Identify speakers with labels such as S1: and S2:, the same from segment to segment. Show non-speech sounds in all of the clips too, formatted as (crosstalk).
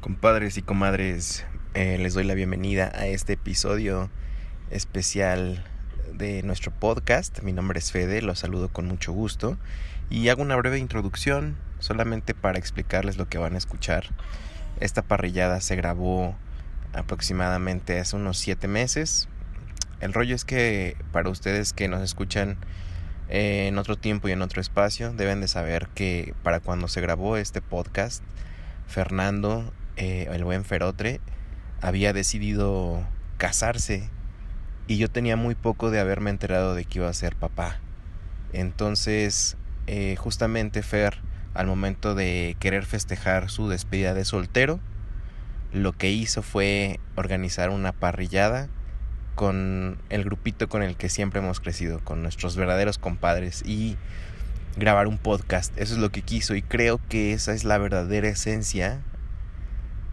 S1: Compadres y comadres, eh, les doy la bienvenida a este episodio especial de nuestro podcast. Mi nombre es Fede, los saludo con mucho gusto y hago una breve introducción solamente para explicarles lo que van a escuchar. Esta parrillada se grabó aproximadamente hace unos 7 meses. El rollo es que para ustedes que nos escuchan eh, en otro tiempo y en otro espacio, deben de saber que para cuando se grabó este podcast, Fernando eh, el buen Ferotre, había decidido casarse y yo tenía muy poco de haberme enterado de que iba a ser papá. Entonces, eh, justamente Fer, al momento de querer festejar su despedida de soltero, lo que hizo fue organizar una parrillada con el grupito con el que siempre hemos crecido, con nuestros verdaderos compadres y grabar un podcast. Eso es lo que quiso y creo que esa es la verdadera esencia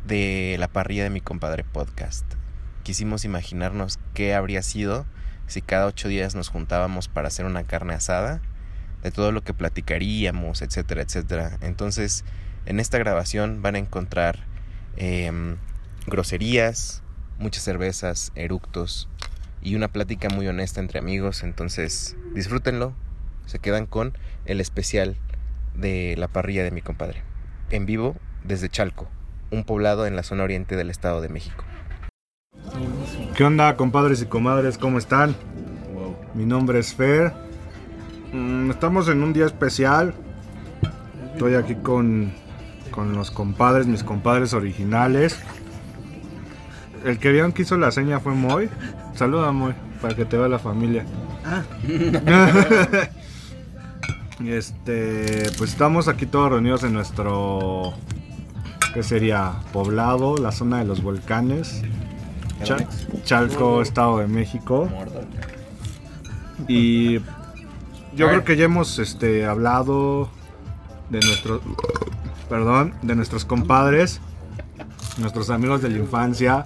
S1: de la parrilla de mi compadre podcast. Quisimos imaginarnos qué habría sido si cada ocho días nos juntábamos para hacer una carne asada, de todo lo que platicaríamos, etcétera, etcétera. Entonces, en esta grabación van a encontrar eh, groserías, muchas cervezas, eructos y una plática muy honesta entre amigos. Entonces, disfrútenlo. Se quedan con el especial de la parrilla de mi compadre. En vivo desde Chalco un poblado en la zona oriente del Estado de México.
S2: ¿Qué onda, compadres y comadres? ¿Cómo están? Mi nombre es Fer. Mm, Estamos en un día especial. Estoy aquí con, con los compadres, mis compadres originales. El que vieron que hizo la seña fue Moy. Saluda, Moy, para que te vea la familia. (laughs) este, pues estamos aquí todos reunidos en nuestro que sería poblado, la zona de los volcanes, Cha- Chalco, Estado de México. Y yo creo que ya hemos este, hablado de nuestros, perdón, de nuestros compadres, nuestros amigos de la infancia.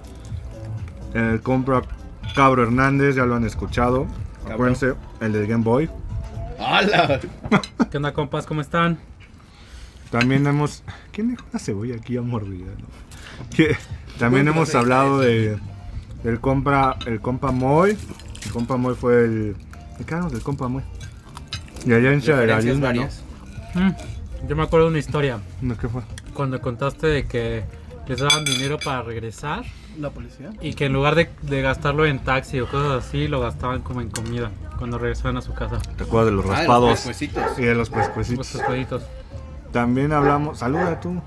S2: El compra Eh, Cabro Hernández, ya lo han escuchado. Acuérdense, el del Game Boy.
S3: ¿Qué onda, compas? ¿Cómo están?
S2: También hemos. ¿Quién dejó una cebolla aquí a mordida? no? Que- También hemos hablado de del compra, el compa Moy. El compa Moy fue el. ¿De qué hablamos del compa Moy? Y allá en Chaderalismo, ¿no?
S3: Mm, Yo me acuerdo de una historia.
S2: ¿no? ¿Qué fue?
S3: Cuando contaste de que les daban dinero para regresar
S4: ¿La policía?
S3: y que en lugar de, de gastarlo en taxi o cosas así, lo gastaban como en comida cuando regresaban a su casa.
S2: ¿Te acuerdas Ah, de los raspados? y de los
S3: Los
S2: pescuecitos.
S3: pescaditos.
S2: También hablamos. Saluda tú.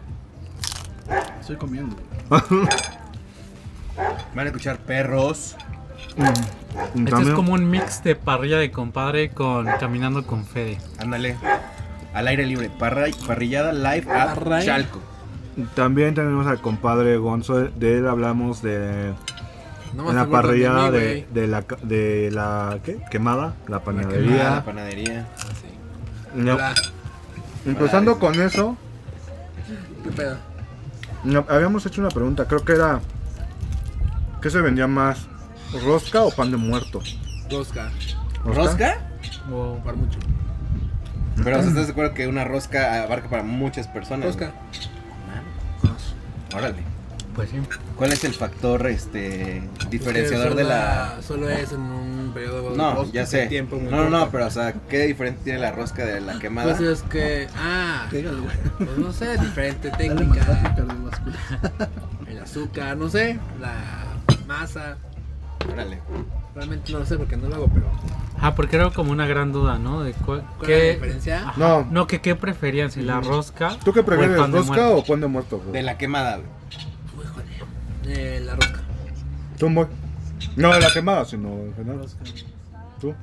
S4: Estoy comiendo.
S1: Van a escuchar perros.
S3: Este es como un mix de parrilla de compadre con Caminando con Fede.
S1: Ándale. Al aire libre. Parra- parrillada live a
S4: Parra-
S1: Chalco.
S2: También tenemos al compadre Gonzo. De él hablamos de.
S5: No
S2: en
S5: más
S2: la
S5: te acuerdas de
S2: parrillada
S5: mí,
S2: de, de la, ca- de la. ¿Qué? Quemada. La
S1: Ah,
S2: panadería.
S1: la panadería.
S2: No.
S5: güey. Ah,
S2: Empezando con eso,
S5: ¿Qué pedo?
S2: no, habíamos hecho una pregunta, creo que era ¿qué se vendía más? ¿Rosca o pan de muerto?
S5: Rosca.
S1: ¿Rosca?
S3: Wow.
S5: Para mucho.
S1: Pero o sea, ¿estás de acuerdo que una rosca abarca para muchas personas?
S5: Rosca.
S1: Órale.
S3: Pues sí.
S1: ¿Cuál es el factor este diferenciador
S5: Es que
S1: de
S5: solo-
S1: la
S5: Solo es en un periodo de
S1: No,
S5: rosca,
S1: ya
S5: es
S1: sé.
S5: el tiempo muy
S1: no, no, no,
S5: corto.
S1: pero o sea, ¿qué diferencia tiene la rosca de la quemada?
S5: Pues es que. Ah,
S4: Pégale, güey.
S5: pues no sé, diferente
S4: Dale masaje
S5: técnica.
S4: cardiovascular.
S5: El azúcar, no sé. La masa. eh,
S1: Órale.
S5: Realmente no lo sé porque no lo hago, pero.
S3: Ah, porque era como una gran duda, ¿no? De cuál-
S5: ¿Cuál es la
S3: qué, Ah,
S5: diferencia?
S2: No,
S3: no, que qué preferían, si la rosca.
S2: Mm. ¿tú qué
S3: o el
S2: prefieres,
S3: Pues pan de
S2: rosca
S3: muerto.
S2: o pan de muerto? bro?
S1: De la quemada. güey.
S5: Uy, joder. Eh, la rosca.
S2: Tú, Moy. No de la quemada, sino en general.
S4: Rosca.
S2: ¿Tú?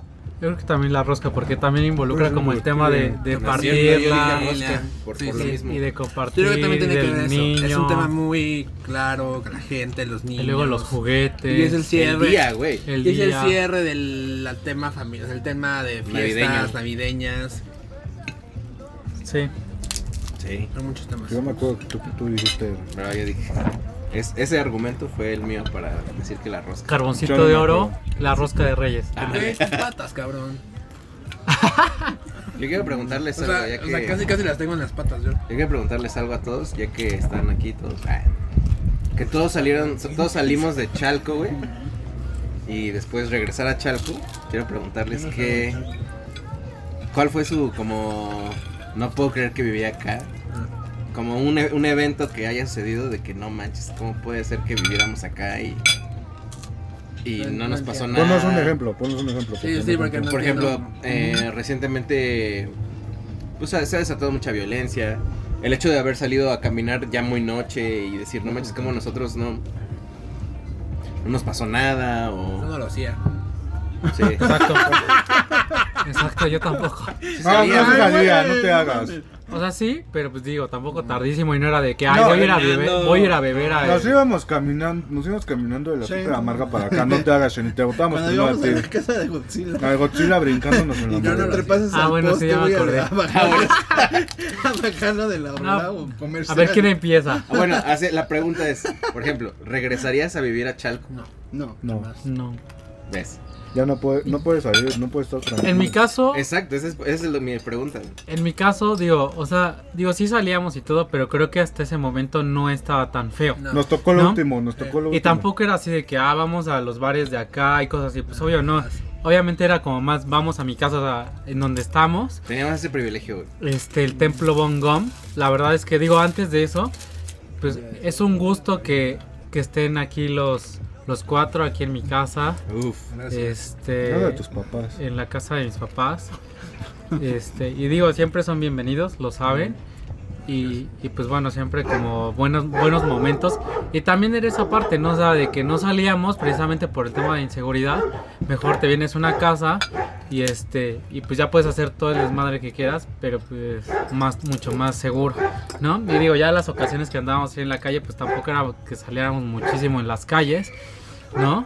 S3: Yo creo que también la rosca, porque también involucra
S2: Pues,
S3: como el tema de,
S2: sí,
S3: de
S5: Por cierto, yo dije
S3: partirla
S5: rosca,
S6: por-
S5: sí,
S6: por
S5: sí.
S6: lo
S3: y de
S5: Yo
S3: compartir
S5: creo que también tiene que ver
S3: del
S5: eso.
S3: niño.
S5: Es un tema muy claro con la gente, los
S3: Y
S5: niños.
S3: luego los juguetes.
S5: Y es el cierre.
S1: El día, güey.
S3: el
S5: y es
S3: día.
S5: el cierre del la tema familia, o sea, el tema de
S1: Navideño.
S5: fiestas navideñas.
S3: Sí.
S1: Sí.
S5: Hay muchos temas.
S2: Yo me acuerdo que tú, tú dijiste.
S1: No, yo dije. es- ese argumento fue el mío para decir que la rosca.
S3: Carboncito
S2: Yo no
S3: de
S2: me
S3: oro, la rosca de reyes.
S5: Güey, tus Eh, patas, cabrón.
S1: Yo quiero preguntarles
S5: O sea,
S1: algo, ya
S5: o sea,
S1: que.
S5: casi casi las tengo en las patas, yo.
S1: Yo quiero preguntarles algo a todos, ya que están aquí todos. Ah, que todos salieron, todos salimos de Chalco, güey. Y después regresar a Chalco, quiero preguntarles qué. ¿Cuál fue su como? No puedo creer que vivía acá. Como un, e- un evento que haya sucedido de que no manches, ¿cómo puede ser que viviéramos acá y y
S5: No-
S1: no
S5: no
S1: nos pasó
S5: entiendo.
S1: nada?
S2: Ponnos Pues un ejemplo, ponnos un ejemplo.
S5: Sí, sí, porque no
S1: Por
S5: entiendo.
S1: ejemplo, eh, recientemente pues, se ha desatado mucha violencia. El hecho de haber salido a caminar ya muy noche y decir, no manches, como nosotros no, no nos pasó nada
S5: Yo (laughs)
S1: o...
S5: no lo hacía.
S1: Sí. Ah,
S3: Exacto. Exacto, yo tampoco.
S2: Ah, no
S4: Ay,
S2: seas
S4: güey,
S2: día, no te
S4: no
S2: hagas.
S4: mames.
S3: O sea, sí, pero pues digo, tampoco tardísimo y no era de que, ay,
S2: No,
S3: voy, a ir a
S1: caminando.
S3: beber, voy a ir a beber a...
S2: Nos íbamos caminando, nos íbamos caminando de la
S4: Sí.
S2: super amarga para acá, no te hagas, ni te botamos
S4: Cuando
S2: primero a
S4: íbamos
S2: ti.
S4: a la casa de Godzilla.
S2: A Godzilla brincándonos
S5: (laughs)
S2: en la
S4: Y no, no
S2: madera.
S4: entrepases
S3: Ah,
S4: al
S3: bueno, sí,
S4: poste,
S3: ya me
S4: voy a-
S3: acordé.
S4: a bajarlo- a bajarlo de la ola o comerse.
S3: A ver quién
S2: este
S3: empieza.
S1: Ah, Bueno, hace- la pregunta es, por ejemplo, ¿regresarías a vivir a Chalco?
S4: No,
S2: No.
S4: jamás.
S3: No.
S1: ¿Ves?
S2: Ya no puedes, no puedes salir, no puedes estar tranquilo.
S3: En mi caso,
S1: Exacto, esa es, esa es lo- mi pregunta.
S3: en mi caso, digo, o sea, digo, sí salíamos y todo, pero creo que hasta ese momento no estaba tan feo.
S5: No.
S2: Nos tocó lo
S3: ¿No?
S2: último, nos tocó lo último.
S3: Y tampoco era así de que, ah, vamos a los bares de acá y cosas así. Pues obvio no. Obviamente era como más, vamos a mi casa o sea, en donde estamos.
S1: Teníamos ese privilegio, güey.
S3: Este, el templo Bongom. La verdad es que digo, antes de eso, pues es un gusto que, que estén aquí los, los cuatro, aquí en mi casa.
S1: Uf.
S2: Nada de
S3: Este,
S2: tus papás.
S3: en la casa de mis papás. Este, y digo, siempre son bienvenidos, lo saben. Y, y pues bueno, siempre como buenos, buenos momentos. Y también era esa parte, ¿no? O sea, de que no salíamos precisamente por el tema de inseguridad. Mejor te vienes a una casa y este y pues ya puedes hacer todo el desmadre que quieras, pero pues más, mucho más seguro, ¿no? Y digo, ya las ocasiones que andábamos así en la calle, pues tampoco era que saliéramos muchísimo en las calles, ¿no?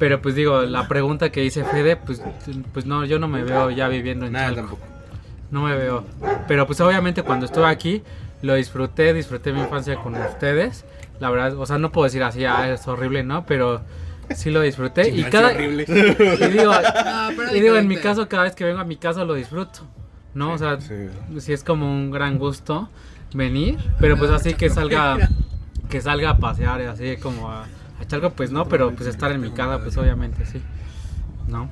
S3: Pero pues digo, la pregunta que hice Fede, pues, pues no, yo no me veo ya viviendo en
S1: Nada
S3: Chalco.
S1: tampoco.
S3: No me veo. Pero pues obviamente cuando estuve aquí lo disfruté, disfruté mi infancia con ustedes. La verdad, o sea, no puedo decir así, ah, es horrible, ¿no? Pero sí lo disfruté. y cada y digo,
S5: No, pero
S3: y digo, en
S5: diferente.
S3: mi caso, cada vez que vengo a mi casa lo disfruto. ¿No? O sea,
S2: Sí. Ah,
S3: sí es como un gran gusto venir, pero pues así que
S5: (laughs)
S3: salga que salga a pasear, así como a, a Chalco, pues no, pero pues estar en mi casa, pues obviamente sí. ¿No?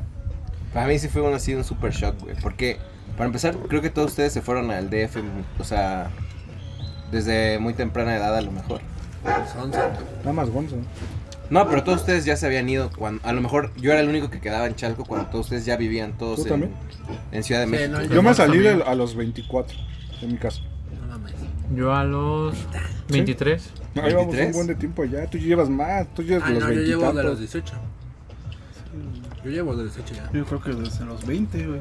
S1: Para mí sí fue un, así un super shock, güey. Porque, para empezar, creo que todos ustedes se fueron al DF, o sea, desde muy temprana edad a lo mejor.
S5: Son-
S2: Nada más Gonzo.
S1: No, pero todos ustedes ya se habían ido. Cuando, a lo mejor yo era el único que quedaba en Chalco cuando todos ustedes ya vivían todos
S2: ¿Tú
S1: en,
S2: también?
S1: en Ciudad de
S5: Sí,
S1: México.
S5: no,
S2: Yo me
S3: Gonzo
S2: salí
S3: también.
S2: del- a los 24 de mi casa.
S5: no mames.
S3: Yo a los 23.
S2: Ahí vamos
S1: 23.
S2: un buen de tiempo allá. Tú llevas más, tú llevas
S5: Ah,
S2: de los
S5: no, yo
S2: 20
S5: llevo de los
S2: tantos.
S5: 18. Yo llevo de los 18 ya.
S4: Yo creo que desde los 20, güey.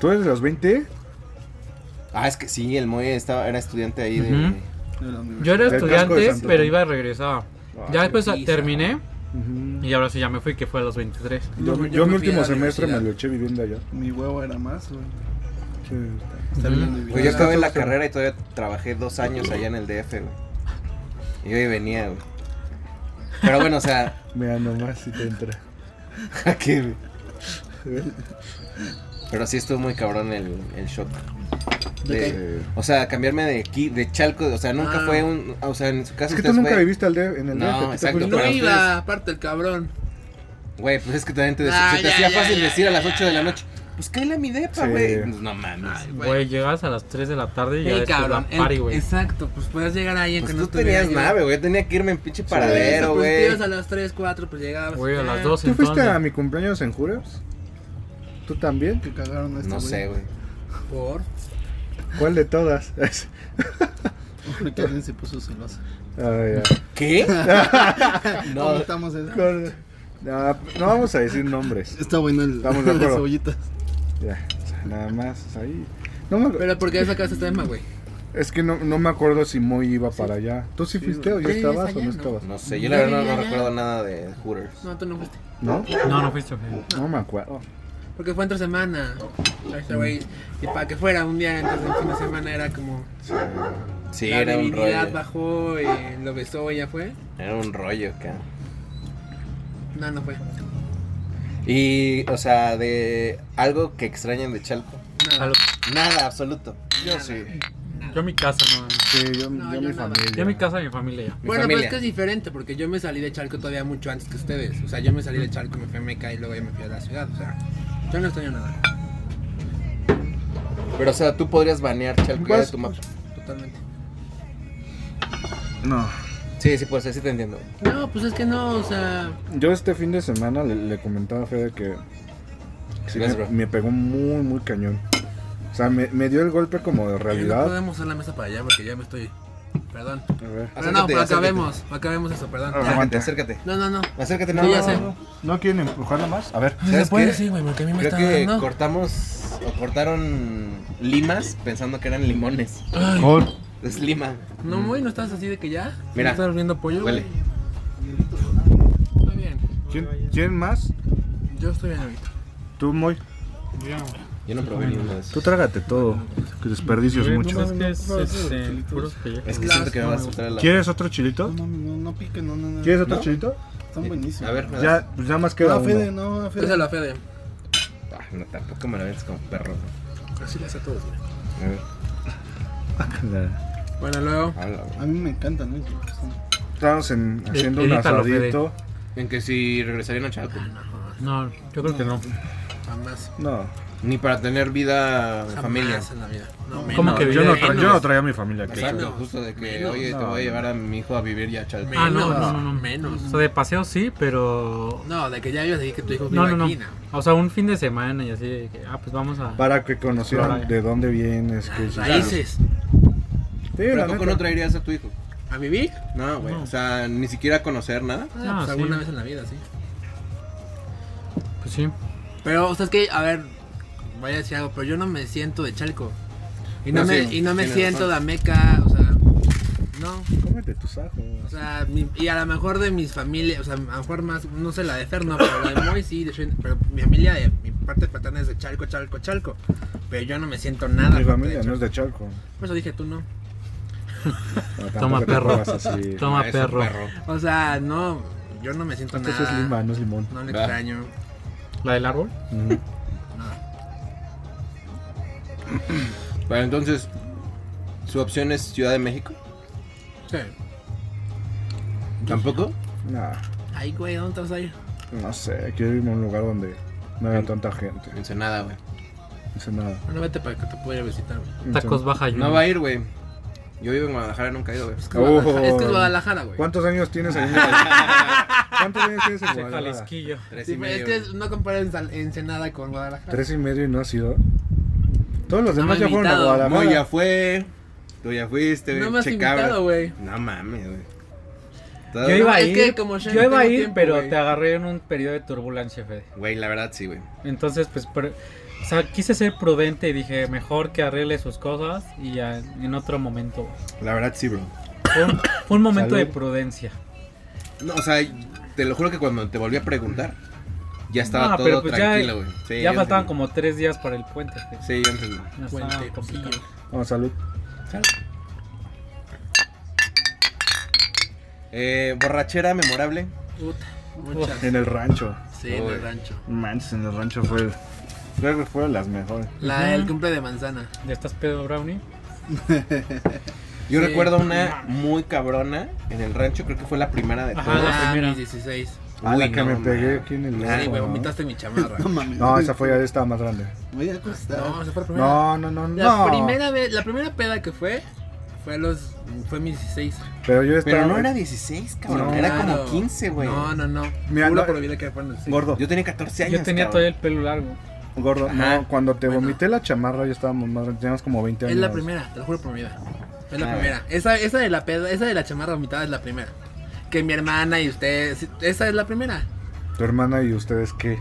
S2: ¿Tú eres de los 20?
S1: Ah, es que sí, el Moe estaba, era estudiante ahí de.
S3: Ujú.
S4: de la universidad.
S3: Yo
S2: Del
S3: era
S2: casco de
S3: estudiante,
S2: Santo
S3: pero
S2: Domingo. Ah,
S3: iba a regresar. Ya después
S5: putiza.
S3: terminé
S2: Ujú.
S3: y ahora sí ya me fui, que fue a los 23.
S2: Yo, yo
S5: yo me
S2: mi
S5: fui a
S2: último
S5: la
S2: semestre me
S5: universidad.
S2: lo eché viviendo allá.
S4: Mi huevo era más, güey.
S2: Sí.
S4: Está
S3: Ujú.
S4: bien vivido.
S1: Güey, yo acabé la carrera y todavía trabajé dos años allá en el DF, güey. Y hoy venía, güey. Pero bueno, o sea, (laughs)
S2: Mira nomás si te entra.
S1: aquí, güey. Pero sí estuvo muy cabrón el, el shock. De-
S2: Eh,
S1: O sea, cambiarme de aquí, de Chalco, o sea, nunca
S5: Ah.
S1: fue un, o sea, en su caso
S2: Es que tú
S1: ustedes
S2: nunca
S1: fue-
S2: viviste al DF, en el
S1: No,
S2: DF. tú te
S1: exacto,
S2: fuiste-
S1: pero-
S5: Pues No iba, aparte el cabrón.
S1: Güey, pues es que también te,
S5: Ah,
S1: se te
S5: ya,
S1: hacía
S5: ya,
S1: fácil
S5: ya,
S1: decir a
S5: ya,
S1: las 8 de la noche, pues cállale a mi depa,
S2: Sí.
S1: güey. Pues, no mames.
S5: Ay,
S3: Güey, llegas a las 3 de la tarde y ya
S5: Ey,
S3: después
S5: cabrón.
S3: la
S5: el-
S3: party, güey.
S5: exacto, pues podías llegar ahí
S1: pues
S5: aunque
S1: tú
S5: no
S1: tenías
S5: estuviera yo.
S1: nave, güey, yo tenía que irme en pinche
S5: Por eso,
S1: paradero,
S5: pues, te
S1: güey.
S5: ibas a las 3, 4, pues llegabas.
S3: Güey, a las
S5: eh,
S3: 2
S2: ¿Tú fuiste a
S3: entonces.
S2: mi cumpleaños en Jureos? ¿Tú también?
S4: Que cagaron a este
S1: No sé, güey.
S5: Por.
S2: ¿Cuál de todas? (laughs)
S4: güey. Que alguien se puso celosa.
S2: Ah, ya.
S1: ¿Qué?
S4: No.
S1: no,
S4: estamos eso?
S2: ¿Cuál- Ah, no vamos a decir nombres.
S4: Está bueno el,
S2: Estamos de
S4: (laughs) las
S2: acuerdo.
S4: cebollitas.
S2: Ya, o sea, nada más. o sea, Ahí. No me, acu-
S5: Pero porque esa casa está tema, güey.
S2: es que no, no me acuerdo si Moy iba para allá. ¿Tú sí fuiste o ya
S4: Sí,
S2: estabas
S4: está
S2: o no
S4: allá,
S2: estabas?
S1: No sé, yo la verdad no, no recuerdo nada de Hooters.
S5: No, tú no fuiste.
S2: ¿No?
S3: No, no fuiste. güey.
S2: No me acuerdo.
S5: Porque fue entre semana. Ahí está, güey. Y para que fuera un día antes del fin de semana era como.
S1: Sí,
S5: la
S1: era un
S5: divinidad
S1: rollo.
S5: bajó y lo besó y ya fue.
S1: Era un rollo acá.
S5: No, no fue.
S1: Y, o sea, de algo que extrañen de Chalco.
S5: Nada.
S3: Salud.
S1: Nada, absoluto. Yo
S5: Nada.
S1: sí.
S3: Yo a mi casa, no.
S2: Sí, yo,
S5: No,
S2: yo
S5: yo
S2: mi
S5: nada.
S2: familia.
S3: Yo a mi casa y mi familia ya.
S1: Mi
S5: Bueno, pero
S1: familia.
S5: es que es diferente porque yo me salí de Chalco todavía mucho antes que ustedes. O sea, yo me salí de Chalco, me fui a Meca y luego ya me fui a la ciudad. O sea, yo no extraño nada.
S1: Pero, o sea, tú podrías banear Chalco ya de
S2: Pues-
S1: tu mapa.
S5: Totalmente.
S2: No.
S1: Sí, sí, pues así te entiendo.
S5: No, pues es que no, o sea.
S2: Yo este fin de semana le, le comentaba a Fede que sí
S1: Gracias,
S2: me,
S1: bro.
S2: me pegó muy, muy cañón. O sea, me, me dio el golpe como de
S5: No
S2: realidad.
S5: podemos hacer la mesa para allá porque ya me estoy. Perdón.
S2: A ver.
S5: Pero no,
S1: Acércate,
S5: pero
S1: acércate.
S5: acabemos. Acabemos eso, perdón.
S2: Ah,
S1: Acércate,
S2: aguanta.
S1: acércate.
S5: No, no, no.
S1: Acércate,
S5: No, ya sé.
S2: ¿No quieren empujarla más? A ver.
S1: ¿Sabes qué?
S5: güey, porque a mí
S1: Creo que cortamos o cortaron limas pensando que eran limones.
S2: Gol.
S1: Es lima.
S5: No, güey, no estás así de que ya.
S1: Mira.
S5: ¿No estás viendo pollo.
S1: Huele.
S5: Está bien.
S2: ¿Quién, quién más?
S5: Yo estoy bien ahorita.
S2: Tú, Moy.
S1: Yo no probé ninguno de esos.
S2: Tú trágate todo. Que desperdicios
S3: Güey,
S2: mucho.
S3: pues es que es, este, puros pellejos.
S1: Es que siento que me vas a soltar a la.
S2: ¿Quieres otro chilito?
S4: No, no, no pique, no, no, no.
S2: ¿Quieres otro
S4: ¿No?
S2: chilito?
S4: Están buenísimos.
S1: A ver, me das.
S2: Ya, pues nada más
S4: No,
S2: queda
S4: a Fede,
S2: uno.
S4: no, a Fede.
S5: Esa es la fea de.
S1: Ah, no, tampoco me la ves como perro.
S5: Así las a todos, güey.
S1: A ver,
S5: Bueno, luego.
S1: habla, güey.
S4: A mí me encantan, ¿no? Son-
S2: Estamos en- haciendo un
S3: Edítalo, Fede.
S2: asadito.
S1: En que si regresarían a Chalco.
S3: No, yo creo que no.
S5: Jamás.
S2: No.
S1: Ni para tener vida
S5: Jamás
S1: familia.
S5: en la vida. No, menos.
S3: ¿Cómo que
S2: Pues Yo no,
S3: video?
S2: tra- yo no traía a mi familia aquí.
S1: Exacto, justo de que,
S5: Menos.
S1: oye, te voy a llevar a mi hijo a vivir ya a Chalco.
S3: Ah, no,
S5: Menos.
S3: no, no, no.
S5: Menos.
S3: O sea, de paseo sí, pero...
S5: No, de que ya ibas a decir que tu hijo vive
S3: No, no, no.
S5: aquí, no.
S3: O sea, un fin de semana y así de que, ah, pues vamos a...
S2: Para que conocieran
S3: Claro.
S2: de dónde vienes. qué hiciste.
S5: Raíces.
S2: Sí,
S1: Pero
S2: la
S1: tampoco
S2: neta.
S1: no traerías a tu hijo.
S5: ¿A mi Vic?
S1: No, güey. O sea, ni siquiera conocer nada.
S5: Ah,
S3: Ah,
S5: pues
S3: sí.
S5: alguna vez en la vida, sí.
S3: Pues sí.
S5: Pero, o sea, es que, a ver, vaya a decir algo, pero yo no me siento de Chalco. Y
S2: Ah,
S5: no,
S1: No,
S5: me,
S1: sí,
S5: y no me
S1: tienes
S5: siento
S1: razón.
S5: de Ameca, o sea, no.
S2: Cómete tus ajos.
S5: O sea, mi- y a lo mejor de mis familias, o sea, a lo mejor más, no sé, la de Fer, no, pero la
S2: (coughs)
S5: de Moy sí, de hecho, pero mi familia, de mi parte paterna es de Chalco, Chalco, Chalco. Pero yo no me siento nada.
S2: Mi
S5: parte
S2: familia
S5: de
S2: no es
S5: Chalco.
S2: de Chalco.
S5: Por eso dije, tú no.
S2: No, tampoco
S3: Toma,
S2: te
S3: perro.
S2: pongas (laughs) así.
S3: Toma,
S1: Eso,
S3: perro.
S5: O sea, no, yo no me siento
S2: Entonces
S5: nada.
S2: es lima, no es limón.
S5: No le
S1: Va.
S5: extraño.
S3: ¿La del árbol?
S2: Ujú.
S1: Pero entonces, ¿su opción es Ciudad de México?
S5: Sí.
S1: ¿Tampoco?
S2: Nah,
S5: Ay, güey, ¿dónde estás ahí?
S2: no sé, quiero irme a un lugar donde no haya tanta gente. No
S1: Ensenada, güey.
S2: hice nada.
S5: Bueno, vete para que te pueda ir a visitar, güey.
S3: Tacos baja y
S1: No va a ir, güey. Yo vivo en Guadalajara, nunca he ido, güey.
S5: Es que, es Guadalajara- es, que es
S2: Oh.
S5: Guadalajara, güey.
S2: ¿Cuántos años tienes ahí? en Guadalajara? ¿Cuántos años tienes en Guadalajara?
S3: Jalisquillo.
S1: Tres
S5: Sí,
S1: y
S5: güey,
S1: medio.
S5: es que es- no compares Sal- Ensenada con Guadalajara.
S2: Tres y medio y no ha sido. Todos los
S5: No me
S2: demás ya
S5: han
S2: fueron a
S5: invitado.
S1: Moy ya
S2: Guadalajara.
S1: fue. Tú ya fuiste, güey.
S5: no me has
S1: Che,
S5: invitado,
S1: cabra.
S5: güey.
S1: No mames, güey.
S3: Yo iba a
S5: Es
S3: ir,
S5: que como yo no
S3: yo iba a
S5: tengo
S3: ir,
S5: tiempo,
S3: pero
S5: güey.
S3: te agarré en un periodo de turbulencia, Fede.
S1: Güey, la verdad sí, güey.
S3: Entonces, pues, pero- o sea, quise ser prudente y dije, mejor que arregle sus cosas y ya en otro momento. güey.
S1: La verdad sí, bro.
S3: Fue un, fue un momento
S2: Salud.
S3: de prudencia.
S1: No, o sea, te lo juro que cuando te volví a preguntar, ya estaba
S3: No,
S1: todo
S3: pero pues ya-
S1: tranquilo, güey. Sí,
S3: ya
S1: yo
S3: faltaban
S1: entendí.
S3: como tres días para el puente. güey.
S1: Sí, yo entendí.
S3: Ya estaba
S5: Puente,
S3: Ah, complicado.
S5: sí.
S2: No, Oh, salud.
S1: Eh, borrachera memorable.
S5: Puta, muchas.
S2: En el rancho.
S5: Sí, en
S1: Uy.
S5: el rancho.
S2: Manches, en el rancho fue. Creo que fueron las mejores.
S5: La del cumple de manzana.
S3: ¿Ya estás pedo, Brownie?
S1: Yo
S5: Sí.
S1: recuerdo una muy cabrona en el rancho, creo que fue la primera de
S3: Ajá. Ah,
S1: todas.
S3: la primera.
S5: mis 16. Sí,
S2: Ah, la
S1: Uy,
S2: que
S1: no,
S2: me
S1: man.
S2: pegué aquí en el
S1: Ah,
S2: rancho.
S5: güey,
S2: ¿no?
S5: vomitaste mi chamarra.
S4: No mames.
S2: No, esa fue ya estaba más grande.
S4: Voy a acostar.
S5: No, esa fue la primera.
S2: No, no, no,
S5: La
S2: no.
S5: primera vez, la primera peda que fue, fue a los, fue mis 16.
S2: Pero yo estaba.
S1: Pero no era 16, cabrón.
S2: No.
S1: era como
S5: Claro.
S1: 15, güey.
S5: No, no, no.
S2: Mira,
S5: Juro
S2: no-
S5: por la vida que fue en el 16.
S2: Gordo.
S1: Yo tenía 14 años.
S3: Yo tenía
S1: cabrón.
S3: todavía el pelo largo.
S2: Gordo,
S1: Ajá.
S2: no, cuando te
S5: Bueno.
S2: vomité la chamarra ya estábamos más grandes, teníamos como 20
S5: Es
S2: años.
S5: la primera, te lo juro por mi vida. Es la
S1: Ah.
S5: primera. Esa, esa de la peda, esa de la chamarra vomitada es la primera. Que mi hermana y usted, sí, esa es la primera.
S2: tu hermana y ustedes qué.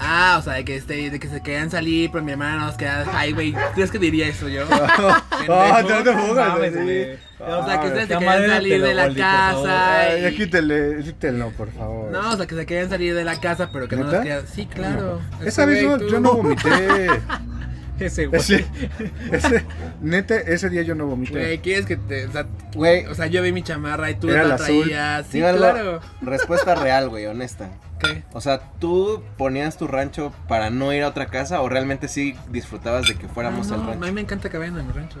S5: Ah, o sea, de que, este, de que se querían salir, pero mi hermana nos queda. Ay, güey, ¿crees que diría eso yo?
S2: (laughs) (laughs) Ah, no te pongas
S3: mames,
S2: así. Ah,
S3: güey.
S5: O sea, que ustedes se
S3: Ya
S5: querían
S3: madréatelo,
S5: salir de la
S3: Oli, por favor.
S5: casa.
S2: Ay, ya
S5: y-
S2: quítele, quítelo, por favor.
S5: No, o sea, que se querían salir de la casa, pero que no
S2: ¿Neta?
S5: nos querían. Sí, claro.
S2: Esa
S5: Este,
S2: vez no-
S5: güey,
S2: yo
S5: tú-
S2: no
S5: (laughs)
S2: vomité.
S3: Ese güey.
S2: Ese, ese, neta, ese día yo no vomité.
S5: Güey, ¿quieres que te.? O sea,
S1: Güey,
S5: o sea, yo vi mi chamarra y tú
S1: Era
S5: la
S1: el azul.
S5: traías. Sí,
S1: Dígalo.
S5: claro.
S1: respuesta real, güey, honesta.
S5: ¿Qué?
S1: O sea, ¿tú ponías tu rancho para no ir a otra casa o realmente sí disfrutabas de que fuéramos
S5: Ah, No,
S1: al
S5: no,
S1: rancho?
S5: a mí me encanta que vayan a mi rancho.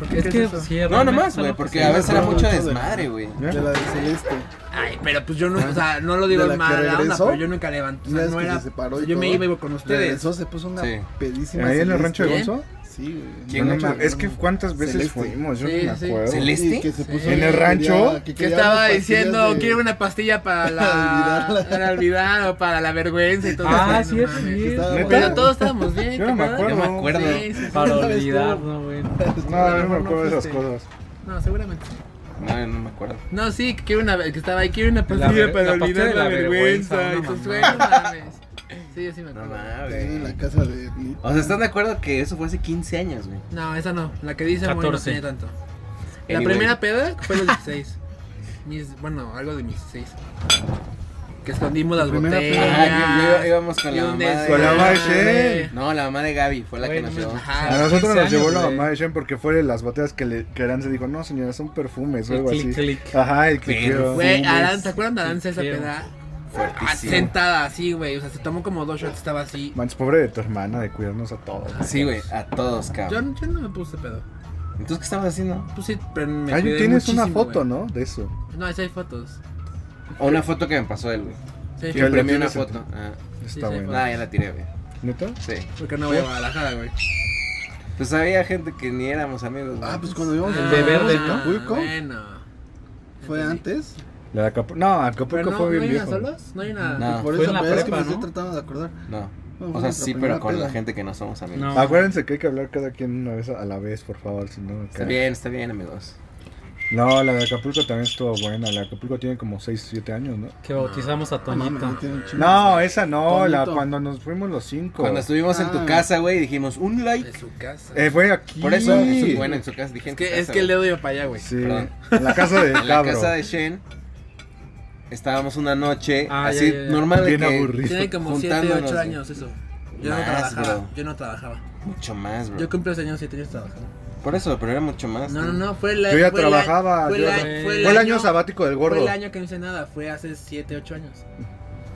S5: ¿Por qué
S3: Es
S5: es
S3: que
S5: eso?
S3: sí,
S1: No,
S3: realmente
S1: nomás,
S3: está
S1: güey,
S3: loco,
S1: porque
S3: sí.
S1: a veces era mucho
S4: Rancho de-
S1: desmadre, güey.
S4: De la de Celeste.
S5: Ay, pero pues yo no, o sea, no lo digo
S4: ¿De la
S5: en mala
S4: que
S5: onda,
S4: regresó?
S5: pero yo nunca levanté. O
S4: Ya
S5: sea,
S4: es
S5: no
S4: que
S5: era.
S4: se separó
S5: o sea,
S4: y
S5: yo me
S4: todo.
S5: iba y iba con ustedes.
S4: Regresó, se puso una
S1: Sí.
S4: pedísima.
S2: ¿Ahí en el
S4: Celeste.
S2: rancho de Gonzo?
S4: Sí, güey.
S1: ¿Quién
S2: No
S1: me
S2: mames, es que
S4: Sí,
S2: cuántas veces
S4: Celeste.
S2: fuimos, yo
S5: Sí,
S2: no me
S5: sí.
S2: acuerdo.
S1: Celeste.
S4: que se puso
S5: ¿En
S2: el rancho?
S4: que
S5: Que
S4: quería
S5: estaba
S4: pastillas
S5: diciendo,
S4: de-
S5: quiero una pastilla para
S4: para
S5: la,
S4: olvidarla.
S5: para olvidar o para la vergüenza y todo
S3: Ah,
S5: eso.
S3: sí,
S5: no
S3: es
S5: mames.
S3: cierto.
S4: Estaba
S2: ¿Neta?
S5: Pero todos estábamos bien,
S2: Yo
S5: ¿te
S2: no me
S5: acuerdas?
S1: Yo me acuerdo.
S5: Sí, sí, sí. (laughs)
S3: Para
S4: ¿Sabes tú?
S3: olvidar, no, güey.
S2: No, yo no me
S5: No
S2: acuerdo de esas
S5: fuiste.
S2: cosas.
S5: No, seguramente.
S1: No, no me acuerdo.
S5: No, sí, que quiero una que estaba ahí, quiero una
S3: La
S5: pastilla
S3: ver-
S5: para
S3: la pastilla
S5: olvidar
S3: de
S5: la
S3: la vergüenza,
S5: vergüenza y
S3: una
S5: tus
S3: mamá.
S5: sueños, mames. Sí, yo sí me
S1: No
S5: acuerdo.
S1: mames.
S4: En la casa de Nick.
S1: O sea, ¿están de acuerdo que eso fue hace 15 años, güey?
S5: No, esa no. La que dice Moy no
S3: 14.
S5: tiene tanto. La
S1: Anyway.
S3: (laughs)
S5: primera peda fue los 16. Mis, bueno, algo de mis 16. Que escondimos las
S2: primera
S5: botellas.
S2: peda.
S1: Ajá, y- y- íbamos con
S5: y
S1: la
S5: un
S1: mamá de-
S2: Con la mamá de
S5: desmadre.
S2: Shane.
S1: No, la mamá de Gaby fue la que
S3: Güey,
S1: nos
S3: no
S1: llevó.
S3: me-
S2: A
S5: Ajá.
S2: nosotros
S3: 15
S2: nos llevó la
S3: años,
S2: mamá de Shen porque fue de las botellas que, le, que Arán se dijo, no señora, son perfumes o
S3: El
S2: algo así.
S3: clic, clic.
S2: Ajá, el
S1: Pero
S2: cliqueo.
S5: Güey, Alan, ¿se acuerdan de Alan esa
S3: Sí, quiero.
S5: peda? Ah,
S1: Fuertísimo.
S5: Sentada así, güey. O sea, se tomó como dos shots, estaba así.
S2: Manches, pobre de tu hermana de cuidarnos a todos.
S5: Ah,
S1: Sí, güey, a todos,
S5: Yo,
S1: cabrón.
S5: yo no me puse pedo.
S1: Entonces, ¿qué estabas haciendo?
S5: Pues sí, pero me
S2: Ay,
S5: cuidé
S2: Ah, tienes una
S5: muchísimo,
S2: foto,
S5: güey.
S2: ¿no? De eso.
S5: No, ahí sí hay fotos.
S1: O una foto que me pasó él, güey.
S5: Sí, hay
S2: ¿Qué?
S1: Que
S5: fotos.
S2: le
S1: premió una
S2: tienes en tu-
S1: foto. Ah,
S2: Está
S5: sí,
S2: bueno.
S1: nada, ya la tiré, güey.
S2: ¿Neta?
S1: Sí.
S5: Porque no voy a Guadalajara, güey.
S1: Pues había gente que ni éramos amigos, güey.
S4: Ah, pues cuando íbamos
S3: El
S4: al-
S3: de verde,
S4: a
S3: ¿no?
S4: Acapulco,
S5: Bueno.
S4: fue antes.
S2: La de Acapulco. No, Acapulco
S5: no,
S2: fue
S5: ¿no
S2: bien
S5: hay una
S2: viejo.
S5: solos? No hay una.
S1: No. Ah,
S4: Por
S3: fue
S4: eso
S3: en la
S4: pero es que
S3: prepa,
S4: me estoy
S3: ¿no?
S4: tratando de acordar.
S1: No.
S4: No,
S1: O
S4: fue
S1: sea,
S4: nuestra
S1: sí, pero
S4: primera
S1: con la
S4: peda.
S1: gente que no somos amigos.
S3: No.
S2: Acuérdense que hay que hablar cada quien una vez a la vez, por favor, si no me
S1: Está
S2: cae.
S1: bien, está bien, amigos.
S2: No, la de Acapulco también estuvo buena. La de Acapulco tiene como 6, 7 años, ¿no?
S3: Que bautizamos a
S4: No mames,
S3: Toñito.
S4: tiene un chingo.
S2: No, esa no, la,
S4: Tonto.
S2: cuando nos fuimos los 5.
S1: Cuando estuvimos en tu
S4: Ah.
S1: casa, güey, dijimos un
S5: De
S1: like.
S5: su casa.
S2: Eh, fue aquí.
S1: Por eso, en su- bueno, en su casa dije
S5: es
S1: en tu
S5: que,
S1: casa,
S5: es que el
S1: güey.
S5: dedo iba para allá, güey.
S2: Sí,
S1: Perdón.
S2: en la casa de
S1: (laughs) En la
S2: Cabro.
S1: casa de Shen estábamos una noche
S3: Ah,
S1: así
S3: ya, ya, ya.
S1: normal de
S2: Bien
S1: que
S2: aburrido.
S5: Tiene como 7,
S1: Juntándonos,
S5: 8
S1: güey.
S5: años eso. Yo no
S1: Más,
S5: trabajaba.
S1: bro.
S5: Yo no trabajaba.
S1: mucho más, bro.
S5: Yo cumplí los años 7 años trabajando.
S1: Por eso, pero era mucho más.
S5: No,
S1: tú.
S5: no, no. Fue la,
S2: Yo ya
S5: fue la-
S2: trabajaba,
S5: fue,
S2: yo
S5: la-
S3: ya-
S2: Fue el año sabático del
S5: Fue
S2: gordo.
S5: el año que no hice nada. Fue hace 7, 8 años.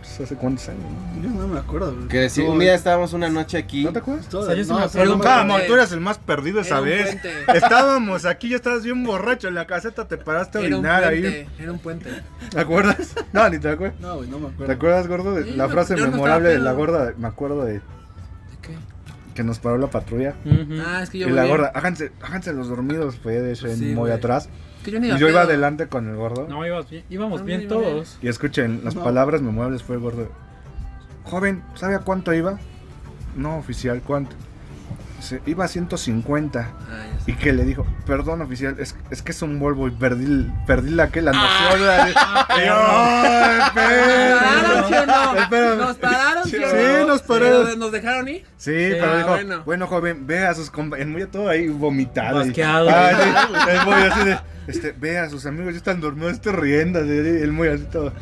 S2: Pues, ¿Hace cuántos años? no?
S4: Yo no me acuerdo. güey.
S1: Que decir, un día estábamos una noche aquí.
S2: ¿No te acuerdas?
S4: Todo-
S3: O sea, yo sí
S4: no,
S3: me
S4: o sea,
S3: acuerdo.
S4: no me-
S5: Vamos.
S2: Vamos, tú eras el más perdido
S5: Era
S2: esa
S5: un
S2: vez. (laughs)
S5: puente.
S2: Estábamos aquí, ya estabas bien borracho en la caseta, te paraste a
S5: Era un
S2: orinar
S5: puente.
S2: ahí.
S5: Era un puente.
S2: ¿Te acuerdas? (laughs) No, ni te acuerdas.
S4: No, güey, no me acuerdo.
S2: ¿Te acuerdas, gordo? De
S5: Sí,
S2: la
S5: no,
S2: frase
S5: yo no estaba
S2: memorable de
S5: pedo.
S2: la gorda, me acuerdo de
S5: ¿De qué?
S2: que nos paró la patrulla.
S3: Ujú.
S5: Ah, es que yo
S2: Y la
S5: volví.
S2: gorda, háganse, háganse los dormidos, fue de Shen
S5: Sí,
S2: muy
S5: güey.
S2: atrás.
S5: Que yo no
S2: Y
S5: iba
S2: yo iba
S5: pedo.
S2: adelante con el gordo.
S3: No, ibas bien- íbamos
S5: No,
S3: bien
S5: no iba bien.
S3: todos.
S2: Y escuchen, las
S4: No.
S2: palabras memorables fue el gordo. Joven, ¿sabe a cuánto iba? No, oficial, ¿cuánto? Dice, iba a 150.
S5: Ah, ya sé.
S2: Y que le dijo, perdón, oficial, es, es que es un Volvo y perdí, perdí la que la
S5: Ah.
S2: noción.
S5: (laughs)
S2: Y yo, "Ay,
S5: ¿Nos pararon, sí
S2: perro".
S5: o no?
S2: Espérame.
S5: ¿Nos pararon, sí o no?
S2: Sí, nos pararon.
S5: ¿Pero ¿Nos dejaron ir?
S2: Sí, pero
S5: ah,
S2: dijo, bueno.
S5: bueno.
S2: joven, ve a sus compañeros, muy todo ahí vomitado. y-
S3: Basqueado.
S2: Ah, sí, el muy así de, este, ve a sus amigos, ya están dormidos, este riendo, así, el muy así todo.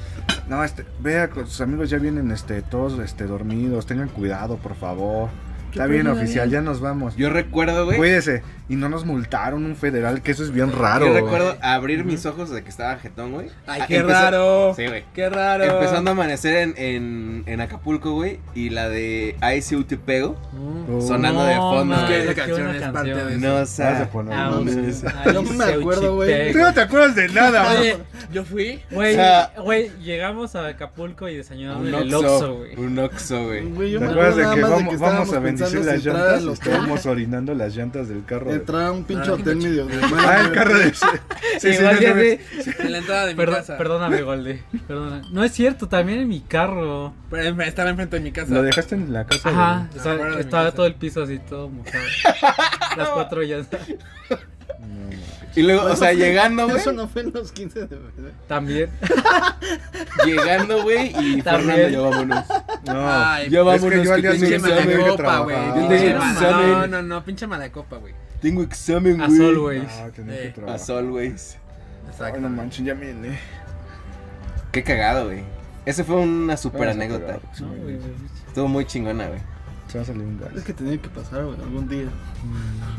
S2: No, este, vea, sus amigos ya vienen, este, todos, este, dormidos, tengan cuidado, por favor. Está bien,
S5: pena,
S2: oficial,
S5: eh.
S2: ya nos vamos.
S1: Yo recuerdo, güey.
S2: Cuídese. Y no nos multaron un federal, que eso es bien raro.
S1: Yo recuerdo abrir mis ojos de que estaba jetón, güey.
S5: Ay,
S1: Ah,
S5: qué
S1: empezó-
S5: raro.
S1: Sí, güey.
S5: Qué raro.
S1: Empezando a amanecer en, en, en Acapulco, güey. Y la de ICU te pego.
S5: Mm.
S2: Oh,
S1: sonando de fondo,
S5: Es que
S1: güey.
S5: esa
S3: Es que
S5: canción
S3: una
S5: es parte
S3: canción.
S5: de eso.
S1: No
S2: vas
S1: sé.
S2: a poner,
S3: Ah,
S2: no
S3: un-
S2: mames.
S3: ay,
S4: No
S3: un
S4: me acuerdo, güey.
S2: Tú
S3: seuchipego.
S2: no te acuerdas de nada.
S5: Oye, yo fui.
S3: Güey,
S1: O sea-
S3: güey, llegamos a Acapulco y desayunamos
S1: Un
S3: en el
S1: Oxxo,
S3: Oxxo, güey.
S1: un Oxxo, güey.
S4: Güey, yo
S2: ¿Te
S4: me
S2: acuerdas de
S4: acuerdo
S2: que
S4: nada más
S2: vamos, vamos a
S4: estábamos pensando
S2: bendecir
S4: si
S2: las
S4: entrar a
S2: llantas?
S4: lo-
S2: Estábamos orinando las llantas del carro. de-
S4: Entrar a un pinche
S5: Ah,
S4: hotel medio de
S2: Ah, el carro de... Sí, sí,
S3: Igual
S2: no
S3: ya
S2: te ves.
S3: sé.
S5: En la entrada de mi
S3: Perdón-
S5: casa.
S3: perdóname, Golde. Perdona. No es cierto, también en mi carro.
S5: Pero em- estaba enfrente de mi casa.
S2: Lo dejaste en la casa.
S3: Ajá,
S5: sí.
S3: o sea,
S5: Afuera de mi
S3: estaba
S5: casa.
S3: todo el piso así, todo mojado. Las patrullas.
S1: Y luego, o sea, llegando, güey.
S4: Eso no fue en los 15 de febrero.
S3: (laughs) También.
S1: Llegando, güey, y
S3: También.
S1: Fernando, ya vámonos.
S2: No.
S5: Ay,
S1: Ya vámonos,
S2: es que yo al
S1: que
S2: día
S1: tengo
S5: pinche
S2: siguiente
S1: examen.
S2: tengo que
S5: malacopa, güey.
S2: trabajar.
S1: Yo
S5: Pinche
S1: tenía
S5: mala-
S1: examen.
S5: No, no, no, pinche malacopa, güey.
S1: Tengo examen, güey.
S3: As always.
S2: Ah, tenía que
S5: Eh,
S2: trabajar.
S1: As always.
S2: Ay,
S5: Exacto.
S2: no manches, ya viene.
S1: Qué cagado, güey. Esa fue una super anécdota.
S3: No, güey, güey.
S1: Estuvo muy chingona, güey.
S2: Se va a salir un gas.
S4: Es que tenía que pasar, güey, algún día.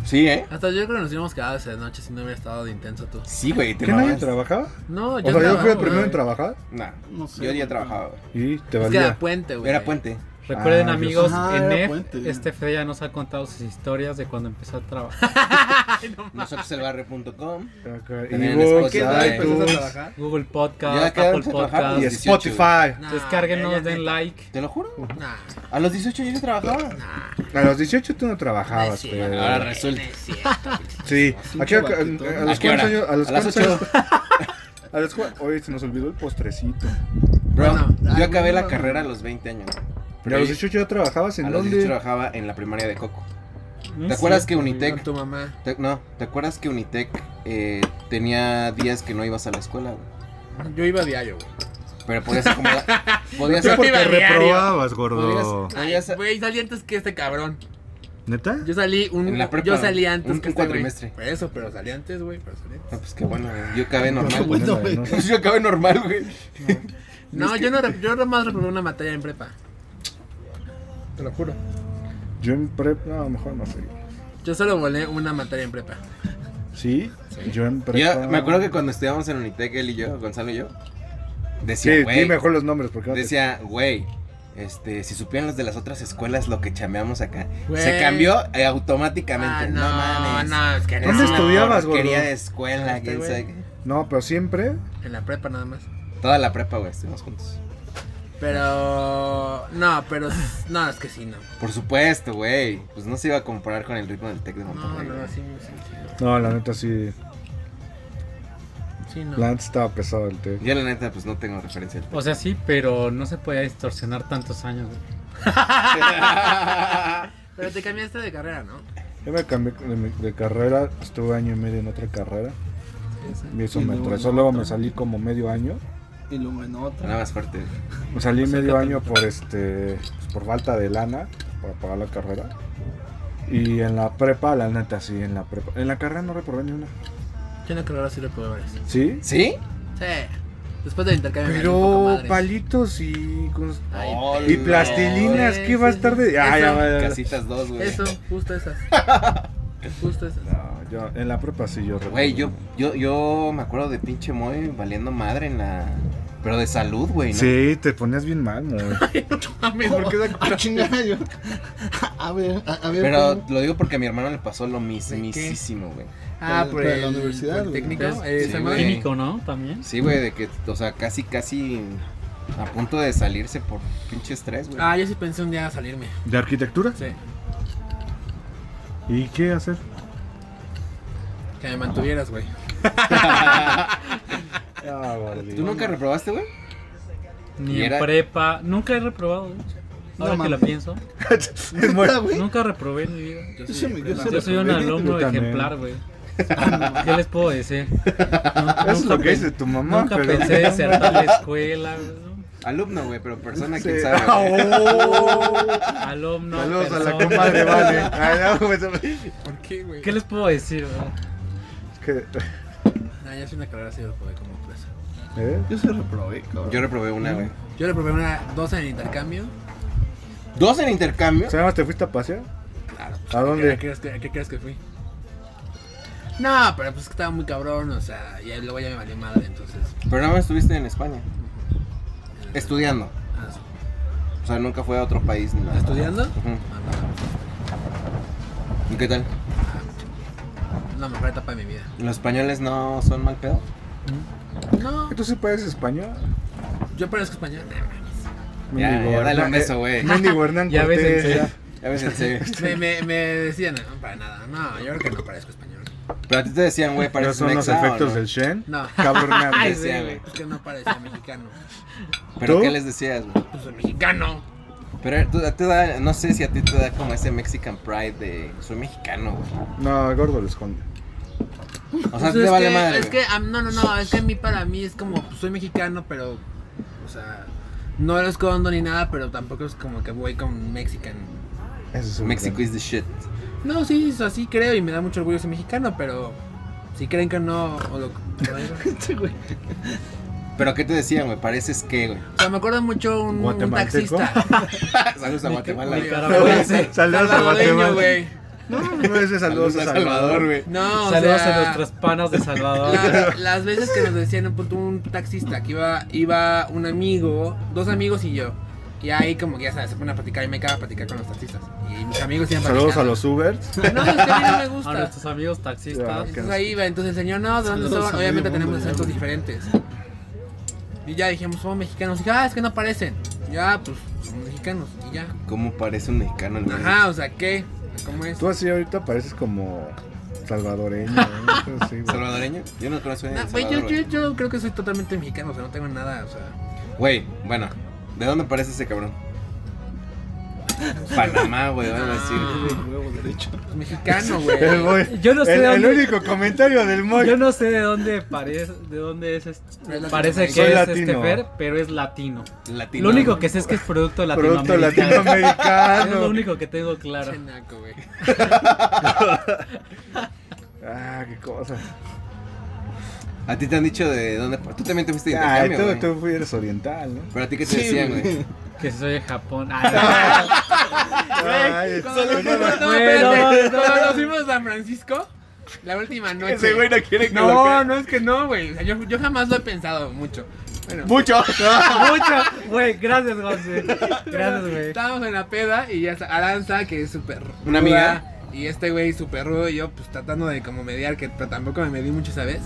S1: Sí, ¿eh?
S5: Hasta yo creo que nos hubiéramos quedado esa noche si no hubiera estado de intenso tú.
S1: Sí, güey. te
S2: ¿Qué nadie
S1: mamás.
S2: trabajaba?
S5: No,
S2: O
S5: yo
S2: sea, yo fui
S5: trabajo,
S2: el primero
S5: güey.
S2: en trabajar
S1: Nah,
S4: No sé,
S1: yo ya
S4: güey.
S1: trabajaba, güey.
S2: y te
S5: Es que era
S2: valía.
S5: puente, güey.
S1: Era puente.
S3: Recuerden,
S2: Ah,
S3: amigos,
S4: yo sé. Ah,
S3: en
S4: era
S3: F,
S4: puente.
S3: este Fede ya nos ha contado sus historias de cuando empezó a trabajar. (laughs)
S1: Nosotros el barrio.com.
S2: Acá, Y
S1: Tenían
S2: Vox,
S1: Spotify.
S2: ay,
S1: ¿Qué tal
S2: tú.
S5: ¿Empezaste a trabajar?
S3: Google
S1: Ya
S3: Podcast,
S1: acabamos
S3: Apple
S1: de trabajar
S3: Podcast.
S2: Y
S1: 18, güey.
S2: Spotify.
S5: Nah, ya,
S3: Descárguenos,
S5: ya,
S3: den like.
S1: Te lo juro.
S5: Nah,
S1: A los 18 yo ya trabajaba.
S2: A los 18 tú no
S5: No es
S2: trabajabas,
S5: cierto.
S2: pero-
S1: Ahora resulta.
S2: Sí. ¿A, qué- a-
S4: batito.
S2: a- a
S1: ¿A
S2: los
S1: qué hora?
S2: cuántos años? A los
S1: A las
S2: cuántos
S1: 8.
S2: años. (laughs) A los cua- Oye, se nos olvidó el postrecito.
S1: Bro,
S5: Bueno,
S1: yo
S4: ay,
S1: acabé
S4: no
S1: la
S4: mames.
S1: carrera a los 20 años.
S2: ¿Y a los 18 ya trabajabas en
S1: A los 18
S2: dónde?
S1: trabajaba en la primaria de Coco.
S3: Mm,
S1: ¿Te acuerdas
S3: sí,
S1: que Unitec
S5: con tu mamá.
S1: Te- no, ¿te acuerdas que Unitec eh, tenía días que no ibas a la escuela? güey?
S5: Yo iba a diario, güey.
S1: Pero podías acomodar.
S5: (laughs)
S1: podías,
S2: Yo
S5: iba
S2: porque
S5: a diario.
S2: reprobabas, gordo.
S1: podías, podías-
S5: Ay, Güey, salí antes que este cabrón.
S2: ¿Neta?
S5: Yo salí un.
S1: En la prepa,
S5: yo salí
S1: güey.
S5: antes
S1: Un-
S5: que
S1: un
S5: este güey.
S1: cuatrimestre.
S5: Por eso, pero salí antes, güey. Pero salí antes.
S1: No, pues qué bueno, güey. yo acabé normal. güey.
S4: bueno, güey.
S2: No
S1: (laughs)
S2: sé.
S1: yo acabé normal, güey.
S5: No, yo no re- yo nomás reprobé una materia en prepa. Te lo juro.
S2: Yo en prep, no, mejor no sé.
S5: Yo solo volé una materia en prepa.
S2: ¿Sí? Yo en prep.
S1: Yo me acuerdo que cuando estudiábamos en Unitec, él y yo, Gonzalo y yo, decía,
S2: Sí,
S1: güey,
S2: di mejor los nombres porque no te-
S1: decía, güey, este, si supieran los de las otras escuelas lo que chameamos acá. Se
S5: Güey.
S1: cambió eh, automáticamente.
S5: Ah,
S1: no, mames.
S5: no, es que no.
S2: ¿Dónde estudiabas, güey?
S1: Quería de escuela,
S5: Este
S1: quién
S5: güey.
S1: sabe qué.
S2: No, pero siempre.
S5: En la prepa nada más.
S1: Toda la prepa, güey, estuvimos juntos.
S5: Pero. No, pero. No, es que sí, no.
S1: Por supuesto, güey. Pues no se iba a comparar con el ritmo del Tec de
S5: No,
S1: Monterrey.
S5: no,
S1: güey.
S5: sí, sí.
S2: No, la neta sí.
S5: Sí,
S2: La
S5: no.
S2: neta estaba pesado el té.
S1: Yo la neta, pues no tengo referencia al Tec.
S3: O sea, sí, pero no se podía distorsionar tantos años. güey.
S5: Pero te cambiaste de carrera, ¿no?
S2: Yo me cambié de, mi- de carrera, estuve año y medio en otra carrera. Y eso
S4: Y
S2: me
S4: luego
S2: atrasó.
S4: en
S2: Luego
S4: otra.
S2: me salí como medio año.
S4: Y luego en otra. (laughs)
S1: Nada más fuerte. güey.
S2: Me salí medio año por este. pues, por falta de lana para pagar la carrera. Y en la prepa, la neta sí, en la prepa. En la carrera no reprobé ni una.
S5: Yo en la carrera sí reprobé varias. Sí.
S2: ¿Sí?
S1: ¿Sí?
S5: Después del intercambio. me valí un poco
S2: Pero
S5: madres.
S2: palitos y. cons-
S5: Ay,
S1: Oh,
S2: Y plastilinas,
S5: sí,
S2: ¿qué va a
S5: sí,
S2: estar
S5: sí.
S2: de.? Ah,
S5: Eso,
S2: ya va, ya va.
S1: Casitas dos, güey.
S5: Eso, justo
S1: (laughs)
S5: esas. Justo esas.
S2: No, yo, en la prepa sí yo
S1: Güey, yo,
S2: reprobé.
S1: yo, yo me acuerdo de pinche Moy valiendo madre en la. Pero de salud, güey, ¿no?
S2: Sí, te ponías bien mal, güey.
S5: Mames, ¿por qué da-
S4: Ah, chingada, (laughs) yo. A ver, a, a ver.
S1: Pero
S4: ¿cómo?
S1: lo digo porque a mi hermano le pasó lo mismísimo, güey.
S5: Ah,
S4: Pero-
S5: por
S4: pero
S5: el,
S4: la universidad,
S5: por el
S4: güey.
S5: técnico.
S3: Es-
S5: eh,
S1: sí,
S5: esa
S1: güey.
S5: madre.
S3: Químico, ¿no? También.
S1: Sí, güey, de que, o sea, casi, casi a punto de salirse por pinche estrés, güey.
S5: Ah, yo sí pensé un día salirme.
S2: ¿De arquitectura?
S5: Sí.
S2: ¿Y qué hacer?
S5: Que me mantuvieras, güey.
S2: Ah, vale.
S1: ¿Tú nunca reprobaste, güey?
S3: Ni
S1: Y
S3: en
S1: era-
S3: prepa. Nunca he reprobado, de hecho.
S4: No
S3: Ahora que la
S4: mames.
S3: pienso.
S2: (laughs) Es muy-
S4: Ah,
S3: (laughs)
S4: güey.
S3: Nunca reprobé en mi vida.
S4: Yo soy- yo soy-
S3: Yo soy un alumno
S2: Yo también.
S3: ejemplar, güey. Ah, ¿Qué les
S2: (laughs)
S3: puedo decir? Nun-
S2: Es lo
S3: nunca
S2: que
S3: pen-
S2: dice tu mamá,
S3: Nunca
S2: pero- Oh. (laughs)
S3: pensé desertar la escuela, güey.
S1: Alumno, güey, pero persona,
S2: Sí.
S1: quién sabe. güey.
S2: Oh.
S3: Alumno.
S2: Saludos a la
S3: persona.
S2: comadre, vale. Ay, no, pues,
S5: ¿Por qué, güey?
S3: ¿Qué les puedo decir? güey?
S2: que-
S5: Ah, yo sí una carrera así reprobé como clase.
S2: ¿Eh?
S4: Yo se reprobé,
S2: Ah,
S4: cabrón.
S1: Yo reprobé una, güey.
S5: Yo reprobé una dos en el intercambio.
S1: ¿Dos en intercambio?
S2: O sea, nada más te fuiste a pasear?
S1: pues,
S2: ¿A
S5: ¿A
S2: dónde?
S5: qué crees que, a qué crees que fui? No, pero pues que estaba muy cabrón, o sea, y luego ya me valió madre, entonces.
S1: Pero nada más estuviste en España. Estudiando.
S5: ah,
S1: O sea, nunca fue a otro país ni nada.
S5: ¿Estudiando?
S1: Ujú.
S5: Ah, no,
S1: ¿Y qué tal?
S5: es la mejor etapa de mi vida.
S1: ¿Los españoles no son mal pedo?
S5: No,
S2: ¿Tú sí puedes español?
S5: yo parezco español. Nah, mames.
S1: Ya,
S2: Mendigo
S1: ya, dale
S2: Hernán- eh,
S1: un beso, güey. (laughs)
S2: Mendigo Hernán
S3: Ya ves, en
S2: Cortés.
S3: serio.
S2: ya.
S1: Ya ves, en serio.
S4: Este.
S5: Me, me, me decían, no, para nada. No, yo creo que no parezco español.
S1: Pero a ti te decían,
S2: (laughs)
S1: güey,
S2: Ya
S1: pareces un
S2: son los
S1: exa, ¿o
S2: efectos
S1: no?
S2: del Shen.
S5: No, (laughs)
S2: Cabo
S1: Te
S2: Hernández.
S1: decían,
S5: sí,
S1: güey.
S5: es que no parecía mexicano.
S1: ¿Pero
S2: ¿Tú?
S1: qué les decías, güey?
S5: Pues soy mexicano.
S1: Pero tú- te da, no sé si a ti te da como ese Mexican pride de soy mexicano, güey.
S2: No, gordo lo esconde.
S1: O sea,
S5: Pues
S1: te
S5: es
S1: vale
S5: que-
S1: madre.
S5: Es
S1: güey.
S5: que, a- no, no, no, es que a mí para mí es como, pues, soy mexicano, pero, o sea, no eres condo ni nada, pero tampoco es como que voy con mexican.
S6: Eso es un-
S1: Mexico is the shit.
S5: No, sí, es así creo y me da mucho orgullo ser mexicano, pero si creen que no, o lo- no digo.
S1: Pero ¿qué te decían, güey? Pareces que, güey.
S5: O sea, me acuerdo mucho un, un
S2: ¿Guatemalteco?
S5: taxista.
S1: Saludos a Guatemala.
S5: Mi
S1: güey.
S5: nicaragüense.
S2: Saludos a
S5: Salvadoreño,
S2: Guatemala.
S5: güey.
S2: No, no es de saludos a Salvador, güey.
S5: No, o
S3: Saludos
S5: sea,
S3: a nuestros panas
S2: (laughs)
S3: de Salvador.
S5: la- las veces que nos decían un, punto, un taxista que iba, iba un amigo, dos amigos y yo. Y ahí como que ya sabes, se pone a platicar y me acaba de platicar con los taxistas. Y mis amigos iban
S2: Saludos a
S5: platicando.
S2: los Ubers.
S5: No, es que a mí no
S3: (laughs)
S5: me
S3: a
S5: gusta.
S3: nuestros amigos taxistas.
S2: Ya,
S5: Entonces pues, ahí iba, entonces el señor, no, ¿de dónde
S4: Saludos
S5: son?
S4: a
S5: Obviamente
S4: medio
S5: tenemos
S4: mundo,
S5: acentos
S4: ya,
S5: diferentes. Y ya dijimos, somos mexicanos. Y dije, ah, es que no parecen. Ya, pues, somos mexicanos. Y ya.
S1: ¿Cómo parece un mexicano el güey?
S5: Ajá, o sea, ¿qué? ¿Cómo es?
S2: Tú así ahorita pareces como salvadoreño. ¿eh? Sí, güey.
S1: ¿Salvadoreño? Yo no conozco a nadie de
S5: No, Ah, güey, yo,
S1: Salvador,
S5: yo, yo creo que soy totalmente mexicano, o sea, no tengo nada, o sea.
S1: Güey, bueno, ¿de dónde parece ese
S5: (laughs)
S1: cabrón? Panamá, güey, van a
S5: Ah,
S1: decir.
S3: (laughs)
S5: pues, mexicano,
S2: El
S5: güey.
S2: boy-
S3: Yo no sé
S2: el,
S3: de
S2: el
S3: dónde-
S2: único comentario del Moy.
S3: Yo no sé de dónde parece, de dónde es este,
S5: Es
S3: parece que
S2: Soy
S3: es
S2: latino.
S3: este Fer, pero es latino.
S1: Latino.
S3: Lo único que sé es que es producto latinoamericano.
S2: Producto
S3: Es lo
S2: latinoamericano.
S3: único que tengo claro.
S5: Chenaco, (laughs) güey.
S2: ah, qué cosa.
S1: A ti te han dicho de dónde. Tú también te fuiste de
S2: Ah,
S1: intercambio,
S2: tú,
S1: güey.
S2: tú eres oriental, ¿no?
S1: Pero a ti qué te decían, güey.
S3: Que soy de Japón. Ah,
S2: Ay,
S5: Cuando nos fuimos- no,
S3: Güey,
S5: espérate,
S3: no, no,
S5: cuando
S3: no.
S5: nos fuimos a San Francisco, la última noche.
S2: no quiere
S5: no, no es que no, güey. O sea, yo, yo jamás lo he pensado mucho. Bueno,
S2: Mucho.
S3: Mucho. Güey, gracias, José. (laughs) Gracias, güey.
S5: Estábamos en la peda y ya sa- Aranza, que es súper.
S1: Una
S5: ruda,
S1: amiga.
S5: Y este güey súper rudo y yo, pues tratando de como mediar, que pero tampoco me medí mucho esa vez.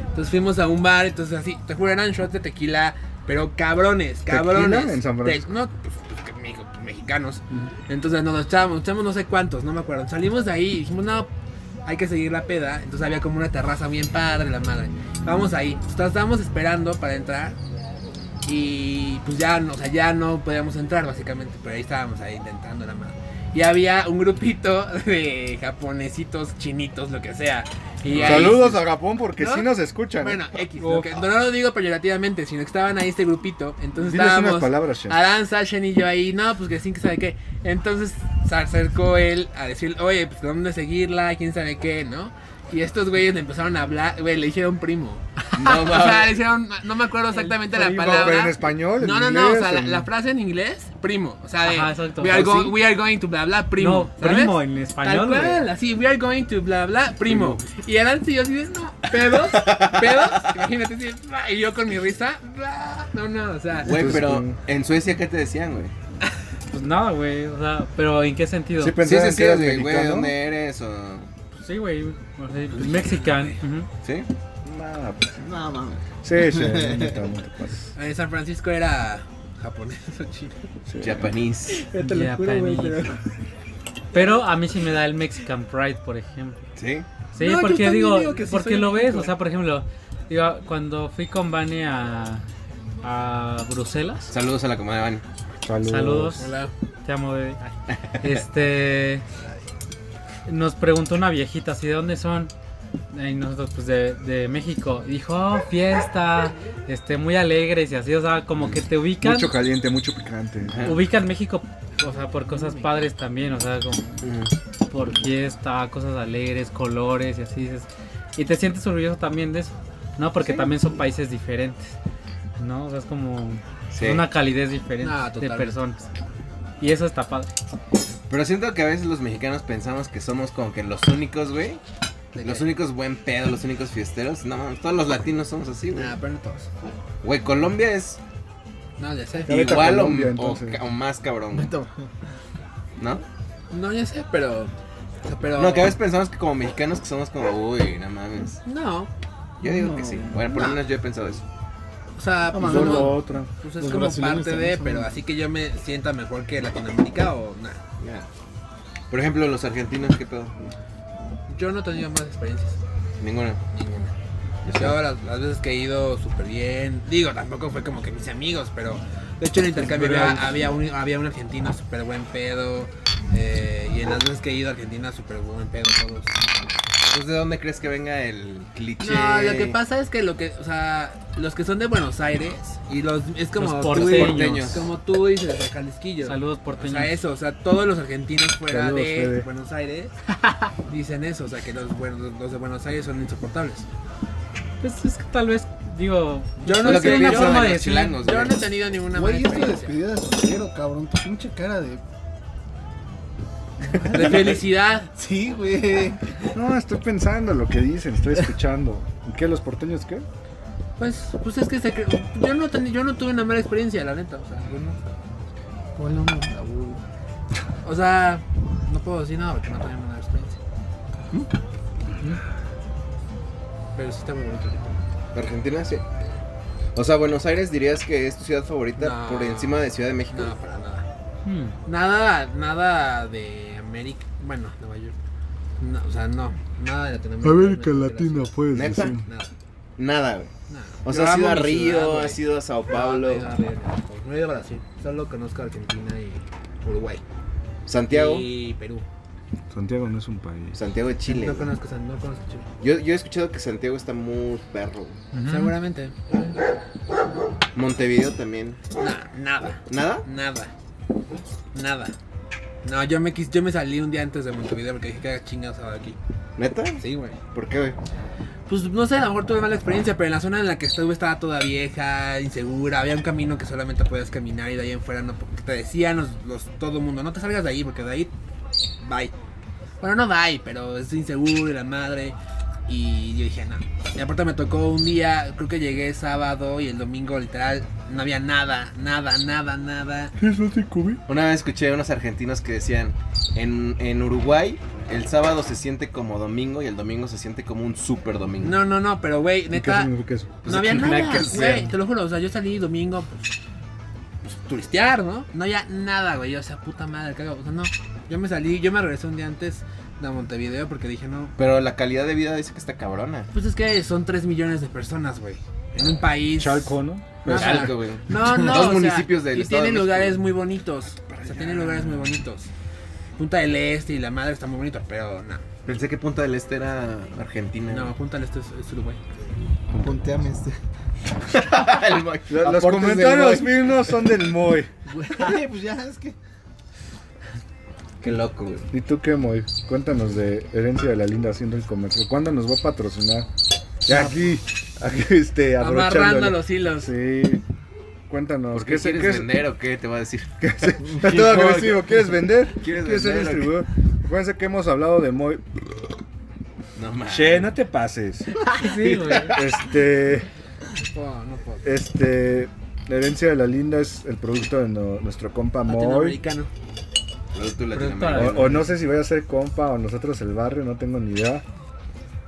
S5: Entonces fuimos a un bar, entonces así, te juro, eran shots de tequila, pero cabrones, cabrones.
S2: ¿Tequila en San Francisco?
S5: Te- no, pues, pues, que me dijo, pues, mexicanos. Entonces nos los echamos, echamos no sé cuántos, no me acuerdo. Salimos de ahí y dijimos, no, hay que seguir la peda. Entonces había como una terraza bien padre, la madre. Vamos ahí. Entonces, estábamos esperando para entrar. Y pues ya, no- o sea, ya no podíamos entrar básicamente, pero ahí estábamos ahí intentando la madre. Y había un grupito (laughs) de japonesitos, chinitos, lo que sea. Y ahí-
S2: Saludos a Japón porque
S5: ¿No?
S2: sí nos escuchan. ¿eh?
S5: Bueno, X, lo que- no, no lo digo peyorativamente, sino que estaban ahí este grupito. Entonces Ah,
S2: Diles unas
S5: estábamos
S2: palabras, Shen.
S5: Aranza, Shen y yo ahí, no, pues que sí, que sabe qué. Entonces se acercó él a decir, oye, pues dónde seguirla, quién sabe qué, ¿no? Y estos güeyes le empezaron a hablar, güey, le dijeron primo. (laughs) o sea, le dijeron, no me acuerdo exactamente la
S2: primo,
S5: palabra.
S2: pero en español, en
S5: No, no, no, o
S2: inglés,
S5: sea, la,
S2: en-
S5: la frase en inglés, primo. O sea, de,
S3: Ajá, exacto.
S5: we, are
S3: Oh,
S5: go-
S3: sí.
S5: we are going to bla bla,
S3: No,
S5: primo. ¿sabes?
S3: primo en español,
S5: Tal cual,
S3: güey.
S5: así, we are going to bla bla, primo. Y adelante yo así de, no, pedos, pedos, (laughs) imagínate, así, bla, y yo con mi risa, bla, no, no, o sea,
S1: Güey,
S2: Entonces,
S1: pero
S2: ¿cómo?
S1: en Suecia, ¿qué te decían, güey?
S3: Pues nada, güey. O sea, pero ¿en qué sentido?
S2: Sí,
S1: Sí,
S2: pensaban
S1: sí,
S2: que
S1: sí,
S2: eras
S1: güey, güey, ¿de
S2: mexicano.
S1: dónde eres? O...
S3: Sí, güey. o sea, pues, Mexican. ujú.
S1: ¿Sí?
S2: Nah, pues,
S4: No, mames.
S2: sí, sí, neta, no te pases.
S5: en San Francisco era japonés o chino.
S2: Sí.
S1: Japanese.
S4: te lo juro, güey,
S3: Japanese.
S4: pero-
S3: Pero a mí sí me da el Mexican Pride, por ejemplo.
S1: ¿Sí?
S3: Sí,
S4: No, yo
S3: porque
S4: también
S3: digo,
S4: digo que sí
S3: porque
S4: soy
S3: lo ves,
S4: México.
S3: o sea, por ejemplo, digo, cuando fui con Vane a, a Bruselas,
S1: Saludos a la comadre Vani.
S2: Saludos.
S3: saludos,
S5: Hola.
S3: te amo, bebé. Ay. Este, nos preguntó una viejita, así, ¿de dónde son? Y nosotros, pues, de, de México. Y dijo, "Oh, fiesta, este, muy alegres y así, o sea, como que te ubican,
S2: Mucho caliente, mucho picante.
S3: ubican México, o sea, por cosas padres también, o sea, como...
S2: Mm.
S3: por fiesta, cosas alegres, colores y así dices. Y te sientes orgulloso también de eso, ¿no? Porque también son países diferentes, ¿no? O sea, es como
S1: Sí.
S3: una calidez diferente
S5: Ah,
S3: de
S5: totalmente.
S3: personas. Y eso está padre.
S1: Pero siento que a veces los mexicanos pensamos que somos como que los únicos, güey.
S5: ¿De
S1: Los
S5: qué?
S1: únicos buen pedo, los únicos fiesteros. No, mames, todos los latinos somos así, güey.
S5: Ah, pero no todos.
S1: Güey, Colombia es
S5: No, ya sé.
S2: Ya vete a
S1: igual o-
S2: Colombia,
S1: o,
S2: entonces.
S1: ca- o más cabrón, güey,
S4: Beto.
S1: ¿no?
S5: No, ya sé, pero. o sea, pero
S1: No, que a veces pensamos que como mexicanos que somos como, uy, no mames.
S5: No,
S1: Yo digo que sí. Bueno, por lo menos yo he pensado eso.
S5: o sea,
S4: No,
S5: pues,
S4: mames.
S5: uno-
S2: Solo otra.
S5: pues es
S4: Los
S5: como
S4: brasileños
S5: parte
S4: también
S5: de,
S4: son-
S5: pero así que yo me sienta mejor que Latinoamérica o nada.
S1: Ya. Por ejemplo, los argentinos, ¿qué pedo?
S5: Yo no he tenido más experiencias.
S1: Ninguna.
S5: Ninguna.
S1: Yo
S5: Yo
S1: sé.
S5: las, las veces que he ido súper bien. Digo, tampoco fue como que mis amigos, pero de hecho en el intercambio había, había un, había un argentino súper buen pedo. eh, y en las veces que he ido a Argentina, súper buen pedo todos.
S1: Entonces, ¿de dónde crees que venga el cliché?
S5: No, lo que pasa es que lo que, o sea, los que son de Buenos Aires y los es como
S3: Los
S5: tú
S3: porteños.
S5: porteños, como tú dices, de Jalisquillo.
S3: Saludos por
S5: O sea, eso, o sea, todos los argentinos fuera
S2: Saludos,
S5: de
S2: Fede.
S5: Buenos
S2: (laughs)
S5: Aires dicen eso, o sea, que los, buenos, los de Buenos Aires son insoportables.
S3: Pues es que tal vez, digo,
S5: Yo
S1: no
S5: no
S1: lo
S5: sé
S1: que
S5: una
S1: piensan
S5: forma
S1: de
S5: de
S1: los
S5: decir.
S1: chilangos,
S5: Yo
S1: güey.
S5: no he tenido ninguna
S4: Güey,
S5: mala
S4: es tu
S5: experiencia.
S4: despedida de soltero, cabrón. Tu pinche cara de.
S5: De felicidad.
S4: Sí, güey.
S2: No, estoy pensando lo que dicen, estoy escuchando. ¿Y qué, los porteños qué?
S5: Pues, pues es que se cre- yo no ten- yo no tuve una mala experiencia, la neta, o sea, yo no.
S4: Hola, Montabú.
S5: O sea, no puedo decir nada porque no tuve una mala experiencia.
S2: ¿Mm?
S5: Pero sí está muy bonito.
S1: Argentina, sí. O sea, Buenos Aires dirías que es tu ciudad favorita
S5: No.
S1: por encima de Ciudad de México.
S5: No, para nada.
S3: hmm,
S5: Nada, nada de América, bueno, Nueva York. No, o sea, no, nada de Latinoamérica. no,
S2: pues.
S1: ¿Neta?
S2: decir.
S5: Nada,
S1: Nada, güey.
S5: nada.
S1: O
S5: Yo
S1: sea, has
S5: amo
S1: ido a
S5: mi ciudad,
S1: Río,
S5: güey.
S1: has ido a Sao Paulo,
S5: No, no, no, no, no he ido a Brasil, solo conozco Argentina y Uruguay.
S1: Santiago.
S5: Y Perú.
S2: Santiago no es un país.
S1: Santiago de Chile.
S5: No
S1: güey.
S5: conozco, San- no conozco Chile.
S1: Yo, yo he escuchado que Santiago está muy perro. güey.
S3: ujú.
S5: Seguramente.
S1: Montevideo también.
S5: Na- nada,
S1: ¿Nada?
S5: nada, nada. No, yo me quis, yo me salí un día antes de Montevideo porque dije que era chingados aquí.
S1: ¿Neta?
S5: Sí, güey.
S1: ¿Por qué, güey?
S5: Pues no sé, a lo mejor tuve mala experiencia, pero en la zona en la que estuve estaba toda vieja, insegura, había un camino que solamente podías caminar y de ahí en fuera no, porque te decían los, los- todo el mundo, no te salgas de ahí porque de ahí, bye. Bueno, no bye, pero es inseguro y la madre. Y yo dije, no. Y aparte me tocó un día, creo que llegué sábado y el domingo literal no había nada, nada, nada, nada.
S1: Una vez escuché a unos argentinos que decían, en, en Uruguay el sábado se siente como domingo y el domingo se siente como un super domingo.
S5: No, no, no, pero güey,
S2: ¿Y qué
S5: neta,
S2: significa eso?
S5: no había
S1: nada
S5: nada,
S1: que
S5: güey,
S1: hacer.
S5: te lo juro, o sea, yo salí domingo, pues, pues, turistear, ¿no? No había nada, güey, o sea, puta madre, cago, o sea, no, yo me salí, yo me regresé un día antes de Montevideo porque dije, no,
S1: Pero la calidad de vida dice que está cabrona.
S5: pues es que son 3 millones de personas, güey, en un país.
S2: Chalco, ¿no?
S5: No, o sea,
S1: Chalco, güey.
S5: No,
S1: (laughs)
S5: no,
S1: Dos
S5: o sea,
S1: municipios del
S5: y
S1: Estado de
S5: tienen
S1: México. Ah,
S5: lugares muy bonitos, o sea, tienen lugares muy bonitos. Punta del Este y la madre está muy bonito, pero no,
S1: Pensé que Punta del Este era Argentina.
S5: no, Punta del Este es, es Uruguay.
S4: Ponteame este.
S1: El Moy.
S2: Los
S1: Aportes del
S2: comentarios
S1: Moy.
S2: mismos son del Moy.
S4: Güey, pues ya, es que.
S1: Qué loco, güey.
S2: ¿Y tú qué, Moy? Cuéntanos de Herencia de la Linda haciendo el comercio. ¿Cuándo nos va a patrocinar? Ya aquí, aquí, este,
S5: Amarrando
S2: abrochándolo.
S5: los hilos.
S2: Sí. Cuéntanos.
S1: ¿Por qué
S2: se-
S1: quieres
S2: se-
S1: vender o qué te va a decir?
S2: Está todo agresivo. ¿Quieres vender?
S1: ¿Quieres
S2: ser
S1: vender o qué?
S2: distribuidor? Acuérdense que hemos hablado de Moy.
S1: No mames.
S2: Che, no
S1: (laughs)
S2: te pases.
S3: Sí, güey.
S2: Este,
S5: No puedo, no puedo.
S2: este, la herencia de la linda es el producto de no- nuestro compa Moy.
S5: Latinoamericano.
S1: Producto
S2: O,
S1: latinoamericano.
S2: o no sé si vaya a ser compa o nosotros el barrio, no tengo ni idea.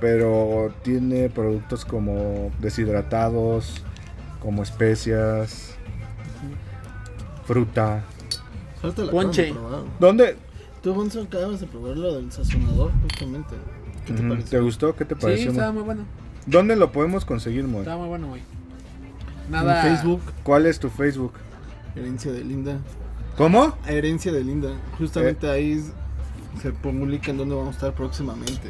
S2: Pero tiene productos como deshidratados, como especias, fruta.
S4: Falta la
S5: Ponche.
S4: acabas de probar.
S2: ¿Dónde?
S4: Tú, Bonzo, acabas de probar lo del sazonador, justamente. ¿Qué te
S2: Ujú,
S4: parece?
S2: gustó? ¿Qué te
S5: Sí,
S2: pareció? Moy?
S5: estaba muy bueno.
S2: ¿Dónde lo podemos conseguir, Moy?
S5: Estaba muy bueno, güey. Nada.
S4: En Facebook,
S2: ¿Cuál es tu Facebook?
S4: herencia de Linda.
S2: ¿Cómo?
S4: Herencia de Linda. Justamente ahí es- se publica en dónde vamos a estar próximamente.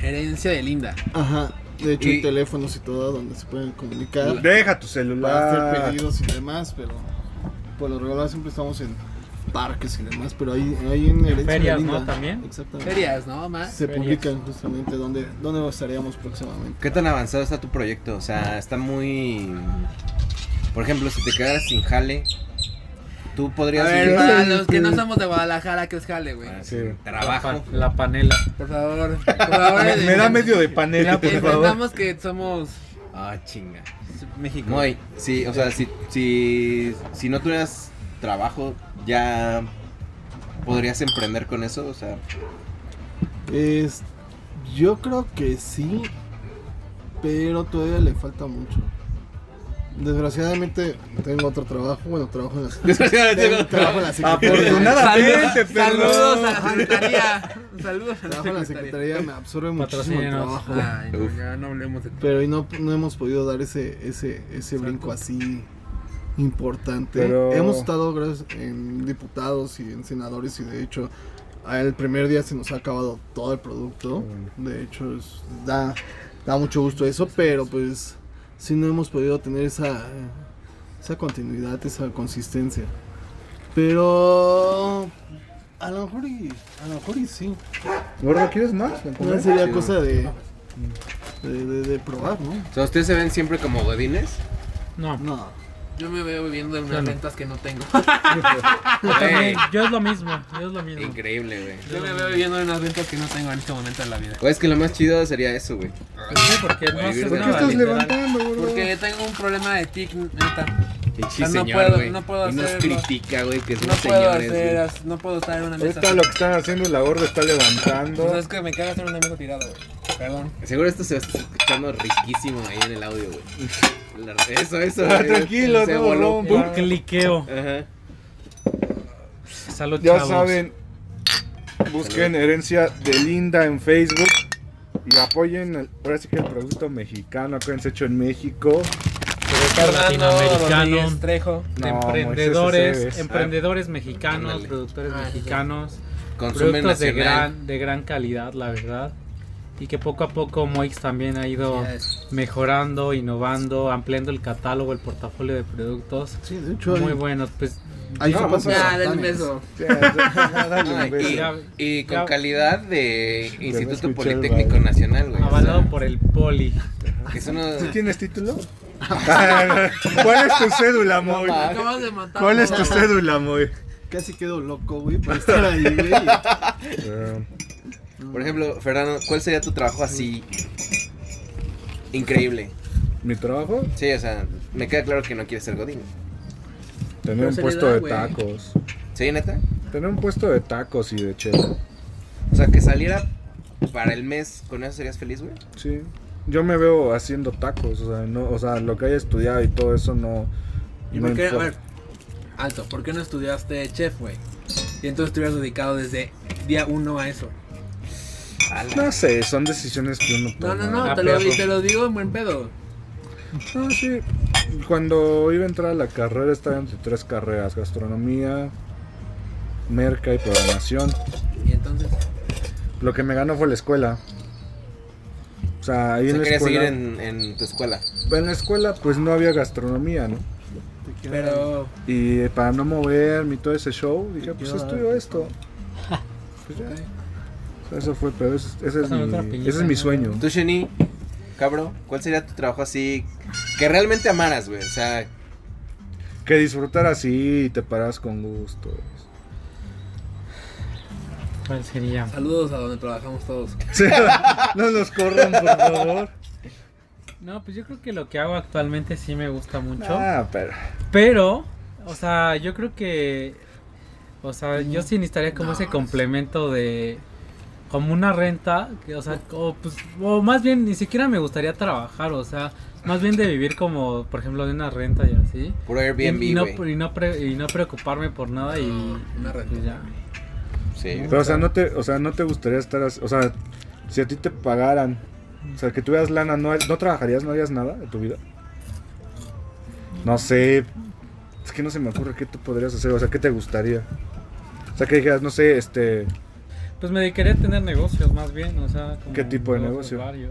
S5: Herencia de Linda.
S4: Ajá. De hecho, hay
S1: Y-
S4: teléfonos y todo donde se pueden comunicar
S2: Deja tu
S4: para hacer
S2: celular.
S4: pedidos y demás, pero por lo regular siempre estamos en parques y demás, pero ahí, ahí en Herencia
S3: ferias,
S4: de Linda.
S3: ¿no? También.
S4: Exactamente.
S5: Ferias, ¿no? Más.
S4: Se
S3: Ferias.
S4: publican justamente dónde, dónde estaríamos próximamente.
S1: ¿Qué tan avanzado está tu proyecto? O sea, está muy... Por ejemplo, si te quedaras sin jale, tú
S5: A
S1: podrías...
S5: ver,
S1: vivir-
S5: para los que no somos de Guadalajara, que es jale, güey.
S1: Ah,
S2: Sí.
S1: sin
S3: La,
S1: Trabajo.
S3: pan- la panela.
S5: Por favor. Por
S1: (laughs)
S5: favor.
S2: Ah, Me, me da medio de panela,
S5: pues,
S2: por favor.
S5: Entendamos que somos
S1: Ah, chinga.
S5: México.
S1: Moy, sí, o sea, si, si, si no tuvieras trabajo, ya podrías emprender con eso, o sea,
S4: Es, yo creo que sí, pero todavía le falta mucho. Desgraciadamente tengo otro trabajo, bueno, trabajo en la tengo- trabajo en la secretaría.
S2: Afortunadamente, perdón.
S5: Saludos a la secretaría. Saludos a la
S4: Trabajo en la
S5: secretaría.
S4: secretaría me absorbe muchísimo el
S3: Patrocínenos.
S4: trabajo.
S5: Ay, no, ya no hablemos de
S4: Pero hoy no, no hemos podido dar ese, ese, ese brinco así importante.
S2: Pero-
S4: Hemos estado gracias, en diputados y en senadores y de hecho El primer día se nos ha acabado todo el producto. De hecho, es- da, da mucho gusto eso, pero pues sí no hemos podido tener esa, esa continuidad, esa consistencia. Pero a lo mejor y, a lo mejor y sí.
S2: Gordo, ¿quieres más?
S4: No sería cosa de, de, de- de probar, ¿no?
S1: O sea, ¿ustedes se ven siempre como godines?
S3: No,
S4: No.
S5: Yo me veo viviendo de unas
S3: Claro.
S5: rentas que no tengo.
S3: yo también,
S1: Güey,
S3: yo es lo mismo, yo es lo mismo.
S1: increíble, güey.
S5: Yo me veo viviendo de unas rentas que no tengo en este momento de la vida.
S1: O es que lo más chido sería eso, güey.
S3: Sí, porque no se
S1: ¿por
S3: nada,
S1: qué estás
S3: literal.
S2: gordo?
S5: Porque tengo un problema de tic, neta.
S1: Pinche
S5: O sea, no
S1: señor,
S5: puedo-
S1: güey.
S5: no puedo
S1: y nos
S5: hacerlo.
S1: critica, güey, que
S5: No
S1: somos
S5: puedo
S1: señores,
S5: hacer,
S1: güey.
S5: as- no puedo estar en una mesa.
S2: Ahorita lo que están haciendo es la gorda está
S5: Pues
S2: levantando.
S5: es que me caga estar en una mesa tirada, güey. Perdón.
S1: Seguro esto se va a estar escuchando riquísimo ahí en el audio, güey. La- Eso, eso.
S2: Ah,
S1: güey.
S2: tranquilo,
S1: Se
S2: no,
S1: voló.
S2: no,
S3: Un cliqueo.
S1: Ajá.
S3: Salud,
S2: Ya
S3: chavos.
S2: saben, busquen herencia de Linda en Facebook y apoyen el, ahora sí que el producto mexicano, acuérdense hecho en México.
S3: Latinoamericano.
S5: Rodríguez Trejo.
S3: De
S2: No,
S3: emprendedores,
S2: Moisés Aceves.
S3: emprendedores mexicanos,
S1: ándale.
S3: productores
S5: Ah, sí, sí.
S3: mexicanos,
S1: Consumen
S3: productos de
S1: nacional.
S3: gran, de gran calidad, la verdad. Y que poco a poco Moix también ha ido mejorando, innovando, ampliando el catálogo, el portafolio de productos.
S4: Sí, de hecho,
S3: Muy
S4: hay-
S3: buenos, pues
S4: hay
S2: No,
S4: sopas
S2: vamos a-
S5: Ya, denle un
S4: instantáneas.
S5: beso.
S2: Sí, dale un
S1: Ay,
S2: beso.
S3: Ya-
S1: Y, y con
S3: ya-
S1: calidad de Instituto
S2: escuché,
S1: Politécnico
S2: güey.
S1: Nacional,
S6: Pues,
S1: güey. o sea,
S3: avalado por el poli.
S1: que son unos-
S2: ¿Tú ¿Tienes título? (laughs) ¿Cuál es tu cédula, Moy?
S5: Acabas de matar.
S2: ¿Cuál es tu
S5: todo.
S2: cédula, Moy?
S4: Casi quedo loco, güey, por estar ahí,
S5: (laughs)
S4: güey.
S2: Eh,
S1: Por ejemplo, Fernando, ¿cuál sería tu trabajo así increíble?
S2: ¿Mi trabajo?
S1: Sí, o sea, me queda claro que no quieres ser Godín.
S2: Tener
S5: Pero
S2: un
S5: se le
S2: puesto
S5: da,
S2: de
S5: güey.
S2: tacos.
S1: ¿Sí, neta?
S2: Tener un puesto de tacos y de chela.
S1: O sea, que saliera para el mes, ¿con eso serías feliz, güey?
S2: Sí. Yo me veo haciendo tacos, o sea, no, o sea, lo que haya estudiado y todo eso no.
S5: ¿Y
S2: no
S5: por qué, a
S2: importa.
S5: ver, alto, ¿por qué no estudiaste chef, güey? Y entonces te hubieras dedicado desde día uno a eso.
S2: No sé, son decisiones que uno
S5: No,
S2: toma.
S5: no, no,
S3: Ah,
S5: te lo,
S3: perro.
S5: te lo digo en buen pedo.
S2: No, sí. Cuando iba a entrar a la carrera estaba entre tres carreras, gastronomía, merca y programación.
S5: Y entonces,
S2: Lo que me ganó fue la escuela. O sea, ahí
S1: O
S2: en
S1: sea,
S2: la
S1: querías seguir
S2: escuela.
S1: en, en tu escuela.
S2: En la escuela pues no había gastronomía, ¿no?
S5: pero
S2: Y eh, para no moverme y todo ese show, dije, pues
S4: quiero dar
S2: estudio
S3: (laughs)
S2: esto. Pues ya. Eso fue, pero es- ese, es
S3: Pásame otra
S2: mi,
S3: piñita,
S2: ese es mi
S3: ¿no?
S2: sueño.
S1: Tú, Sheni, cabro, ¿cuál sería tu trabajo así que realmente amaras, güey? O sea,
S2: Que disfrutar así y te paras con gusto. pues.
S3: (laughs) ¿Cuál sería?
S5: saludos a donde trabajamos todos.
S2: Sí, (laughs) no nos corran, por favor.
S3: No, pues yo creo que lo que hago actualmente sí me gusta mucho.
S2: Ah, pero.
S3: Pero, o sea, yo creo que. O sea, yo sí necesitaría como ese complemento de. Como una renta, que, o sea, o, pues, o más bien ni siquiera me gustaría trabajar, o sea, más bien de vivir como, por ejemplo, de una renta y así.
S1: puro
S3: Y- y,
S1: Airbnb,
S3: no,
S1: güey.
S3: y, no pre- y no preocuparme por nada y.
S5: Una renta.
S3: y ya.
S1: Sí, güey.
S2: Pero, o sea, no te, o sea, no te gustaría estar as- O sea, si a ti te pagaran, o sea, que tuvieras lana, ¿no, no trabajarías, no harías nada de tu vida? No sé. Es que no se me ocurre qué tú podrías hacer, o sea, ¿qué te gustaría? O sea, que dijeras, no sé, este.
S3: Pues me dedicaría a tener negocios más bien, o sea. como
S2: ¿Qué tipo de
S3: negocios
S2: negocio?
S3: varios.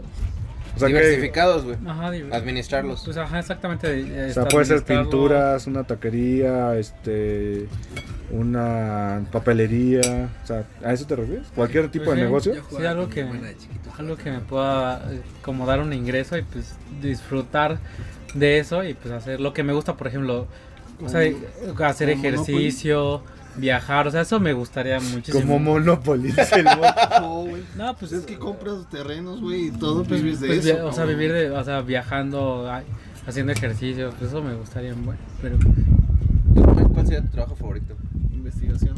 S2: O sea, que.
S1: Diversificados, güey.
S3: Ajá, digo,
S1: Administrarlos.
S3: Pues ajá, exactamente. eh,
S2: O sea, puede ser
S3: administrarlo.
S2: pinturas, una taquería, este. Una papelería. O sea, ¿a eso te refieres? ¿Cualquier tipo
S3: Pues
S2: de
S3: sí,
S2: negocio?
S5: Yo
S3: Sí,
S5: jugaba
S3: algo
S5: con mi
S3: que,
S5: hermana de chiquito.
S3: algo que me pueda eh, como dar un ingreso y pues disfrutar de eso y pues hacer lo que me gusta, por ejemplo, o sea, hacer
S4: como
S3: ejercicio, viajar, o sea, eso me gustaría muchísimo.
S2: Como Monopoly. dice el güey.
S4: No, güey.
S3: no, pues
S4: es que compras terrenos, güey, y todo, pues
S3: pues,
S4: vives de
S3: pues,
S4: eso.
S3: via- o sea,
S4: cabrón.
S3: vivir de, o sea, viajando, ay, haciendo ejercicio, pues eso me gustaría, bueno, pero
S1: ¿Tú, güey, ¿Cuál sería tu trabajo favorito?
S4: Investigación.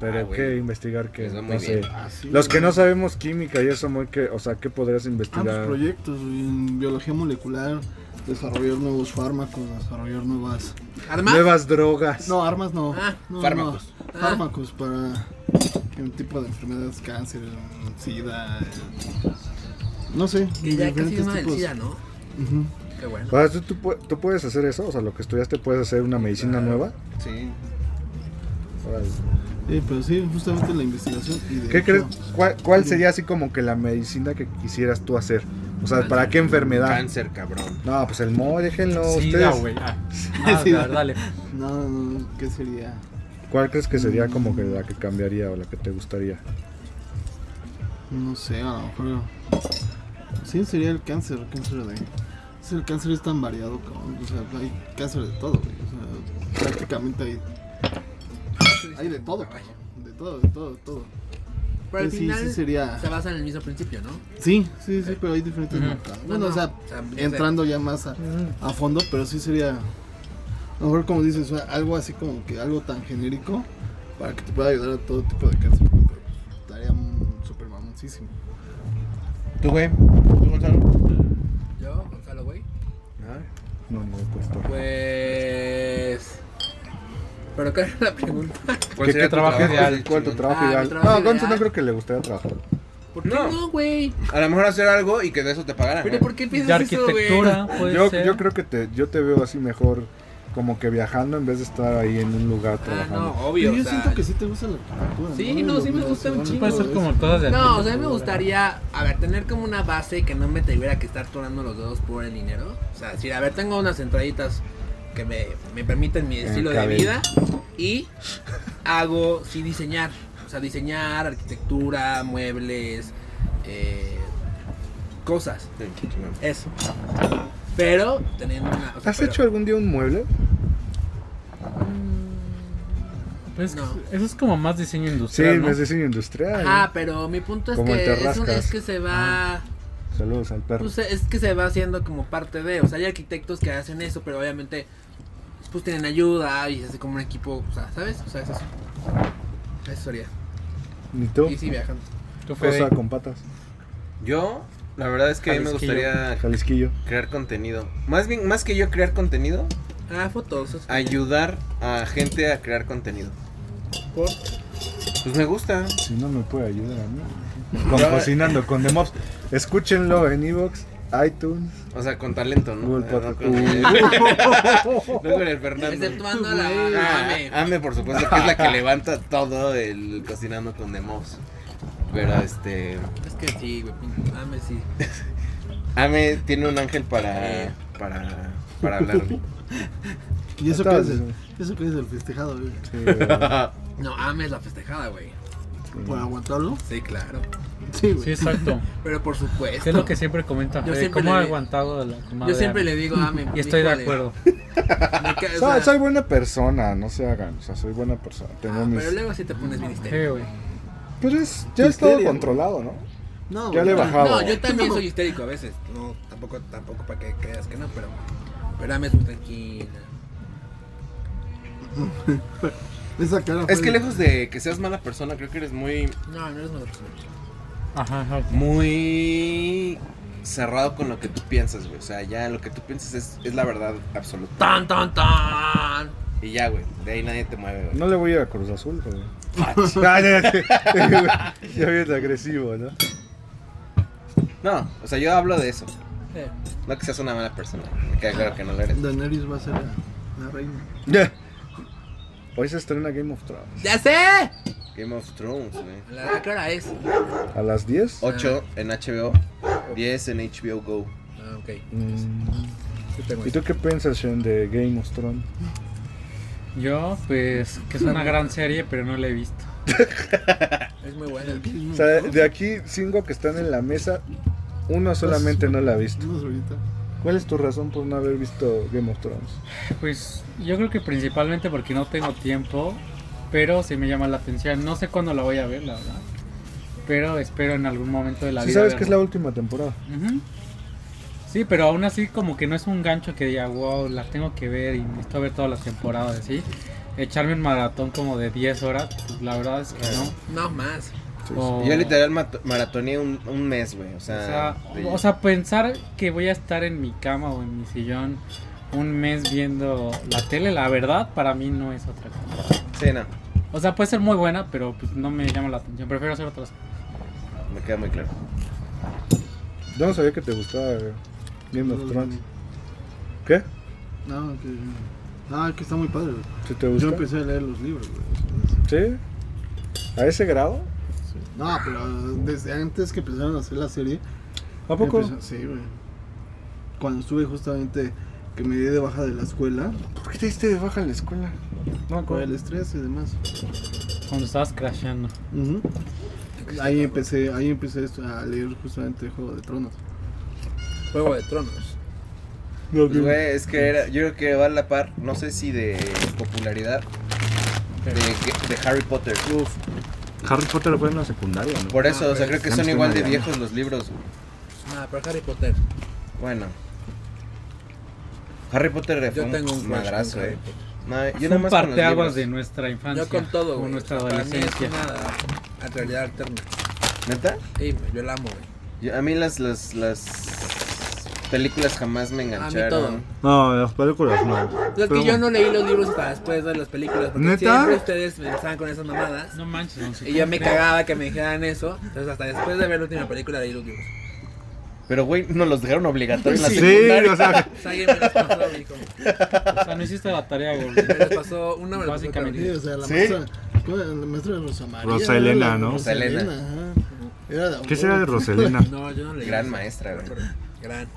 S2: Pero
S1: Ah,
S2: qué
S1: güey.
S2: investigar qué.
S1: Les va
S2: No
S1: muy
S2: sé.
S1: bien.
S5: Ah,
S4: Así,
S2: Los que
S4: güey.
S2: no sabemos química y eso, muy que, o sea, ¿qué podrías
S4: Ambos
S2: investigar?
S4: Ah, pues, proyectos, güey, en biología molecular, desarrollar nuevos fármacos, desarrollar nuevas...
S5: ¿Arma?
S2: Nuevas drogas.
S4: No, armas no.
S5: Ah,
S4: no,
S1: fármacos.
S4: no. Fármacos para un tipo de enfermedades, cáncer, sida... eh, No sé.
S5: Que ya casi
S4: diferentes
S5: es una del
S4: tipos.
S5: SIDA, ¿no?
S4: Ujú.
S5: Qué bueno.
S2: O sea, ¿tú, tú, pu- tú puedes hacer eso, o sea, lo que estudiaste puedes hacer una medicina nueva.
S4: Sí. Sí, Eh, pero sí, justamente la investigación. y de
S2: ¿Qué
S4: hecho-
S2: crees? ¿Cuál, cuál sería así como que la medicina que quisieras tú hacer? O sea, ¿para qué enfermedad?
S1: Cáncer, cabrón.
S2: No, pues el mo, déjenlo
S3: Sida,
S2: ustedes.
S3: güey.
S2: (laughs)
S3: Ah, ah,
S4: Sida.
S3: a ver, dale.
S4: No, no, no, ¿qué sería?
S2: ¿Cuál crees que sería como que la que cambiaría o la que te gustaría?
S4: No sé, a lo mejor. Sí, sería el cáncer, cáncer de. es El cáncer es tan variado, cabrón. O sea, hay cáncer de todo, güey. O sea, prácticamente hay. Hay de todo, cabrón. De todo, de todo, de todo.
S5: Pero al
S4: Sí, sí,
S5: final
S4: sí sería-
S5: se basa en el mismo principio, ¿no?
S4: Sí, sí, sí, pero hay diferentes marcas. Bueno,
S5: no,
S4: o sea,
S5: o sea, yo sé.
S4: entrando ya más a, a fondo, pero sí sería. A lo mejor, como dices, o sea, algo así como que algo tan genérico para que te pueda ayudar a todo tipo de cáncer. güey, pero, pues, Estaría mm, súper mamoncísimo.
S6: ¿Tú, güey? ¿Tú, Gonzalo?
S5: Yo, Gonzalo, güey.
S2: No, no, pues por-
S5: Pues. Pero, ¿cuál es la pregunta?
S6: pues,
S1: ¿Cuál sería tu
S2: trabajo ideal?
S1: ideal,
S2: ¿Cuál tu
S1: chingón?
S2: trabajo
S5: Ah, mi
S2: ideal?
S5: trabajo
S2: No, Gonzo no
S5: ideal.
S2: creo que le gustaría trabajar.
S5: ¿Por qué
S1: No.
S5: no, güey?
S1: A lo mejor hacer algo y que de eso te pagaran.
S5: Pero,
S1: güey.
S5: ¿por qué
S3: De
S5: piensas eso, güey?
S3: arquitectura, puede
S2: Yo,
S3: ser.
S2: yo creo que te, yo te veo así mejor como que viajando en vez de estar ahí en un lugar
S5: Ah,
S2: trabajando.
S5: no,
S4: Pero
S5: obvio.
S4: yo
S5: o sea,
S4: siento que sí te gusta la arquitectura.
S5: Sí, no, sí me gusta un chingo.
S3: Puede ser como cosas de
S5: No, o sea, a mí me
S3: arquitectura.
S5: gustaría, a ver, tener como una base que no me tuviera que estar torando los dedos por el dinero. O sea, decir, a ver, tengo unas entraditas que me, me permiten mi estilo de
S2: cabello.
S5: vida y hago, sí, diseñar. O sea, diseñar, arquitectura, muebles, eh, cosas.
S1: Sí, chingón.
S5: Eso. Pero teniendo una. o sea,
S2: ¿Has
S5: pero-
S2: hecho algún día un mueble?
S3: Pues,
S5: No.
S3: Eso es como más diseño
S2: Sí,
S3: industrial.
S2: es
S3: ¿no?
S2: diseño industrial.
S5: Ajá, Ah, pero mi punto es
S2: Como el
S5: que es, un-
S2: Terrascas.
S5: es que se va.
S2: Saludos al perro.
S5: Pues es que se va haciendo como parte de, o sea, hay arquitectos que hacen eso, pero obviamente pues tienen ayuda y se hace como un equipo, o sea, ¿sabes? O sea, es eso. Eso sería.
S2: Ni tú,
S5: Y sí, viajando.
S3: Tú, Fede.
S2: cosa con patas,
S1: Yo, la verdad es que a mí me
S3: Jalisquillo.
S1: gustaría
S2: jalisquillo.
S1: crear contenido. Más bien, más que yo crear contenido,
S5: Ah, fotos. eso es-
S1: ayudar a gente a crear contenido.
S5: ¿Por?
S1: Pues me gusta.
S2: Si no me puede ayudar a mí. Con
S1: Yo-
S2: cocinando con The Mobs. Escúchenlo en Evox, iTunes,
S1: O sea, con talento, ¿no?
S2: Google
S1: No
S2: Podcast.
S1: con- (laughs)
S2: Uh.
S1: no con el Fernando.
S5: Exceptuando la
S1: Ah,
S5: Ame.
S1: Ame, por supuesto, que es la que levanta todo el cocinando con demos. Pero este.
S5: Es que sí, güey, pin- Ame sí.
S1: Ame tiene un ángel para. para. para hablar.
S2: (laughs)
S4: ¿Y eso
S2: Está
S4: que es
S2: bien.
S4: el, eso que es el festejado, güey?
S2: Sí, güey.
S5: No, Ame es la festejada, güey.
S2: pues,
S4: ¿Por aguantarlo?
S5: Sí, claro.
S4: Sí,
S3: Sí,
S4: güey.
S3: exacto.
S5: Pero por supuesto.
S3: Es lo que siempre comenta.
S5: Yo
S3: Fede,
S5: siempre
S3: ¿Cómo
S5: le-
S3: ha aguantado la comadre?
S5: Yo siempre le digo Ame.
S3: (laughs) Y estoy de
S5: híjole, (laughs)
S3: acuerdo.
S5: me ca- o
S2: So-
S5: sea,
S2: soy buena persona, no se hagan. O sea, soy buena persona. Tengo
S5: ah,
S2: mis.
S5: Pero luego sí te pones ministerio.
S3: Sí, güey.
S2: Pero es, ya es todo
S4: Histeria,
S2: controlado, ¿no?
S4: No,
S2: Ya le
S4: güey.
S2: bajé. bajado.
S5: No, yo también soy histérico a veces. No, tampoco, tampoco para que creas que no, pero. Pero Ame es muy tranquila.
S4: Esa cara
S1: Es
S4: fue-
S1: que lejos de que seas mala persona, creo que eres muy.
S5: No, no eres mala persona.
S3: Ajá, ajá.
S1: muy cerrado con lo que tú piensas, güey. O sea, ya lo que tú piensas es, es la verdad absoluta.
S5: ¡Tan, tan, tan!
S1: Y ya, güey. De ahí nadie te mueve, güey.
S2: No le voy a Cruz Azul,
S5: (laughs)
S2: güey. Ah, (laughs) ya, ya, ya. (laughs) Ya bien agresivo, ¿no?
S1: No, o sea, yo hablo de eso. No que seas una mala persona. Me queda claro que no lo eres.
S4: Daenerys va a ser la, la reina.
S2: Ya. Hoy se estrena Game of Thrones.
S5: ¡Ya sé!
S1: Game of Thrones, güey.
S5: ¿La, ¿A qué hora es?
S2: ¿A las 10?
S1: 8 en HBO, 10 en HBO Go.
S5: Ah, ok.
S2: Mm.
S5: Sí tengo
S2: ¿Y tú qué piensas, Shen, de Game of Thrones?
S3: Yo, pues, que es una gran serie, pero no la he visto.
S5: eso. Es muy bueno.
S2: O sea, de aquí cinco que están en la mesa, uno solamente no la ha visto.
S4: Unos ahorita.
S2: Pues, ¿Cuál es tu razón por no haber visto Game of Thrones?
S3: Pues yo creo que principalmente porque no tengo tiempo, pero sí me llama la atención. No sé cuándo la voy a ver, la verdad. Pero espero en algún momento de la
S2: Si
S3: vida.
S2: sabes que es la
S3: verla.
S2: última temporada.
S3: Ujú. Sí, pero aún así como que no es un gancho que diga, wow, la tengo que ver y necesito ver todas las temporadas, ¿sí? Echarme un maratón como de 10 horas, pues la verdad es que no.
S5: No más.
S3: O-
S1: Yo literal mato- maratoneé un, un mes, güey. O
S3: O
S1: sea,
S3: sea, o sea, pensar que voy a estar en mi cama o en mi sillón un mes viendo la tele, la verdad, para mí no es otra cosa.
S1: sí, no,
S3: O sea, puede ser muy buena, pero pues, no me llama la atención. Prefiero hacer otras cosas.
S1: me queda muy claro.
S2: Yo no sabía que te gustaba eh, Game of
S4: No,
S2: Thrones. ¿Qué?
S4: No, que. Ah, que está muy padre, güey.
S2: ¿Sí te
S4: Yo
S2: gusta?
S4: empecé a leer los libros, güey.
S2: ¿Sí? ¿A ese grado?
S4: No, pero desde antes que empezaron a hacer la serie.
S2: ¿A poco?
S4: empezó- sí, güey. Cuando estuve justamente que me di de baja de la escuela,
S2: ¿Por qué te diste de baja en la escuela? No, me
S4: con el
S2: acuerdo.
S4: estrés y demás.
S3: Cuando estabas crasheando.
S4: Ujú. Ahí pues, empecé, ahí empecé esto- a leer justamente Juego de Tronos.
S5: Juego de Tronos.
S1: Pues, güey, es que era, yo creo que va a la par, no sé si de popularidad, de, de Harry Potter.
S7: Harry Potter fue en la secundaria, ¿no?
S1: Por eso, o sea, creo que son igual de
S7: Ah,
S1: viejos los libros. güey.
S5: Ah, pero Harry Potter.
S1: Bueno. Harry Potter fue
S5: Yo
S1: un
S5: tengo un crush
S1: madrazo,
S5: con Harry
S1: eh.
S5: Potter.
S1: No, yo
S3: Yo
S1: nada más con los
S3: parteaguas de
S1: libros.
S3: nuestra infancia.
S5: Yo con todo,
S3: o
S5: güey.
S3: nuestra
S5: O sea, para mí es
S3: adolescencia.
S5: una Realidad alterna.
S1: ¿Neta?
S5: Sí, güey, yo la amo, güey.
S1: Yo- a mí las, las, las películas jamás me engancharon.
S5: todo.
S2: No, las películas no.
S5: Es
S2: Pero
S5: que yo no leí los libros hasta después de las películas. Porque
S2: ¿Neta?
S5: siempre ustedes me estaban con esas mamadas.
S3: No manches, don
S5: Y yo me
S3: Ciclón.
S5: cagaba que me dijeran eso. Entonces, hasta después de ver la última película, leí los libros.
S1: Pero, güey, nos los dejaron obligatorios en la
S2: Sí,
S1: secundaria.
S2: o sea,
S5: O sea, Pues, alguien me las pasó, güey, como-
S3: O sea, no hiciste la tarea,
S5: (laughs)
S3: güey.
S5: Me las pasó una, me las pasó
S3: Básicamente.
S4: Sí,
S5: Carolina.
S4: o sea, la
S1: ¿Sí?
S4: maestra, ¿cuál era? la maestra de Rosa María.
S2: Rosa Elena,
S4: La
S2: ¿no?
S4: Rosa
S1: Rosa Elena.
S4: Elena, ajá. Era de
S2: ¿qué será de
S5: (laughs)
S2: Roselena?
S5: No, yo no leí.
S1: Gran
S5: eso.
S1: maestra, güey.
S5: Gran.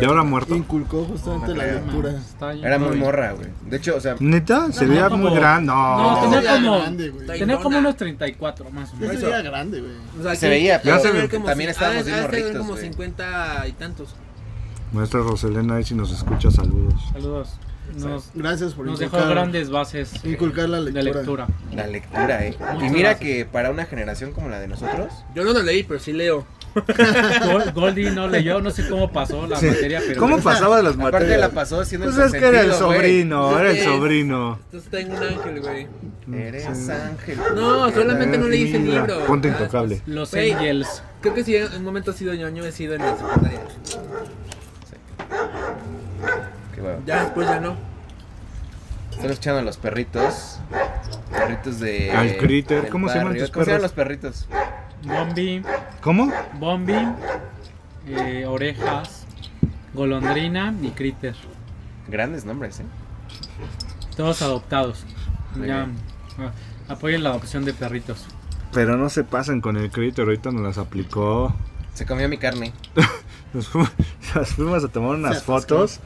S2: ¿Ya habrá muerto?
S4: (laughs) Inculcó justamente la
S1: creo.
S4: lectura.
S3: Está bien.
S1: Era muy morra, güey. De hecho, o sea,
S2: ¿Neta? Se
S3: No,
S2: veía
S3: no,
S2: muy
S3: como-
S2: grande. No,
S3: No,
S4: Yo
S3: tenía
S4: sería
S3: como-
S4: grande, güey.
S5: Está-
S3: Tenía como unos 34 más o
S4: Yo
S3: menos.
S4: sería grande, güey.
S5: O sea,
S1: Se veía,
S2: pero
S5: debe
S2: se-
S5: haber como
S1: también
S5: cin-
S1: estábamos
S5: ha de-
S1: bien
S5: ha de haber
S1: morritos,
S5: como
S1: güey.
S5: 50 y tantos.
S2: Maestra Roselena, ahí si nos escucha, saludos.
S3: Saludos. Nos,
S4: Gracias por
S3: nos dejó
S4: inculcar,
S3: grandes bases eh,
S4: inculcar la
S3: de lectura.
S4: lectura.
S1: la lectura, eh. Y
S2: Ah,
S3: Muchas
S1: mira
S3: gracias.
S1: que para una generación como la de nosotros,
S5: Yo no lo leí, pero sí leo.
S3: Gol- Goldie no leyó, no sé cómo pasó la materia, pero.
S2: ¿Cómo pasaba las
S1: aparte la
S2: materias?
S1: pasó haciendo
S2: Pues es que era el
S1: consentido, güey.
S2: sobrino, era el
S5: Sí.
S2: sobrino.
S5: Entonces tengo un ángel, güey.
S1: Eres ángel.
S5: No, solamente no leí ese
S2: Mira,
S5: libro.
S2: Ponte
S5: Ah,
S2: intocable.
S3: Los
S5: Güey.
S3: Angels.
S5: Creo que si en un momento he sido ñoño, he sido en la secundaria.
S1: Qué huevo.
S5: Ya después ya no.
S1: Están escuchando a los perritos. Perritos de.
S2: Al Critter,
S1: del
S2: ¿cómo se llaman
S1: barrio.
S2: tus
S1: ¿Cómo se llaman
S2: perros?
S1: los perritos?
S3: Bombi,
S2: ¿Cómo?
S3: Bombi, eh, Orejas, Golondrina y Critter.
S1: Grandes nombres, eh.
S3: Todos adoptados.
S1: Muy
S3: Ya.
S1: bien.
S3: ah, Apoyen la adopción de perritos.
S2: Pero no se pasen con el crédito, ahorita nos las aplicó.
S1: Se comió mi carne.
S2: Nos fuimos, (laughs) nos fuimos a tomar unas fotos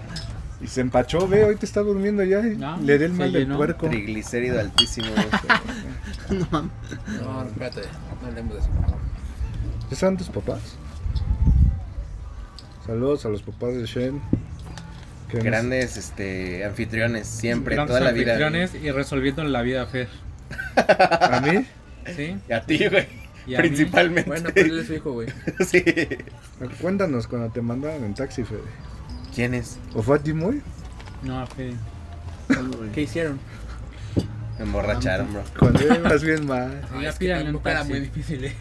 S2: y se empachó, ve, ahorita está durmiendo ya. y
S3: No,
S2: le dé el
S3: se
S2: mal del
S3: llenó.
S2: puerco.
S1: Triglicérido altísimo.
S5: No, espérate, no hablemos de eso.
S2: ¿Ya estaban tus papás? Saludos a los papás de Shen. que nos-
S1: Grandes este, anfitriones, siempre,
S3: Grandes
S1: toda la vida.
S3: anfitriones y resolviendo la vida a Fer.
S2: ¿A mí?
S3: ¿Sí?
S1: Y a ti, güey.
S3: Y a mí.
S1: Principalmente.
S5: Bueno, pero él es su hijo, güey.
S1: (laughs)
S2: pues,
S1: sí.
S2: Cuéntanos cuando te mandaron en taxi, Fede.
S1: ¿Quién es?
S2: ¿O fue a ti muy?
S3: No, a Fer.
S5: ¿Qué hicieron?
S1: Me emborracharon, bro.
S2: Cuando ibas bien mal.
S5: Ah,
S3: Ya
S5: es que
S3: pídanle un
S5: tampoco era
S3: taxi.
S5: muy difícil, eh.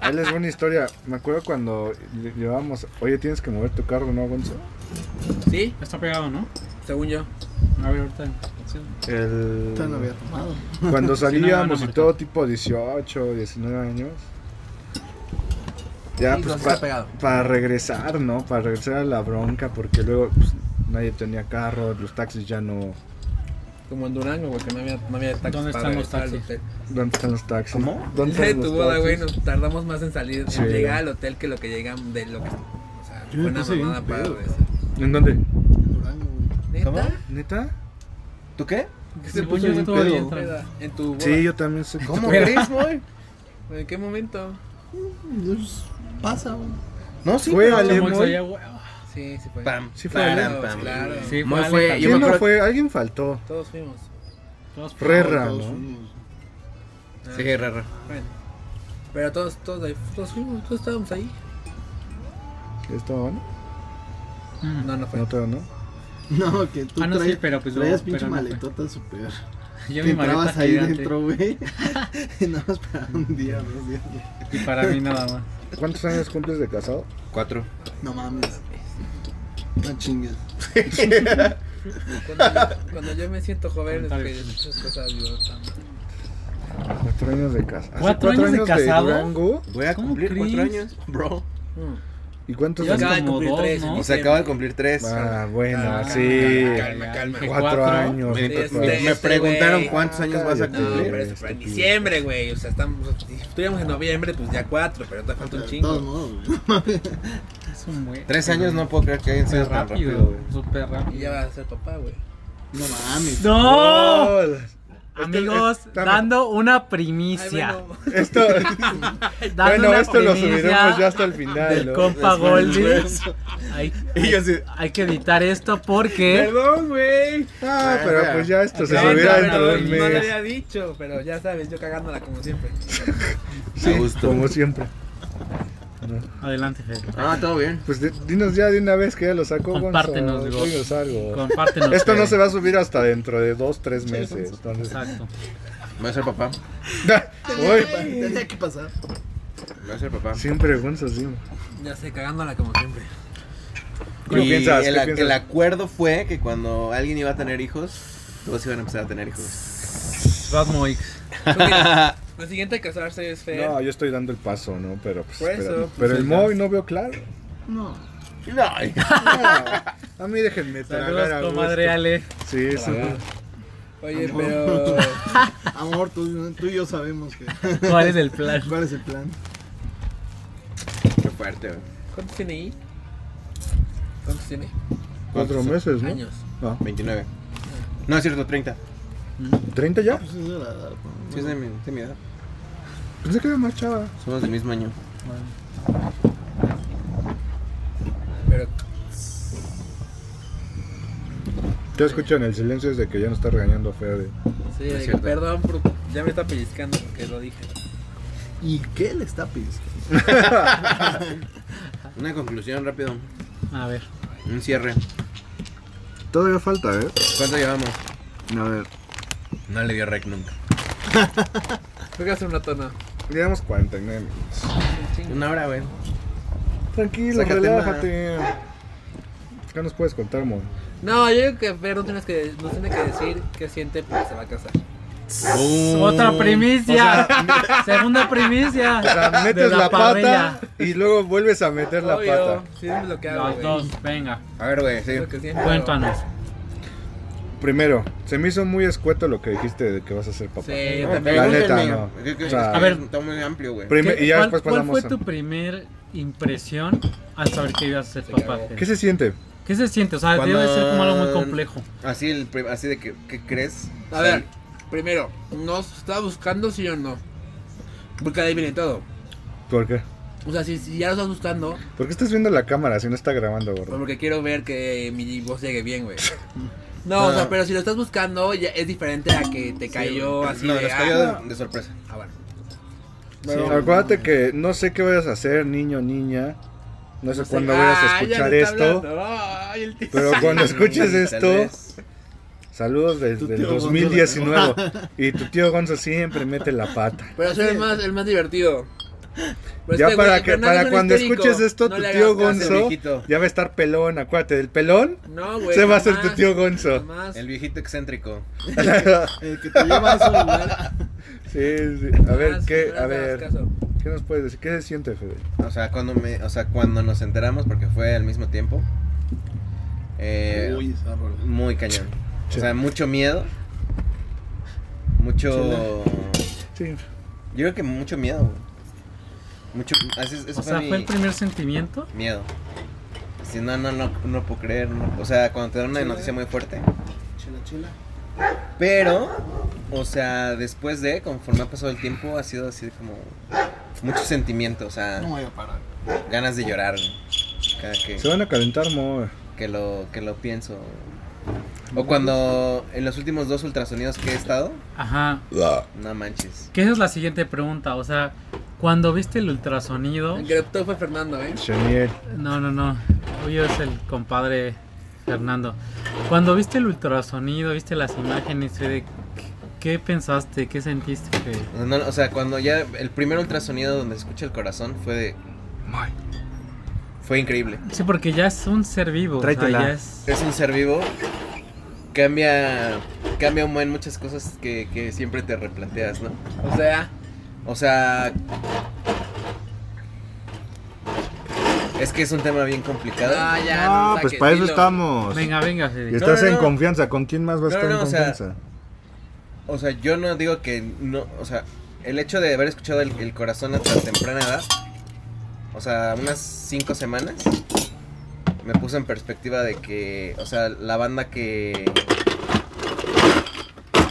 S2: Ahí les va una historia. Me acuerdo cuando lle- llevábamos. Oye, tienes que mover tu carro, ¿no, Gonzo?
S5: ¿Sí?
S3: Está pegado, ¿no?
S5: Según yo.
S3: A ver, ahorita. Sí.
S2: El...
S4: Esta no había tomado.
S2: Cuando
S3: Sí, no, no,
S2: salíamos
S3: no,
S2: y todo tipo 18, 19 años. Ya,
S5: Sí,
S2: pues
S5: nos
S2: pa-
S5: está pegado.
S2: para regresar, ¿no? Para regresar a la bronca, porque luego pues, nadie tenía carro, los taxis ya no.
S5: Como en Durango, güey, que no había, no había taxis.
S3: ¿Dónde
S5: para
S3: están los
S5: regresar al
S3: taxis?
S5: hotel.
S2: ¿Dónde están los taxis?
S1: ¿Cómo?
S2: ¿Dónde
S5: Dile de
S2: están
S5: (laughs) tu
S2: los
S5: boda, güey,
S2: taxis?
S5: nos tardamos más en salir,
S2: Sí.
S5: en llegar al hotel que lo que llegamos de lo que. O sea,
S4: Yo
S5: fue una
S4: puse bien
S5: mamada para
S4: pedo.
S5: regresar.
S2: ¿En dónde?
S4: En Durango, güey.
S5: ¿Neta?
S1: ¿Cómo?
S2: ¿Neta?
S1: ¿Tú qué?
S5: ¿Qué
S3: Según
S5: puso
S3: yo,
S5: bien
S3: todo
S5: pedo?
S3: bien tranquilo.
S5: En tu boda.
S2: Sí, yo también sé.
S1: ¿Cómo crees, güey?
S5: ¿En qué momento?
S4: Pues, Pasa, güey.
S1: No, sí.
S2: Fue
S1: pero-
S2: Ale
S3: Como
S2: Moy.
S3: ensayé, güey. Ah,
S5: Sí, sí fue.
S1: Pam.
S2: Sí fue
S1: param,
S5: Claro,
S1: pam.
S5: claro.
S3: Sí,
S1: Moy
S3: fue,
S1: fue-
S3: Ale
S1: yo
S2: ¿Quién
S1: me
S2: no
S1: acuerdo-
S2: fue? Alguien faltó.
S5: Todos fuimos.
S3: Todos
S2: Rerra,
S4: Todos
S2: ¿no?
S4: fuimos.
S5: Ah,
S1: Sí, raro.
S5: bueno. Pero todos, todos, ahí- todos fuimos, todos estábamos ahí.
S2: ¿Estaba no?
S3: Mm.
S5: No, no fue.
S2: No, todavía no.
S4: (laughs) No, que tú
S3: Ah, no, sí,
S4: traías,
S3: pero pues
S4: traías
S3: luego-
S4: pinche
S3: pero no fue.
S4: maletota super.
S3: Yo
S4: Te
S3: mi maleta
S4: entrabas ahí
S3: gigante.
S4: dentro, güey. (laughs) y nada más para un día, dos días. güey.
S3: Y para mí nada más.
S2: ¿Cuántos años cumples de casado?
S1: Cuatro.
S4: No mames. No chingues.
S5: Cuando, cuando yo me siento joven, es
S3: Comentario.
S5: que esas cosas digo, tan-
S2: Cuatro años de casado.
S3: ¿Cuatro años de casado?
S2: Durango.
S1: Voy a
S3: ¿Cómo
S1: cumplir
S3: crees?
S1: cuatro años, bro.
S5: Mm.
S2: ¿Y cuántos
S3: Ya
S2: años?
S3: acaba
S5: Acaba
S3: de
S5: de
S3: como
S5: cumplir
S3: dos,
S5: tres,
S3: ¿no?
S8: O sea, acaba de cumplir tres.
S2: Ah, bueno,
S5: Calma,
S2: sí.
S5: Calma, calma.
S3: Que
S2: Cuatro,
S3: cuatro.
S2: años.
S5: Sí,
S2: por
S5: es
S2: favor.
S5: de-
S8: Me
S5: Este,
S8: preguntaron
S5: güey.
S8: cuántos
S1: este,
S8: años vas a
S2: Cállate.
S5: No, pero
S8: cumplir.
S5: es para en diciembre, güey. O sea, estamos, si estuviéramos en noviembre, pues ya cuatro, pero te falta un
S4: De
S5: chingo.
S4: todos modos, güey.
S3: Es un güey.
S8: Tres años no puedo creer que hayan sido
S3: Súper
S8: tan rápido.
S3: rápido, súper
S5: Y
S3: rápido.
S5: ya va a ser papá, güey.
S4: No mames.
S3: ¡No!
S2: Oh,
S3: Amigos, dando una primicia.
S2: Esto,
S3: dando
S2: bueno,
S3: una
S2: esto lo
S3: primicia
S2: subiremos ya hasta el final.
S3: del
S2: ¿no?
S3: compa Goldie. Hay,
S8: Y yo así-
S3: hay- hay que editar esto porque
S5: (laughs) Perdón, güey.
S2: Ah, pero pues ya esto se
S5: No,
S2: subirá
S5: no,
S2: dentro de un
S5: no, no le
S2: mes.
S5: había dicho, pero ya sabes, yo cagándola como siempre.
S2: Sí,
S6: A gusto.
S2: como siempre.
S3: adelante, Fede.
S6: Ah, todo bien.
S2: Pues di- dinos ya de una vez que ya lo sacó. Gonza,
S3: Compártenos, Gon.
S2: dinos algo.
S3: Compártenos.
S2: Esto no
S3: Fede.
S2: se va a subir hasta dentro de dos, tres meses. Entonces,
S3: Exacto.
S6: Voy a ser papá.
S2: (laughs) Uy,
S4: Tenía que pasar.
S6: Voy a ser papá.
S2: siempre Gonza, sí.
S5: Ya sé, cagándola como siempre.
S2: ¿Qué
S6: y
S2: piensas? ¿Qué
S6: el,
S2: piensas?
S6: el acuerdo fue que cuando alguien iba a tener hijos, todos iban a empezar a tener hijos.
S3: Vas, Moix.
S5: Mira, Lo siguiente a casarse es Fer.
S2: No, yo estoy dando el paso, ¿no? Pero pues,
S5: Por eso,
S2: espérate.
S5: pues,
S2: Pero el
S5: ahí
S2: móvil no veo claro.
S4: No.
S2: A mí déjenme
S3: Saludos,
S2: tragar a
S3: comadre
S2: gusto.
S3: Ale.
S2: Sí, eso.
S5: Oye, pero.
S4: Amor, tú, tú y yo sabemos que, (laughs)
S3: ¿Cuál es
S2: (laughs)
S3: el plan?
S4: cuál es el plan.
S6: Qué fuerte, güey.
S5: ¿Cuántos tiene ahí? ¿Cuántos tiene?
S2: Cuatro
S6: ¿Cuántos
S2: meses, ¿no?
S5: Años.
S2: Ah,
S6: 29. No, es cierto, 30.
S2: ¿30 ya?
S4: Pues, no la- no.
S6: Sí, es de mi, de mi edad.
S2: Pensé que era más chava.
S6: Somos del mismo año.
S5: Pero.
S2: Yo escucho en el silencio desde que ya no está regañando a Fede.
S5: Sí,
S6: es cierto.
S5: perdón, por- ya me está pellizcando porque lo dije.
S4: ¿Y qué le está pisando?
S6: Una conclusión rápido.
S3: A ver.
S6: Un cierre.
S2: Todavía falta, ¿eh?
S6: ¿Cuánto llevamos?
S2: A ver.
S6: No le dio rec nunca.
S5: Creo que hace un rato no.
S2: Llevamos 49 minutos.
S6: Una hora, güey.
S2: Tranquilo,
S6: Sácate
S2: relájate. ¿Qué nos puedes contar, Mon?
S5: No, yo digo que Fer no tienes que, no tiene que decir qué siente porque se va a casar.
S3: Otra primicia. (laughs) Segunda primicia.
S2: Mm. O sea,
S3: De
S2: metes la,
S3: parrilla.
S2: pata y luego vuelves a meter la
S5: Obvio,
S2: pata.
S5: Sí, es lo que hago.
S3: Los
S5: güey.
S3: dos, venga.
S6: A ver, güey,
S5: Es lo
S6: sí.
S5: que siento.
S3: Cuéntanos.
S2: Primero, se me hizo muy escueto lo que dijiste de que vas a ser papá.
S5: Sí, yo
S6: No,
S5: también.
S2: La neta,
S6: pregúntenme.
S2: no.
S6: Es que-
S2: O sea,
S6: es que
S3: a ver.
S6: Está muy amplio, güey.
S2: Prime-
S3: ¿Qué-
S2: y ya
S3: ¿Cuál,
S2: después
S3: cuál
S2: pasamos
S3: fue
S2: a-
S3: tu primer impresión al saber que ibas a ser papá?
S5: cagó.
S2: ¿Qué
S3: ¿Qué,
S2: se siente?
S3: ¿Qué se siente? O sea,
S6: Cuando-
S3: debe ser como algo muy complejo.
S6: Así, el, pri- así de que, ¿qué crees?
S5: A ver, primero, ¿nos está buscando sí o no? Porque ahí viene todo.
S2: ¿Por qué?
S5: O sea, si, si ya lo estás buscando,
S2: ¿Por qué estás viendo la cámara si no está grabando,
S5: pues
S2: gordo?
S5: porque quiero ver que mi voz llegue bien, güey. No, o sea, pero si lo estás buscando, ya es diferente a que te cayó así
S6: no,
S5: de.
S6: nos
S5: ah,
S6: cayó de, de sorpresa.
S5: Ah, bueno.
S2: Bueno, acuérdate que no sé qué vayas a hacer, niño, niña. No sé
S5: No sé.
S2: cuándo vayas a
S5: Ah, ya
S2: escuchar
S5: me está
S2: esto.
S5: hablando. Ay, el tío.
S2: Pero cuando escuches
S6: Tal
S2: esto,
S6: vez.
S2: saludos desde
S4: Tu
S2: el
S4: tío Gonzo
S2: 2019. Y tu tío Gonzo siempre mete la pata.
S5: Pero soy el más, el más divertido. Pero
S2: Ya
S5: este
S2: para
S5: güey,
S2: que
S5: Fernando es
S2: para
S5: un
S2: cuando
S5: histérico.
S2: escuches esto,
S5: No
S2: tu
S5: le
S2: tío
S5: hagas caso.
S2: Gonzo
S6: viejito.
S2: ya va a estar pelón. Acuérdate, del
S5: (laughs)
S2: pelón
S5: No, güey.
S2: se va a hacer
S5: jamás,
S2: tu tío Gonzo.
S5: jamás.
S6: El viejito excéntrico.
S4: El que te lleva a ese lugar.
S2: Sí, sí. A ver,
S5: Jamás,
S2: ¿qué,
S5: no le
S2: a
S5: hagas
S2: ver,
S5: caso.
S2: ¿qué nos puedes decir? ¿Qué se siente, Fede?
S6: O sea, cuando me, o sea, cuando nos enteramos, porque fue al mismo tiempo. Eh,
S4: Uy, esa rola.
S6: muy cañón. O
S2: Sí.
S6: sea, mucho miedo. Mucho.
S2: Sí.
S6: Yo creo que mucho miedo. güey. Mucho. ah, así es- Eso
S3: O sea,
S6: mi
S3: fue el primer sentimiento.
S6: miedo. Si no, no, no, no lo puedo creer. no- o sea, cuando te dan una
S4: Sí,
S6: noticia
S4: eh.
S6: muy fuerte.
S4: Chela, chela.
S6: Pero, o sea, después de, conforme ha pasado el tiempo, ha sido así como. Mucho sentimiento, o sea,
S4: No voy a parar.
S6: ganas de llorar. güey, Cada que.
S2: Se van a calentar, mo.
S6: que lo, que lo pienso. O cuando en los últimos dos ultrasonidos que he estado,
S3: Ajá.
S6: no manches.
S3: Que esa es la siguiente pregunta. O sea, cuando viste el ultrasonido.
S5: El que optó fue Fernando, ¿eh?
S2: Cheniel.
S3: No, no, no. Obvio es el compadre Fernando. Cuando viste el ultrasonido, viste las imágenes, Fede, ¿qué pensaste? ¿Qué sentiste, Fede?
S6: O sea, no- o sea, cuando ya el primer ultrasonido donde se escucha el corazón fue de... Fue increíble.
S3: Sí, porque ya es un ser vivo. o sea,
S2: Tráetela.
S3: ya es-
S6: Es un ser vivo. Cambia, cambia un buen muchas cosas que, que siempre te replanteas, ¿no?
S5: O sea,
S6: O sea...
S1: Es que es un tema bien complicado.
S5: Ah, ya,
S2: Ah,
S5: no
S2: pues
S5: saques,
S2: para eso
S5: dilo.
S2: estamos.
S3: Venga, venga,
S2: Y
S3: Fede.
S2: estás
S1: no,
S2: en
S1: no.
S2: confianza. ¿Con quién más vas a
S1: No,
S2: estar
S1: no,
S2: en
S1: o sea,
S2: confianza?
S1: O sea, yo no digo que no, o sea, el hecho de haber escuchado el, el corazón a tan temprana edad, o sea, unas cinco semanas, me puso en perspectiva de que, o sea, la banda que,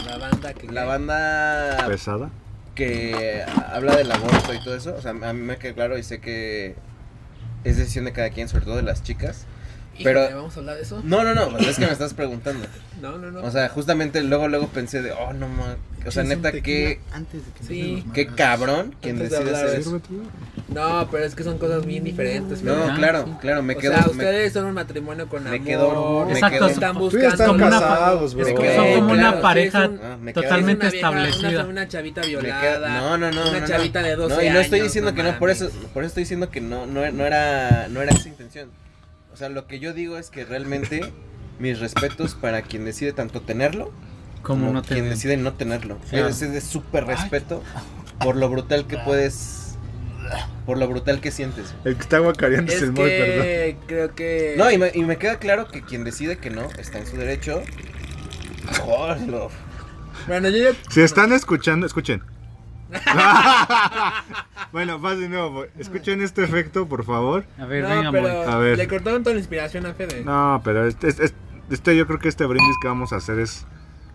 S5: La banda que.
S1: la
S5: ah.
S1: banda
S2: ¿Pesada?
S1: que habla del aborto y todo eso, o sea, a mí me queda claro y sé que es decisión de cada quien, sobre todo de las chicas.
S5: Híjole,
S1: pero-
S5: ¿Vamos a hablar de eso?
S1: No, no, no, es que me estás preguntando.
S5: No, no, no.
S1: O sea, justamente luego, luego pensé de, oh, no, ma- o sea,
S4: Échense un
S1: neta, qué,
S4: tequila Antes de que
S5: Sí.
S4: empiecen los
S1: qué
S4: madrazos.
S1: cabrón quien
S5: Antes de
S1: decide
S5: hablar
S1: hacer
S5: de
S1: eso.
S5: no, pero es que son cosas bien diferentes.
S1: No,
S5: ¿verdad?
S1: claro,
S3: sí.
S1: claro, me
S5: o
S1: quedo.
S5: sea,
S1: me-
S5: ustedes son un matrimonio con amor.
S1: me quedó-
S3: me Exacto, quedó-
S5: Están
S3: Tú
S2: Tú
S5: buscando
S2: Pues ya están
S3: como una fa-
S2: casados, bro.
S3: es
S1: que
S5: Güey,
S1: son como una
S5: sí,
S3: pareja
S5: es un-
S1: Ah, me quedo-
S3: totalmente-
S5: es una vieja,
S3: establecida.
S5: Una, una chavita
S1: me quedo-
S5: violada.
S1: no, no, no.
S5: Una
S1: no,
S5: chavita
S1: no.
S5: de 12
S1: No, y no estoy
S5: años,
S1: diciendo
S5: no
S1: que no, por
S5: mames.
S1: eso, por eso estoy diciendo que no, no, no era, no era esa intención. O sea, lo que yo digo es que realmente mis respetos para quien decide tanto tenerlo
S3: Como no
S1: quien
S3: te
S1: decide no tenerlo.
S3: Claro.
S1: Ese es de súper respeto por lo brutal
S5: Ah.
S1: que puedes, por lo brutal que sientes.
S2: El que está guacareando es
S5: Es
S2: el Moy,
S5: (laughs)
S2: perdón.
S5: que creo que.
S1: No, y me, y me queda claro que quien decide que no está en su derecho. Joder,
S5: Bueno, yo ya.
S2: Si están escuchando,
S5: (laughs)
S2: escuchen. (laughs) bueno, pase de nuevo. Moy. Escuchen este efecto, por favor.
S3: A ver,
S5: no,
S3: venga,
S5: pero
S3: Moy.
S2: A ver.
S5: Le cortaron toda la inspiración a Fede.
S2: No, pero este, es- es- este yo creo que este brindis que vamos a hacer es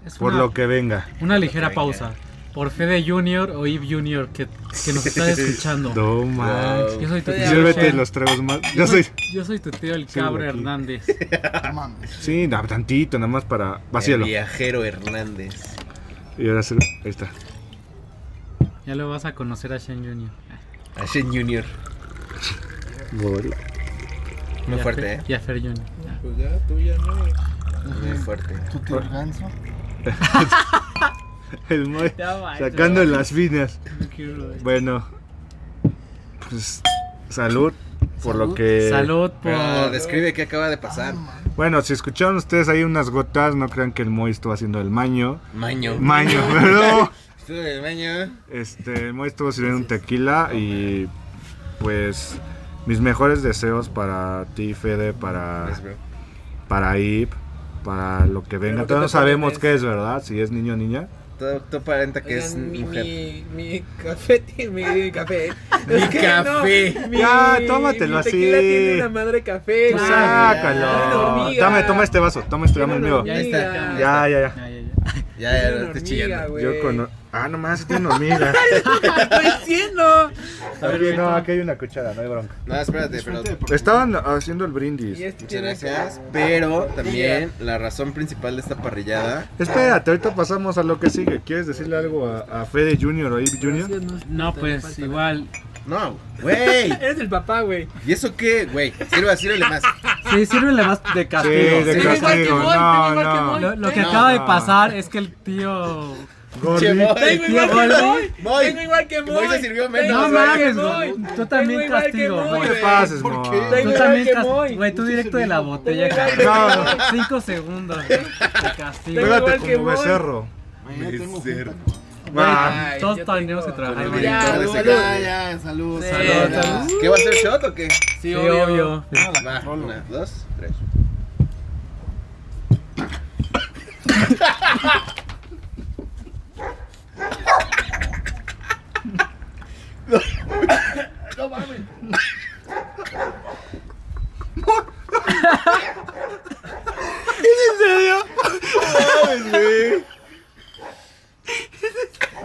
S3: Es
S2: por
S3: una,
S2: lo que venga.
S3: una ligera pausa. Por Fede Junior o Eve Junior que, que nos
S2: (laughs)
S3: están escuchando.
S2: No manches.
S3: Yo soy tu
S5: Estoy
S3: tío.
S2: Sírvete
S3: el-
S2: los tragos más.
S3: Yo
S2: Yo
S3: soy,
S2: soy.
S3: yo soy tu tío el
S2: Sí,
S3: cabro
S2: aquí.
S3: Hernández.
S4: No mames.
S2: Sí, no, tantito, nada más para.
S1: el
S2: Vacíalo.
S1: viajero Hernández.
S2: Y ahora sí, ahí está.
S3: Ya lo vas a conocer a Shane Junior.
S1: Ashen Junior. Muy
S3: Y a
S1: fuerte,
S3: Fer-
S1: eh.
S3: Y a Fer Junior. Ya.
S5: Pues ya, tú ya no.
S1: Muy fuerte.
S4: Tu tío Ganso.
S2: El Moy
S3: Ya va,
S2: sacando
S3: ya va.
S2: las finas.
S3: No quiero-
S2: Bueno, pues salud por lo
S4: Salud.
S2: que.
S3: Salud por.
S1: Eh,
S5: Ah,
S1: Pero describe qué acaba de pasar.
S2: Bueno, si escucharon ustedes ahí unas gotas, no crean que el Moy estuvo haciendo el maño.
S1: Maño.
S2: Maño, perdón.
S1: Estuve en el baño.
S2: Este, el Moy estuvo sirviendo un tequila y pues mis mejores deseos para ti, Fede, para,
S1: Pues, bro.
S2: para Ip, para lo que venga.
S5: Pero, ¿qué
S2: Todos
S5: te
S2: no sabemos
S5: parece?
S2: qué es, ¿verdad? Si es niño o niña.
S1: Todo, todo aparenta que es
S5: Oigan, mi,
S1: mujer.
S5: mi, mi café, (laughs) tiene- mi café. Es que
S1: café.
S5: no,
S2: Ya, tómatelo
S5: mi
S2: así.
S5: tequila tiene una madre café.
S2: Tú
S5: güey. Tiene una
S2: sácalo.
S5: hormiga.
S2: Dame, toma este vaso, toma este,
S5: Tiene
S2: dame el
S5: una
S2: mío.
S5: hormiga.
S3: Ya está.
S2: Ya, ya, ya.
S3: Ya, ya, ya.
S1: Ya, ya,
S5: Tiene
S1: no
S5: una
S1: estoy
S5: hormiga,
S1: chillando.
S5: güey.
S2: Yo con... Ah, nomás tiene hormiga.
S5: ¿Qué estoy diciendo?
S3: A ver,
S2: Aquí, no,
S3: ahorita.
S2: aquí hay una cuchara, no hay bronca.
S1: No, espérate, pero.
S2: Estaban haciendo el
S5: Y
S2: brindis.
S5: este
S1: Muchas
S5: tiene
S1: gracias. Pero también la razón principal de esta parrillada.
S2: Espérate, ahorita Este pasamos a lo que sigue. ¿Quieres decirle algo a, a Fede Junior o Ip Junior?
S3: No, pues igual.
S1: No, güey.
S5: Eres el papá, güey.
S1: ¿Y eso qué, güey? Sirva, sírvele más.
S3: Sí, sírvele más de
S2: Sí,
S3: castigo.
S2: de
S5: igual que
S2: castigo.
S5: Moy,
S2: No,
S5: igual que
S2: no.
S5: Moy.
S3: Lo, lo que
S5: No.
S3: acaba de pasar es que el tío.
S1: Che,
S2: Gordi.
S1: voy.
S5: Tengo igual que
S3: Goldi.
S5: Moy.
S1: Moy.
S5: Tengo igual que Moy.
S1: Moy se sirvió menos,
S5: Tengo
S3: No
S5: igual que
S3: mames,
S5: Moy.
S3: güey. Tú
S5: Tengo
S3: también
S5: igual que
S3: castigo,
S5: Moy,
S3: güey.
S2: No te
S5: güey.
S2: pases,
S4: ¿Por
S2: Moy.
S4: qué?
S3: Tú
S5: Tengo igual
S3: también
S5: que
S3: cast-
S5: Moy.
S3: Güey, tú
S4: Tú sí
S3: directo
S4: se
S3: de la
S4: vino.
S3: botella,
S5: Tengo igual
S3: cabrón.
S2: que Moy.
S3: Cinco segundos güey, de castigo.
S5: Tengo igual
S2: Pégate
S5: que
S2: como
S5: Moy.
S2: becerro.
S4: Mañana tengo
S1: Becerro.
S4: junta con-
S2: Ah,
S5: Ay,
S3: Todos
S5: yo
S3: tenemos que
S5: tengo-
S3: trabajar.
S1: Con
S3: güey.
S1: el
S5: Ya,
S1: director de
S5: Ah,
S1: ese
S5: salud, salud.
S1: canal.
S4: Ya, ya, salud,
S5: Sí,
S4: salud.
S5: salud.
S4: ya.
S1: ¿Qué va a ser shot o qué?
S3: Sí, obvio.
S1: Ah, Va, una, dos, tres.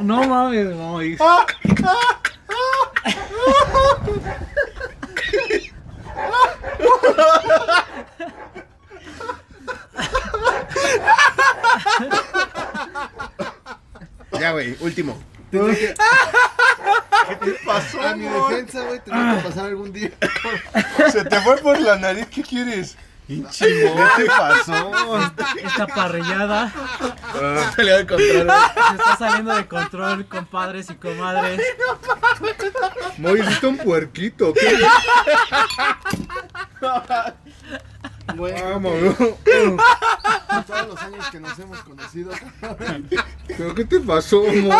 S3: No mames, Moy.
S1: Ya, güey, último.
S4: Ah, A mi defensa, güey, tendrá que pasar algún día.
S2: Se te fue por la nariz, ¿qué quieres? Pinche Moy, ¿qué te pasó?
S3: Esta parrillada
S2: Ah,
S1: Se le va a encontrar. güey.
S3: se está saliendo de control, compadres y comadres.
S2: Moy, hiciste un puerquito. ¿qué?
S4: Güey,
S2: Vamos,
S4: con todos los años que nos hemos conocido,
S2: ¿Pero qué te pasó, Moy?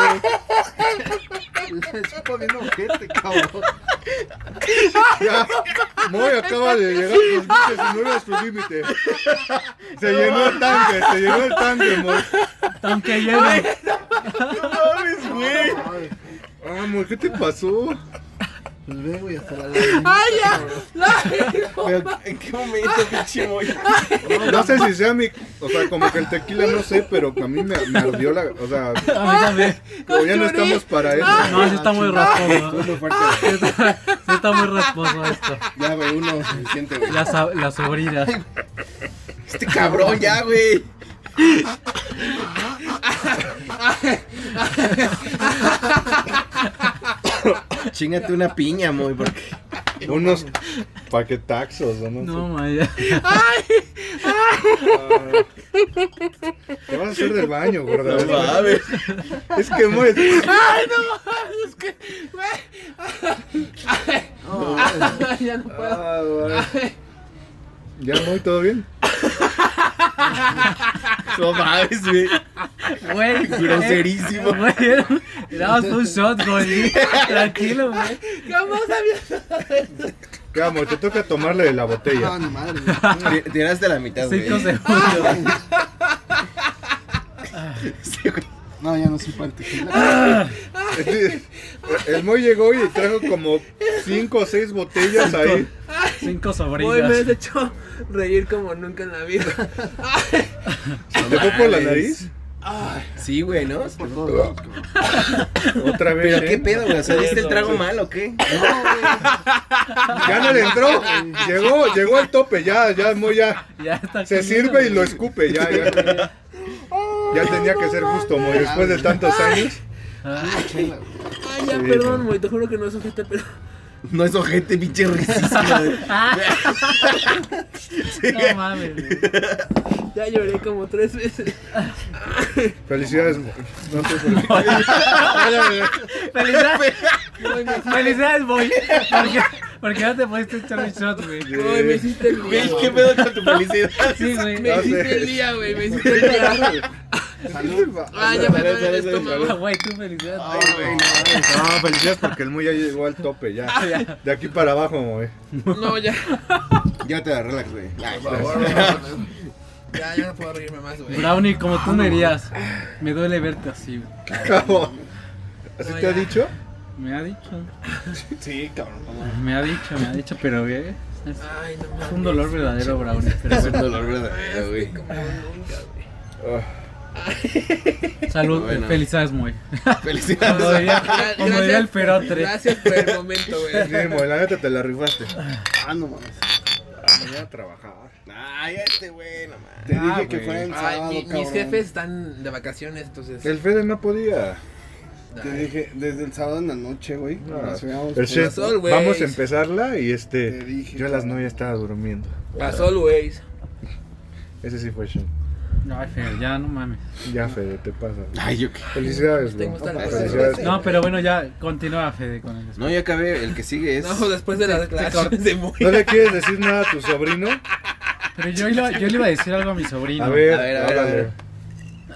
S4: se supo bien ojete, cabrón.
S2: Ya, Moy acaba de llegar a sus límites y no era su límite. Se llenó el tanque, se llenó el tanque, Moy.
S3: Aunque lleno.
S2: mames, güey! Ah, Moy, ¿qué te pasó?
S4: Pues ve, güey, hasta la lágrima.
S5: ¡Ay, ya!
S1: ¿En qué momento, pinche Moy?
S2: No sé si sea mi. O sea, como que el tequila no sé, pero que a mí me, me ardió la. O sea,
S3: A mí también.
S2: como ya no estamos para eso.
S3: No, sí está muy rasposo.
S4: Estuvo fuerte.
S3: Sí está, sí está muy rasposo esto.
S4: Ya, güey, uno suficiente, güey.
S3: La, sa- la sobrina.
S1: Este cabrón ya, güey. Chingate una piña, Moy, porque
S2: Unos paquetaxos, ¿o no?
S3: No, maya.
S2: Te vas a hacer del baño, gorda.
S1: no mames.
S2: Es que Moy.
S5: Ya no puedo.
S2: Ah, güey. ¿Ya, Moy, todo bien?
S1: No mames, güey.
S2: (laughs)
S3: Güey. eh,
S1: Groserísimo.
S3: Güey, le dabas un shot, güey. Tranquilo, güey.
S5: ¿Cómo sabías?
S2: Ya, Moy, te toca tomarle de la
S4: Ah,
S2: botella.
S4: ni madre, güey.
S1: Ti- Tiraste la mitad, güey.
S3: Cinco segundos.
S4: No, ya no soy para el tequila.
S2: Este- El Moy llegó y trajo como 5 o 6 botellas ahí.
S3: Cinco
S5: Hoy me has
S3: sobrinas.
S5: hecho reír como nunca en la vida.
S2: ¿Te fue por la nariz?
S1: Sí, güey, ¿no?
S4: Por todos lados, cabrón.
S2: Otra vez.
S1: Pero
S2: ¿eh?
S1: qué pedo, güey. O sea,
S5: (laughs)
S1: ¿diste el trago mal o qué?
S2: Ya no le entró. Llegó, llegó al tope, ya, ya, Moy, ya.
S3: Ya está
S2: Se
S3: comiendo,
S2: sirve y lo
S3: güey.
S2: escupe, ya, ya. Ya tenía que ser justo, Moy, después de tantos años.
S3: Ah,
S4: Chela, güey.
S5: Ay, ya,
S2: Sí,
S5: perdón,
S2: no.
S5: güey. Te juro que no es ojete, pero.
S1: No es ojete, pinche risísimo. güey.
S3: no mames. güey.
S5: Ya lloré como tres veces.
S2: Felicidades, Moy. No sé por qué.
S3: Felicidades. Felicidades, boy. Porque, porque no te pudiste echar un shot, güey.
S5: Ay, me hiciste el día.
S1: Güey, ¿Qué pedo con tu felicidad?
S3: Sí,
S5: Me
S3: güey.
S2: No
S5: hiciste
S2: sé.
S5: el día, güey. Me hiciste el día. Ah, ya me duele el estómago.
S3: Güey, tú felicidades.
S2: Ay, güey, no, no, felicidades porque el Moy ya llegó al tope, ya. De aquí para abajo, Moy.
S5: No, ya.
S1: Ya te agarré la güey.
S5: Ya, ya no puedo reírme más, güey.
S3: Brownie, como tú me dirías, me duele verte así, güey.
S2: Cabo. ¿Así
S5: No,
S2: te ha
S5: ya.
S2: dicho?
S3: Me ha dicho. Sí, cabrón. Me ha dicho, me ha dicho, pero güey. Es
S5: Ay, no
S3: es
S5: mames.
S3: un dolor verdadero, Brownie. Pero
S1: Es un
S3: bueno,
S1: dolor verdadero, güey.
S3: salud,
S1: Bueno.
S3: felicidades, muy. Como
S1: Felicidades.
S3: diría,
S5: Gra-
S3: como diría el perotre.
S5: Gracias por el momento,
S2: Sí,
S5: güey.
S2: Moy, la neta te la rifaste.
S4: Ah, no mames.
S2: Me voy a trabajar.
S1: Ay, este güey, no mames.
S4: Te
S2: Ah,
S4: dije que
S2: güey.
S4: fuera el
S5: Ay,
S4: sábado,
S5: mi- mis
S4: cabrón.
S5: jefes están de vacaciones, entonces.
S2: El Fede no podía.
S4: Te dije, desde el sábado en la noche, güey.
S2: Ah,
S4: nos veíamos
S2: el
S4: por-
S2: chef,
S5: sol, güey.
S2: vamos a empezarla y
S4: Te
S2: este.
S4: dije,
S2: Yo a las
S4: cabrón.
S2: 9 estaba durmiendo.
S5: Pasó, güey.
S2: Ese sí fue Shen.
S3: Ay, Fer, ya no mames.
S2: Ya, Fede, te pasa.
S1: Ay, yo qué.
S2: Felicidades,
S5: Tengo
S2: bro.
S5: hasta la-
S2: Felicidades.
S3: No, pero bueno, ya continúa, Fede, con el
S1: No, ya acabé. El que sigue es.
S5: No, después de las declaraciones de muy.
S2: ¿No le quieres decir nada a tu sobrino?
S3: Pero yo, iba- yo le iba a decir algo a mi sobrino.
S2: A ver,
S1: A ver, a ver, a
S2: háblale.
S1: ver.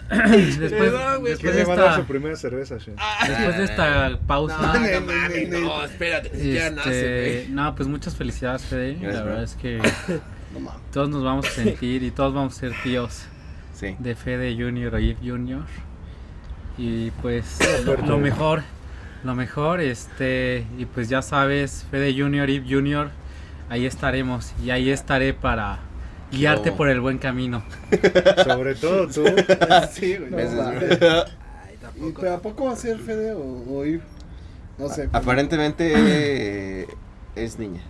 S3: Después,
S5: Perdón, güey,
S3: después
S2: ¿Quién
S3: de
S2: le va a dar
S3: esta,
S2: su primera cerveza, Shen?
S3: después de esta pausa.
S5: No, no mames, no, espérate, ni siquiera nace,
S3: Este,
S5: güey.
S3: no, pues muchas felicidades, Fede. la
S1: Gracias,
S3: verdad
S1: bro.
S3: es que
S4: No mames.
S3: todos nos vamos a sentir y todos vamos a ser tíos
S1: Sí.
S3: de Fede Junior o If Junior. Y pues
S2: suerte.
S3: lo mejor, lo mejor, este, y pues ya sabes, Fede Junior, If Junior, ahí estaremos y ahí estaré para guiarte
S1: hubo?
S3: por el buen camino.
S2: Sobre
S1: (laughs)
S2: todo tú.
S5: (laughs)
S4: Sí, güey. no
S1: Veces,
S4: mames.
S1: güey.
S5: Ay,
S4: ¿Y
S5: tampoco.
S4: pero a poco va a ser Fede o, o Iv? No sé.
S1: Aparentemente eh, es niña.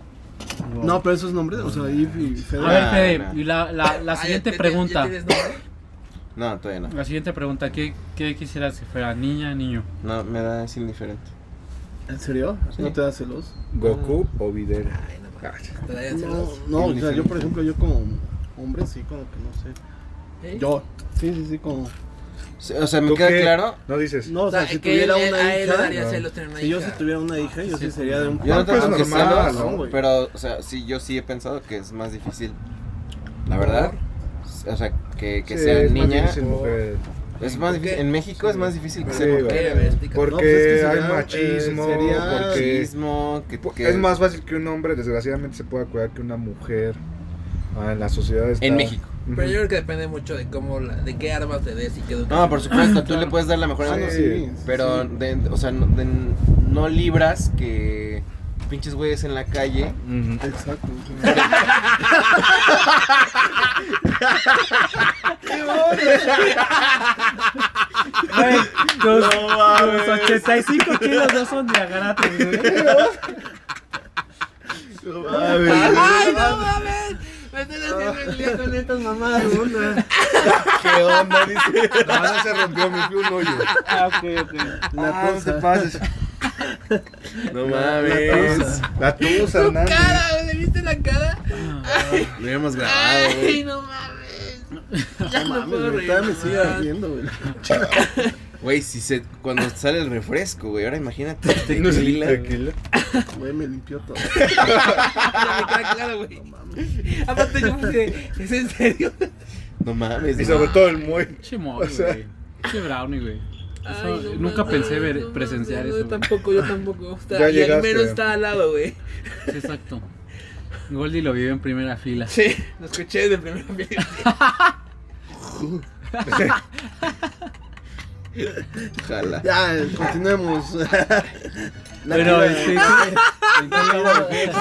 S4: No, pero esos nombres, o sea, Iv y
S3: A
S4: Fede.
S3: ver,
S2: ¿eh?
S1: Ah,
S3: Fede,
S1: no.
S3: y la, la, la
S5: Ah, ya
S3: siguiente
S5: te- ya
S3: pregunta.
S5: tienes nombre.
S1: No, todavía no.
S3: La siguiente pregunta, ¿qué, qué quisieras que fuera? ¿Niña, niño?
S1: No, me da es indiferente.
S4: ¿En serio? ¿No te da celos?
S2: Goku o Videra.
S5: Ay, no mames, te
S4: No,
S5: darían celos.
S4: no, o sea, yo por ejemplo, yo como hombre sí, como que no sé.
S5: ¿Eh?
S4: Yo, sí, sí, sí, como...
S1: Sí, O sea, me
S2: ¿Tú
S1: queda
S2: qué?
S1: claro.
S2: No dices.
S4: No, o
S5: O
S4: sea,
S5: sea,
S4: si
S5: que él-
S4: tuviera
S5: él- a
S4: una
S5: él le
S4: hija...
S5: daría celos tener una
S4: Si yo
S5: hija. Ah,
S4: si tuviera una hija, yo sí sería de un...
S1: Yo no
S2: pues
S1: tengo que
S2: normal,
S1: celos,
S2: ¿no,
S4: güey?
S1: pero, o sea, sí, yo sí he pensado que es más difícil. La verdad. O sea, que, que
S2: Sí,
S1: sea
S2: es más
S1: niña
S2: difícil, mujer.
S1: Es más difícil- en México es más difícil que
S2: Sí,
S1: se
S2: güey.
S1: voltee,
S5: Pero, a ver, explícame.
S2: Porque
S1: No, pues, es que
S2: hay
S1: sería-
S2: machismo,
S1: eh, sería
S2: porque-
S1: machismo, que,
S2: Pu-
S1: que-
S2: Es más fácil que un hombre, desgraciadamente, se pueda cuidar que una mujer ah, en la sociedad. está-
S1: en México.
S2: Ujú.
S5: Pero yo creo que depende mucho de cómo, la- de qué armas te des y qué
S1: No, Ah, por supuesto, tú le puedes dar la mejor
S2: Ah,
S1: arma,
S2: no, sí,
S1: pero de- o sea, no, de- no libras que pinches güeyes en la calle
S2: Ujú.
S4: Exacto.
S3: Güey, tus, tus 85 kilos no son de agarate, güey.
S5: ¡Ay, no mames! Me están haciendo el día con estas mamadas.
S4: ¿Qué onda? Dice.
S2: (laughs) Ah, se rompió mi fui un hoyo.
S3: Ah, ok, ok.
S4: La
S1: Ah, no
S4: cosa.
S1: te pases. No mames.
S2: La tusa,
S5: ¡Su
S2: Hernández.
S5: cara! güey, ¿Le viste la cara?
S3: Ah,
S1: Lo hubiéramos grabado,
S5: ¡Ay,
S1: Ah, güey.
S5: no mames! (laughs) Ya
S4: No
S5: no
S4: mames,
S5: puedo
S4: güey,
S5: reír.
S4: todavía me sigue
S5: más.
S4: ardiendo, güey.
S1: Güey, si se, cuando sale el refresco, güey. Ahora
S2: (laughs)
S1: imagínate tequila.
S2: Tequila.
S4: Güey, me limpió todo.
S5: Ya me queda claro, güey. Aparte, yo puse, ¿es en serio?
S1: No mames.
S2: Y
S1: no.
S2: sobre todo el muy.
S3: Chimo,
S2: O sea-
S3: güey. Che brownie, güey. Eso,
S5: Ay, no
S3: nunca
S5: mames,
S3: pensé ver-
S5: no
S3: presenciar
S5: mames,
S3: eso.
S5: No,
S3: güey.
S5: tampoco, yo tampoco. Está-
S2: Ya
S5: y el
S2: llegaste.
S5: mero está al lado, güey.
S3: Sí, exacto. Goldie lo vive en primera fila.
S5: Sí, lo escuché de primera vez.
S1: Ojalá.
S4: Ya, eh, continuemos. (laughs) La
S3: Pero,
S4: cura-
S3: este, (laughs)
S4: el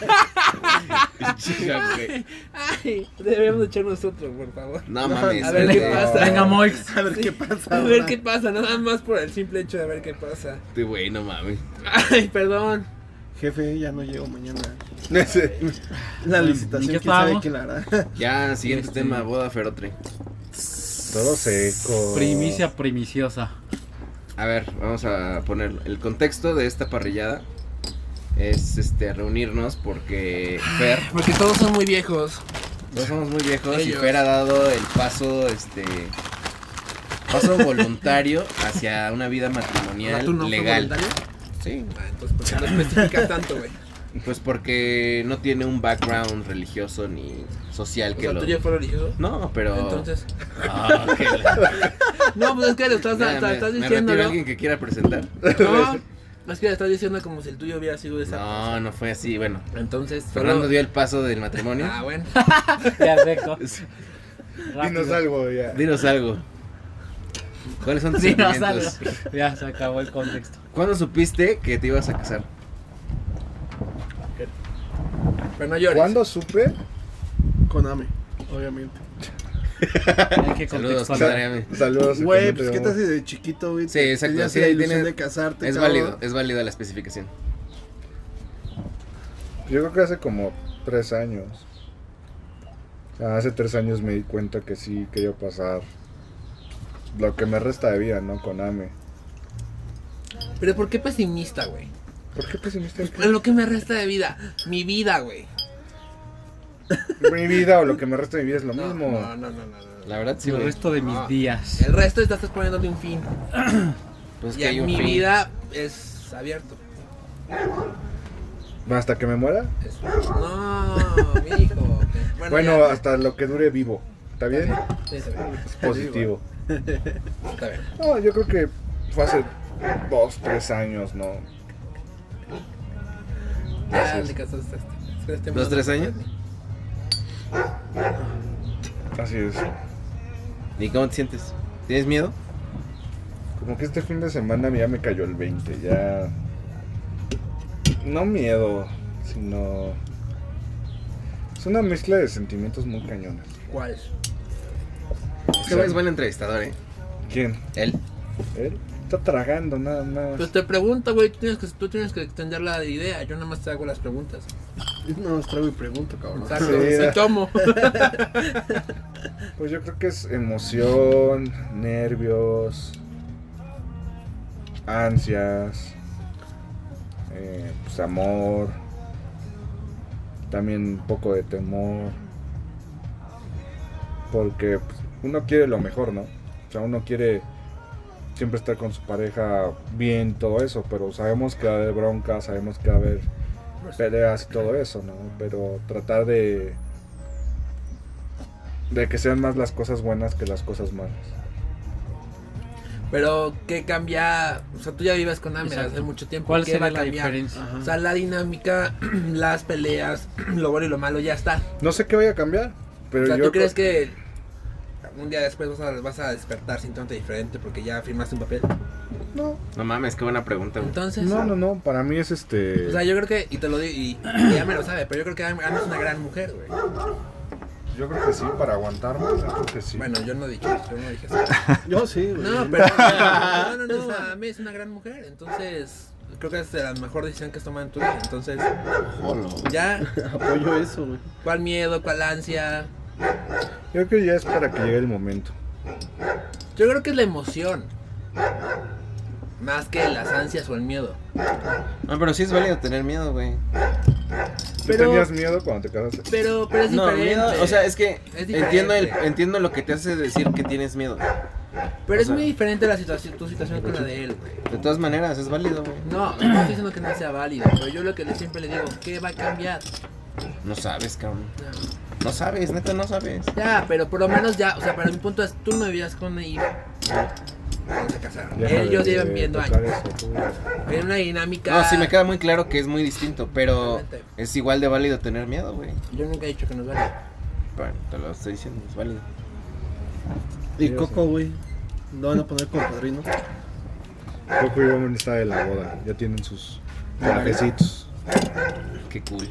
S4: cura-
S1: Chica, güey.
S5: Ay, debemos echarnos otro, por favor.
S1: No mames.
S5: A ver qué
S1: güey.
S5: pasa.
S3: venga, Moix.
S4: A ver qué pasa.
S5: A ver
S4: ahora.
S5: qué pasa, nada más por el simple hecho de ver qué pasa.
S1: Este güey, no mames.
S5: Ay, perdón.
S4: Jefe, ya no
S1: (laughs)
S4: llego mañana.
S2: Ese.
S4: La
S3: ¿en qué
S4: licitación, quién sabe
S3: estábamos?
S4: quién la hará. (laughs)
S1: Ya, siguiente
S3: Este-
S1: tema, boda ferotre.
S2: Todo seco.
S3: Primicia primiciosa.
S1: A ver, vamos a ponerlo. El contexto de esta parrillada es este reunirnos porque Fer,
S5: Porque todos son muy viejos.
S1: todos somos muy viejos
S5: Ellos.
S1: y Fer ha dado el paso, este paso
S5: (laughs)
S1: voluntario hacia una vida matrimonial legal. Sí,
S5: Ah, entonces, ¿por qué no especificas tanto, güey?
S1: pues porque no tiene un background religioso ni social
S5: O
S1: que
S5: sea,
S1: lo.
S5: tú ya fue religioso.
S1: No, pero.
S5: Entonces.
S1: Ah, que la-
S5: (laughs) No, pues es que lo estás,
S1: Mira,
S5: estás,
S1: me-
S5: estás
S1: me
S5: diciendo,
S1: retiro
S5: ¿no?
S1: alguien que quiera presentar. (laughs)
S5: No, es que lo estás diciendo como si el tuyo hubiera sido de esa.
S1: No, no fue así. Bueno,
S5: Entonces, solo-
S1: Fernando dio el paso del matrimonio.
S5: Ah, bueno.
S3: Perfecto.
S2: Dinos algo ya.
S1: Dinos algo. ¿Cuáles son tus
S3: Sí, no
S1: sentimientos?
S3: salgo. Ya se acabó el contexto.
S1: ¿Cuándo supiste que te ibas a casar?
S5: Pero no llores.
S2: ¿Cuándo supe?
S4: Konami, obviamente.
S3: Hay que
S1: Saludos,
S3: contextualizar.
S1: Adrián.
S2: Saludos.
S4: Güey, pues qué
S2: te
S4: te hace de chiquito, güey.
S1: Sí, exacto,
S4: Tenías
S1: sí,
S4: la
S1: ahí
S4: ilusión
S1: tienes-
S4: de casarte.
S1: Es
S4: cabrón.
S1: válido, es válida la especificación.
S2: Yo creo que hace como tres años. O sea, hace tres años me di cuenta que sí quería pasar lo que me resta de vida, ¿no? Con Ame.
S5: Pero ¿por qué pesimista, güey?
S2: ¿Por qué pues, pesimista?
S5: En Pues, lo que me resta de vida. Mi vida, güey.
S2: Mi vida o lo que me resta de mi vida es lo
S5: No,
S2: mismo.
S5: no, no, no, no, no.
S1: La verdad, sí,
S3: El
S1: güey.
S3: resto de mis
S5: Ah.
S3: días.
S5: El resto estás poniéndole un fin.
S1: Pues
S5: y mi
S1: fin.
S5: vida es abierto.
S2: Hasta que me muera.
S5: Es- No, mi hijo. Bueno,
S2: Bueno,
S5: ya.
S2: hasta lo que dure vivo. ¿Está bien?
S5: Sí, está bien,
S2: Es positivo.
S5: está bien.
S2: No, yo creo que fue hace dos, tres años, ¿no?
S5: Ya le casaste a este- a este
S1: ¿Dos,
S5: mono.
S1: tres años?
S2: Así es.
S1: ¿Y cómo te sientes? ¿Tienes miedo?
S2: Como que este fin de semana ya me cayó el 20, ya... No miedo, sino... Es una mezcla de sentimientos muy cañones.
S5: ¿Cuál?
S1: Este güey es buen entrevistador, ¿eh?
S2: ¿Quién?
S1: Él.
S2: Él está tragando nada
S5: Pues
S2: más.
S5: te pregunto, güey. Tú tienes que, tú tienes que extender la idea. Yo nada más te hago las preguntas.
S4: No, os traigo y pregunto, cabrón.
S5: Exacto.
S2: Ah, Sí,
S5: Sí,
S2: da.
S5: tomo. (laughs)
S2: Pues yo creo que es emoción, nervios, ansias, eh, pues amor, también un poco de temor, porque pues, uno quiere lo mejor, ¿no? O sea, uno quiere siempre estar con su pareja bien, todo eso, pero sabemos que va a haber broncas, sabemos que va a haber peleas y todo eso, ¿no? Pero tratar de de que sean más las cosas buenas que las cosas malas.
S5: Pero, ¿qué cambia? O sea, tú ya vives con hambre
S3: Exacto.
S5: hace mucho tiempo.
S3: ¿Cuál
S5: ¿qué
S3: será
S5: va a
S3: la
S5: cambiar?
S3: diferencia? (laughs)
S5: O sea, la dinámica, (clears throat) las peleas, (clears throat) lo bueno y lo malo ya está.
S2: No sé qué vaya a cambiar, pero
S5: o sea,
S2: yo
S5: ¿tú crees
S2: creo-
S5: que un día después vas a, vas a despertar sintiéndote diferente porque ya firmaste un papel?
S2: no,
S1: No mames, qué buena pregunta, güey.
S5: Entonces,
S2: no, no, no, para mí es este
S5: o sea, yo creo que, y te lo digo, y, y ya me lo sabe, pero yo creo que Ana es una gran mujer, güey.
S2: yo creo que sí para aguantarme, yo creo que sí.
S5: Bueno, yo no dije, yo no dije eso.
S4: (laughs)
S1: Ah.
S4: Yo sí, güey.
S1: (laughs)
S5: No, pero no, no, no, o sea, Ame es una gran mujer, entonces creo que es de la mejor decisión que has tomado en tu vida. Entonces,
S4: Jolo.
S1: (laughs)
S5: ya,
S4: Apoyo eso, güey.
S5: ¿cuál miedo, cuál ansia?
S2: Yo creo que ya es para que llegue el momento.
S5: Yo creo que es la emoción. Más que las ansias o el miedo.
S1: No, Ah, pero sí es válido tener miedo, güey.
S2: ¿Tú
S5: Pero-
S2: tenías miedo cuando te casaste?
S5: Pero, pero es
S1: No,
S5: diferente.
S1: miedo, o sea, es que
S5: Es
S1: entiendo, el,
S5: diferente.
S1: entiendo lo que te hace decir que tienes miedo.
S5: pero
S1: o
S5: es
S1: sea-
S5: muy diferente la situación, tu situación con la de él, güey.
S1: De todas maneras, es válido, güey.
S5: No, no estoy diciendo que no sea válido, pero yo lo que le- siempre le digo, ¿qué va a cambiar?
S1: No sabes, cabrón. No sabes, neta, no sabes.
S5: Ya, pero por lo menos ya, o sea, para mi punto es, tú no vivías con él. Cuando se casaron.
S2: Deja
S5: Él y yo
S2: de
S5: llevan viendo
S2: tocar
S5: años.
S2: eso, tú.
S5: Era una dinámica.
S1: No, sí me queda muy claro que es muy distinto, pero
S5: Totalmente.
S1: es igual de válido tener miedo, güey.
S5: Yo nunca he dicho que nos vale.
S1: Bueno, te lo estoy diciendo, es válido.
S4: Y Coco, güey. Lo van a poner como padrino.
S2: Coco y Bomber está de la boda, ya tienen sus trajecitos.
S1: Qué cool.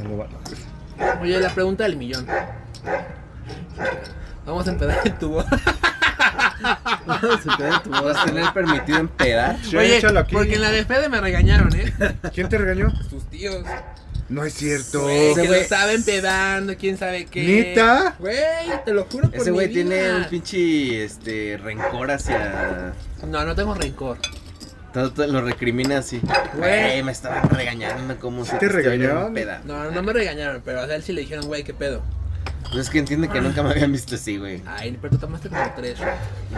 S2: No lo va-
S5: Oye, la pregunta del millón. Vamos a empezar el tubo.
S4: Se queda en tu
S1: ah, ¿Vas a tener permitido empedar?
S2: Sí,
S5: Oye,
S2: échalo aquí.
S5: porque en la de Fede me regañaron, ¿eh?
S2: ¿Quién te regañó?
S5: Sus tíos.
S2: No es cierto.
S5: Güey, que lo
S1: güey-
S5: estaban pedando, quién sabe qué.
S2: ¿Neta?
S5: Güey, te lo juro por
S1: Ese
S5: mi
S1: güey tiene
S5: vida.
S1: un pinche este, rencor hacia.
S5: No, no tengo rencor.
S1: Todo, todo lo recrimina así. Güey, me estaban regañando como si
S2: te
S1: estuviera
S2: regañaban?
S1: en peda.
S5: No, no me regañaron, pero a él sí le dijeron, güey, qué pedo.
S1: Pues es que entiende que nunca me habían visto así, güey.
S5: Ay, pero tú tomaste como tres.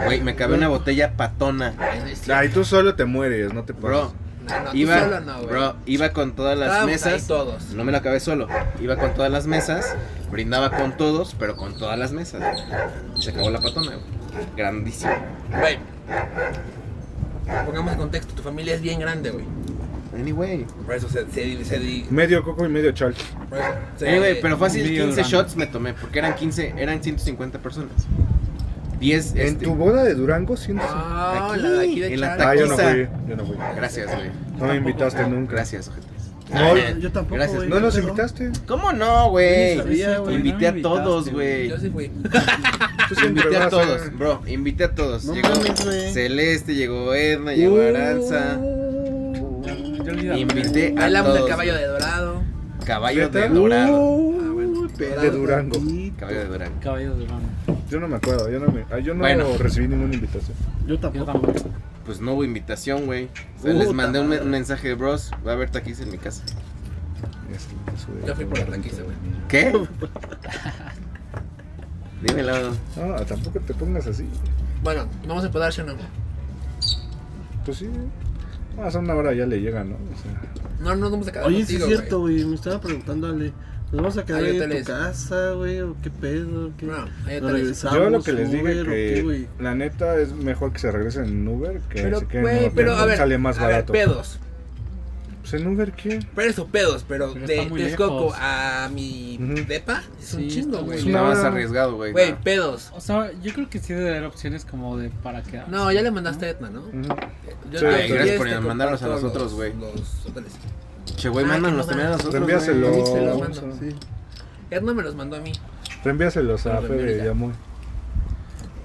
S1: Güey, me acabé una botella patona.
S5: Ay, no es cierto.
S2: Ay, tú solo te mueres, no te pases.
S1: Bro,
S5: No, no, tú
S1: iba,
S5: solo no, güey.
S1: bro, iba con todas las
S5: Estábamos ahí
S1: mesas.
S5: todos.
S1: No me la acabé solo. Iba con todas las mesas. Brindaba con todos, pero con todas las mesas. Se acabó la patona, güey. Grandísimo.
S5: Güey. Pongamos en contexto, tu familia es bien grande, güey.
S1: Anyway.
S5: Por eso se, se, se di-
S2: Medio Coco y medio Charlie.
S5: por eso se-
S1: Anyway, Eh, pero fácil
S7: Medio
S1: 15
S7: grande.
S1: shots me tomé. Porque eran 15, eran 150 personas. 10
S2: En
S1: este,
S2: tu boda de Durango, sí. no sé.
S5: No,
S1: Aquí,
S5: Ah, la de aquí de
S1: en la
S5: Charlie.
S2: Ah, yo no
S1: taquiza.
S2: fui, yo no fui.
S1: Gracias, güey.
S2: No me invitaste nunca.
S1: Gracias, ojetes.
S2: No,
S4: Yo- Yo tampoco,
S1: Eh, Gracias.
S4: güey.
S2: no nos
S4: Pero-
S5: (laughs)
S2: invitaste.
S1: ¿Cómo no, güey?
S4: Yo ni sabía,
S1: Te
S4: güey,
S1: Invité
S7: no
S1: a
S7: me
S1: todos,
S7: invitaste,
S1: güey.
S5: Yo
S1: (laughs)
S5: sí fui.
S2: Tú siempre
S1: Invité a
S2: vas a-
S1: todos, bro. Invité a todos.
S4: No
S1: llegó
S4: mames, güey.
S1: Celeste, llegó Edna, llegó Aranza. Invité a
S5: Hablamos del
S1: todos.
S5: caballo de dorado.
S1: Caballo de
S2: Ah, ¿Neta? Uh.
S1: dorado.
S5: Ah,
S2: De Durango.
S1: Caballo de dorado.
S3: Caballos de mano.
S2: Yo no me acuerdo, yo no, me, ah, yo no
S1: Bueno.
S2: recibí ninguna invitación.
S4: Yo
S3: Yo
S4: tampoco.
S3: tampoco.
S1: Pues no hubo invitación, güey. O sea,
S4: Puta
S1: les mandé un, me-
S4: madre.
S1: un mensaje de bros. Va a haber taquis en mi casa.
S2: Este, eso de-
S5: Yo fui por la taquiza, güey.
S1: ¿Qué?
S2: (laughs)
S1: Dímelo.
S2: No, tampoco te pongas así.
S5: Bueno, vamos a empezar, ¿sí o no?
S2: Pues sí. Más a una hora ya le llega, ¿no? O sea,
S5: No, no nos vamos a quedar
S4: Oye, sí es
S5: contigo,
S4: cierto, güey. Me estaba preguntando, Ale. ¿Nos vamos a quedar
S5: Hay
S4: ahí en tu
S5: hoteles.
S4: casa, güey? ¿O qué pedo? ¿Qué?
S5: No, hay
S4: ¿Nos
S5: hoteles.
S4: regresamos?
S2: yo lo que les dije
S4: Uber, ¿o qué,
S2: que
S4: güey?
S2: la neta es mejor que se regresen en Uber que
S5: Pero,
S2: se queden en un
S5: güey,
S2: hotel,
S5: pero a
S2: ¿no?
S5: ver,
S2: sale más
S5: a ver,
S2: barato.
S5: pedos.
S2: Pues en Uber qué?
S5: Pero eso, pedos, pero,
S3: Pero
S5: de
S3: está muy
S5: Texcoco
S3: lejos.
S5: a mi
S2: Ujú.
S5: depa es un
S3: Sí,
S5: chingo,
S3: está
S5: güey.
S3: muy
S2: una
S1: No más
S2: hora.
S1: arriesgado, güey.
S5: Güey,
S1: no.
S5: pedos.
S3: O sea, yo creo que sí debe haber opciones como de para quedar.
S5: No, ya le mandaste a Etna, ¿no?
S2: Ujú. Sí,
S5: Yo te-
S2: gracias
S5: tienes
S1: por
S5: que
S1: mandarnos a
S5: comprar
S1: nosotros,
S5: todos los-
S1: güey.
S5: Los hoteles.
S1: Che, güey,
S5: Ah,
S1: mándanos
S5: que no
S1: también a
S5: mandan.
S2: Pues
S1: nosotros.
S2: Reenvíaselo.
S1: güey.
S5: Se los mando. Edna me los mandó a mí.
S2: Reenvíaselos a
S5: Los
S2: Fede
S5: reenvío
S2: y
S5: ya.
S2: a Moy.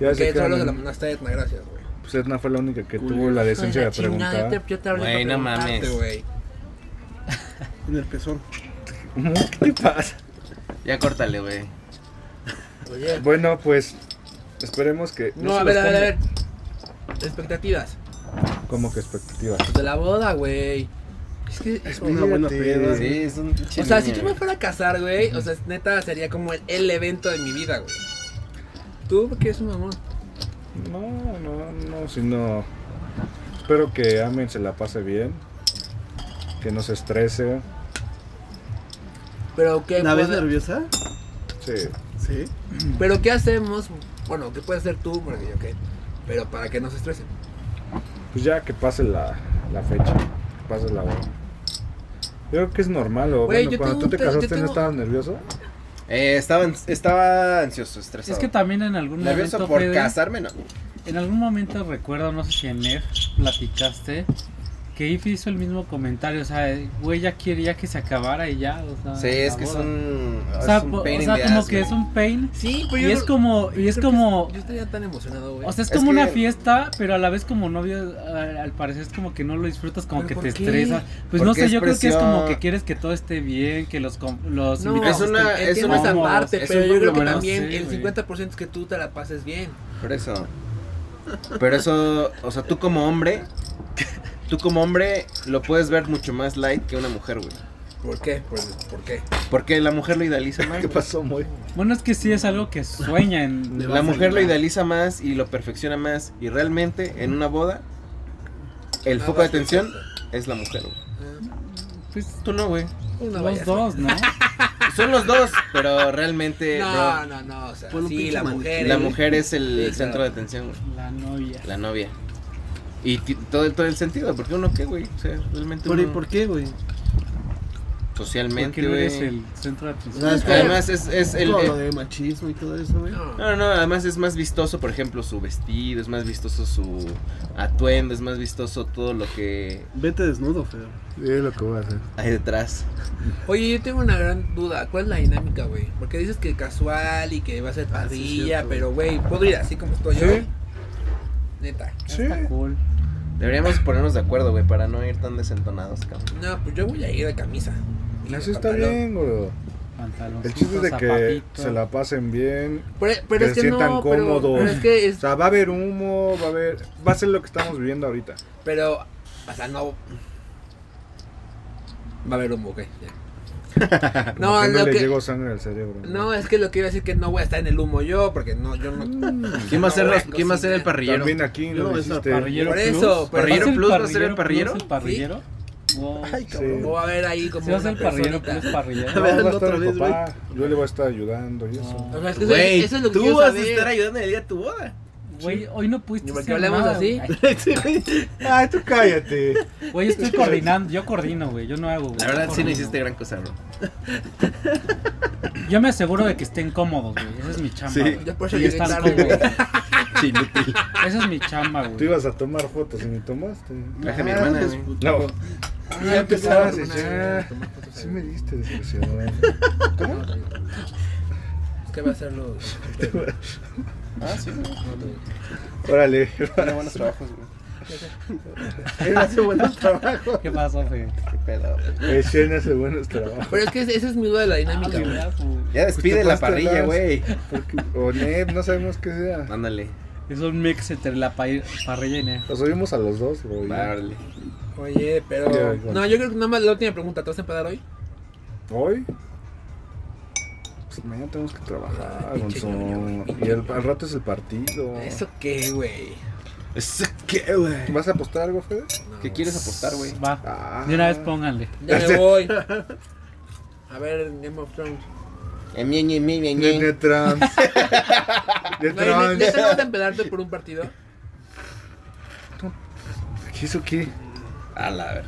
S2: Ya
S5: Que
S2: se
S5: solo
S2: quedan.
S5: se la
S2: en-
S5: mandaste a Edna, gracias, güey.
S2: Pues Edna fue la única que tuvo la decencia de preguntar.
S5: Yo te hablé
S1: Güey,
S5: para
S1: no
S5: preguntarte,
S1: mames.
S5: güey.
S4: En el pezón.
S2: Ujú, ¿Qué pasa?
S1: Ya córtale, güey.
S5: Oye,
S2: Bueno, pues esperemos que.
S5: no,
S2: se
S5: a ver,
S2: los
S5: a ver, a
S2: ponga
S5: ver. Expectativas.
S2: Como que expectativas.
S5: Pues De la boda, güey. Es que.
S4: Es una buena peda.
S1: Sí,
S4: güey.
S1: es un pinche
S5: O sea, si
S1: niño,
S5: yo me
S1: güey.
S5: fuera a casar, güey, o sea, neta sería como el, el evento de mi vida, güey. Tú, porque es un mamón.
S2: No, no, no, sino. Espero que Amen se la pase bien. Que no se estrese.
S5: Pero qué
S4: ¿La ves
S5: puede-
S4: nerviosa?
S2: Sí.
S4: Sí.
S5: Pero qué hacemos? Bueno, ¿qué puedes hacer tú? Porque yo qué. Pero para que no se estresen.
S2: Pues ya que pase la, la fecha, que pase la hora. Yo creo que es normal, o
S5: Güey,
S2: bueno,
S5: yo
S2: cuando
S5: tengo
S2: tú
S5: un
S2: te
S5: pedo, yo
S2: casaste no
S5: tengo-
S2: estabas nervioso.
S1: Eh, estaba, ans- estaba ansioso, estresado.
S3: Es que también en algún
S1: nervioso
S3: momento.
S1: por
S3: Fede,
S1: casarme, no.
S3: En algún momento recuerdo, no sé si en Nef platicaste, que Ife hizo el mismo comentario. O sea, eh, güey, ya quería que se acabara y ya. O sea,
S1: Sí, es
S3: la
S1: que es
S3: boda.
S1: un.
S3: O sea,
S1: es un
S3: po- o
S1: pain in
S3: sea,
S1: the
S3: como
S1: ass,
S3: que
S1: güey.
S3: es un pain.
S5: Sí, pero
S3: Y
S5: yo
S3: es
S5: no-
S3: como.
S5: yo
S3: Y es
S5: creo que
S3: como.
S5: Yo estaría tan emocionado, güey.
S3: O sea, es
S1: Es
S3: como una
S1: que-
S3: fiesta, pero a la vez como novio, a- al parecer es como que no lo disfrutas, como
S5: ¿Pero
S3: que
S5: por
S3: te
S5: qué?
S3: estresa. Pues
S1: Porque
S3: no sé,
S1: es
S3: yo creo que es como
S1: presión.
S3: que quieres que todo esté bien, que los, com- los
S5: no,
S3: invitados
S1: es una-
S3: estén-
S1: es
S5: entiendo
S1: una-
S5: esa
S3: vamos,
S5: parte,
S1: es
S5: pero
S1: un
S5: yo creo que
S1: conglomerado,
S5: también
S3: sí,
S5: el
S3: güey.
S5: 50% es que tú te la pases bien.
S1: Por eso. Pero eso, o sea, tú como hombre, tú como hombre lo puedes ver mucho más light que una mujer, güey.
S5: ¿Por qué? ¿Por, por qué?
S1: Porque la mujer lo
S5: (laughs)
S1: idealiza más.
S2: ¿Qué
S1: güey.
S2: pasó, muy?
S3: Bueno, es que sí es algo que sueña en...
S1: La mujer lo idealiza más y lo perfecciona más. Y realmente, en una boda, el
S5: Ah,
S1: foco de
S5: vas a
S1: atención es la mujer, güey.
S5: Ah,
S3: Pues,
S1: Tú no, güey.
S5: Una
S3: los
S5: vaya
S3: dos,
S5: (laughs)
S3: ¿no?
S1: Son los dos, pero realmente,
S5: No,
S1: bro,
S5: no, no, o sea,
S4: Por un
S5: sí,
S4: pinche
S5: la
S4: mantel.
S5: mujer.
S1: la
S5: el-
S1: mujer es el
S5: Sí,
S1: centro
S5: claro.
S1: de atención, güey.
S3: La novia.
S1: La novia. Y ti- todo, todo el sentido, porque uno qué, güey. O sea, realmente
S4: ¿Por,
S1: uno-
S4: ¿Por qué, güey?
S1: socialmente,
S3: Porque no
S1: güey.
S3: eres el centro de
S4: O
S3: atención.
S4: sea, es como-
S1: Además, es, es el.
S4: Todo
S1: el-
S4: lo de machismo y todo eso, güey.
S5: No.
S1: No, no, además es más vistoso, por ejemplo, su vestido, es más vistoso su atuendo, es más vistoso todo lo que
S4: Vete desnudo, Feo.
S2: Es lo que voy a hacer.
S1: hay detrás.
S5: Oye, yo tengo una gran duda. ¿Cuál es la dinámica, güey? Porque dices que casual y que va a ser
S4: Ah, sí,
S5: parrilla,
S4: cierto.
S5: pero, güey, ¿puedo ir así como estoy yo? Neta.
S2: Sí.
S3: Está cool.
S1: Deberíamos ponernos de acuerdo, güey, para no ir tan desentonados, cabrón.
S5: No, pues yo voy a ir de camisa. Y de
S2: Así está
S5: pantalón.
S2: bien, güey. El
S3: Pantaloncito,
S2: chiste es de que
S3: zapatito.
S2: se la pasen bien.
S5: Pero, pero
S2: Que
S5: es que
S2: se
S5: no,
S2: sientan
S5: pero,
S2: cómodos.
S5: pero es que
S2: O
S5: es,
S2: sea, va a haber humo, va a haber. Va a ser lo que estamos viviendo ahorita.
S5: pero, o sea, no. Va a haber humo, ok.
S2: (laughs) Como
S5: ya. No,
S2: que
S5: lo
S2: no le
S5: que,
S2: llegó sangre al cerebro.
S5: no, es que lo que iba a decir que no voy a estar en el humo yo, porque no, yo no.
S1: ¿Quién va a ser,
S5: No,
S1: los-
S5: güey,
S1: quién va a ser el
S5: cocina.
S1: parrillero?
S2: También aquí
S4: Yo
S2: no
S4: no
S2: lo
S4: voy a estar
S2: hiciste.
S3: Parrillero
S5: Por
S3: Plus.
S5: eso,
S3: ¿Va a ser
S1: Parrillero Plus, ¿va a ser el
S3: Parrillero Plus,
S5: parrillero?
S3: el parrillero? Wow.
S5: Ay,
S2: Sí.
S5: cabrón. Voy a ver ahí como.
S3: ¿Sí va a ser
S5: una
S3: el parrillero
S5: personita.
S3: Plus parrillero?
S2: No, va a
S4: Veanlo
S2: estar
S4: otra
S2: mi
S4: vez, güey.
S2: papá. Yo le voy a estar ayudando y eso.
S3: No.
S5: O sea, es que eso-
S1: Güey,
S5: eso es lo que
S1: tú
S5: quiero
S1: vas a
S5: saber.
S1: estar ayudando en el día de tu boda.
S3: Güey, hoy no pudiste
S5: ¿Y por qué
S3: hacer
S5: hablamos
S3: nada,
S5: así?
S3: güey.
S2: Ay, tú cállate.
S3: Ay, Güey, estoy coordinando, yo coordino, güey, yo no hago, güey.
S1: La
S3: yo
S1: verdad, sí no
S3: coordino.
S1: hiciste gran cosa, bro.
S3: Yo me aseguro de que estén cómodos, güey, esa es mi chamba,
S1: Sí.
S3: güey.
S5: Ya por eso
S3: Y
S5: llegué
S3: están
S5: tarde,
S3: cómodos.
S5: güey.
S1: Sí, inútil.
S3: Esa es mi
S2: (laughs)
S3: chamba,
S2: Tú
S3: güey.
S2: ibas a tomar fotos y ni tomaste. Ah, pues,
S1: Traje a mi hermana, güey.
S2: No.
S5: Ya
S2: Ya
S5: empezaron
S2: empezaste,
S5: con una-
S2: ya. Sí me diste, desgraciado.
S5: ¿Qué va a hacer los.?
S1: Ah, sí, güey.
S2: Órale.
S1: Tiene buenos trabajos, güey.
S4: Hace buenos trabajos.
S3: ¿Qué pasó, Fede?
S1: Qué pedo.
S2: Escena hace buenos trabajos.
S5: Pero es que esa es mi duda de la dinámica, güey.
S1: Ya despide
S2: Pues te
S1: la
S2: pasaste
S1: parrilla,
S2: las-
S1: güey.
S2: Porque- O Neb, no sabemos qué sea.
S1: Ándale.
S3: Es un mix entre la pa- parrilla y nea.
S2: Los oímos a los dos, güey.
S1: Órale.
S5: Oye, pero.
S2: Ya,
S5: No, yo creo que nada más la última pregunta. ¿Te vas a empezar hoy?
S2: ¿Hoy? Pues mañana tenemos que trabajar,
S5: pinche
S2: Gonzalo.
S5: ñoño, güey.
S2: Y el- al rato es el partido.
S5: ¿Eso qué, güey?
S1: ¿Qué, güey?
S2: ¿Vas a apostar algo, Fede?
S5: No.
S1: ¿Qué quieres apostar, güey?
S3: Va,
S2: Ah.
S3: de una vez pónganle.
S5: Ya me voy. (laughs) A ver, Game of Thrones.
S1: Eh, ñe, ñe, ñe, ñe,
S2: De, de
S1: ñe.
S2: trans. De
S5: No,
S2: trans.
S5: ¿Ya te vas a empedarte por un partido?
S2: ¿Qué hizo qué?
S1: A la ver.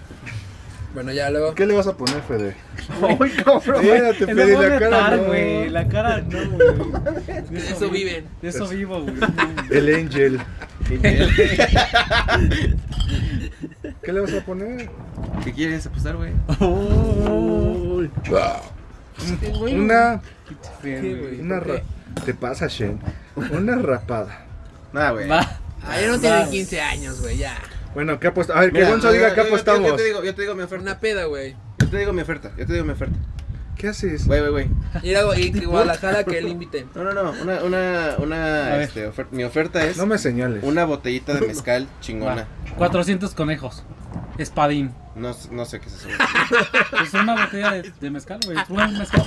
S5: Bueno, ya luego.
S2: ¿Qué le vas a poner, Fede?
S3: Uy, cabrón.
S2: Espérate,
S3: Te
S2: Fede,
S3: voy a
S2: la cara
S3: retar,
S2: no.
S3: güey. La cara no, güey.
S5: De eso
S3: vivo-
S5: viven.
S3: De eso vivo, güey.
S2: El Angel. ¿Qué le vas a poner?
S1: ¿Qué quieres apostar, güey?
S4: Uy.
S2: Una.
S3: Fede, güey.
S2: Una ra- Te pasa, Shen. Una rapada.
S1: Nada, güey.
S3: Va.
S5: Ayer Ah, no tienen 15 años, güey, ya.
S2: Bueno, ¿qué apostamos? A ver, que
S1: Mira,
S2: Gonzo
S1: mira,
S2: diga qué
S1: yo- yo-
S2: apostamos.
S1: Yo, te digo, yo te digo mi
S5: Fue
S1: oferta.
S5: una peda, güey.
S1: Yo te digo mi oferta. Yo te digo mi oferta.
S2: ¿Qué haces?
S1: Güey, güey, güey.
S5: Ir a y que Guadalajara que él invite.
S1: No, no, no. Una, una,
S3: A
S1: una,
S3: ver.
S1: este, ofer- mi oferta es
S2: No me señales.
S1: una botellita de mezcal
S3: Va.
S1: chingona.
S3: 400 conejos. Espadín.
S1: No, s- no sé qué es eso.
S3: Es una botella de, de mezcal, güey. Es un mezcal.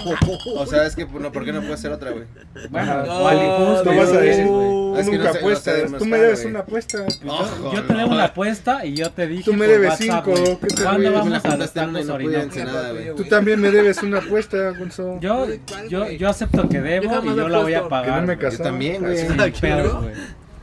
S1: O
S2: (laughs)
S1: sea, es que no, ¿por qué no puede ser otra, güey?
S3: Bueno,
S5: No,
S3: igual y justo,
S2: No vas a
S3: güey.
S2: decir,
S1: güey. Es que no sé-
S2: nunca
S1: no sé
S2: apuestas.
S1: de
S2: Tú
S1: mezcal,
S2: me debes
S1: güey.
S2: una apuesta. pues,
S1: Ojo,
S3: Yo te debo
S1: no.
S3: la apuesta y yo te dije.
S2: Tú me
S3: por
S2: debes
S3: WhatsApp,
S2: cinco,
S3: güey,
S2: ¿qué te
S1: Yo
S2: ríes?
S3: ¿Cuándo
S1: me la
S3: vamos a los
S1: contaste en una y
S3: tacos
S1: no pude
S3: Orinoco?
S1: decir nada, güey.
S2: Tú también me debes una apuesta, Gonzo.
S3: Yo,
S5: ¿De cuál,
S3: yo,
S5: güey?
S3: yo acepto que
S5: Yo
S3: debo
S5: jamás
S3: y yo la voy a
S5: apuesto.
S3: pagar.
S2: que no me
S3: güey.
S2: casaba.
S1: también, güey.
S3: Sin
S5: Ay,
S3: pedos,
S5: ¿no?
S3: güey.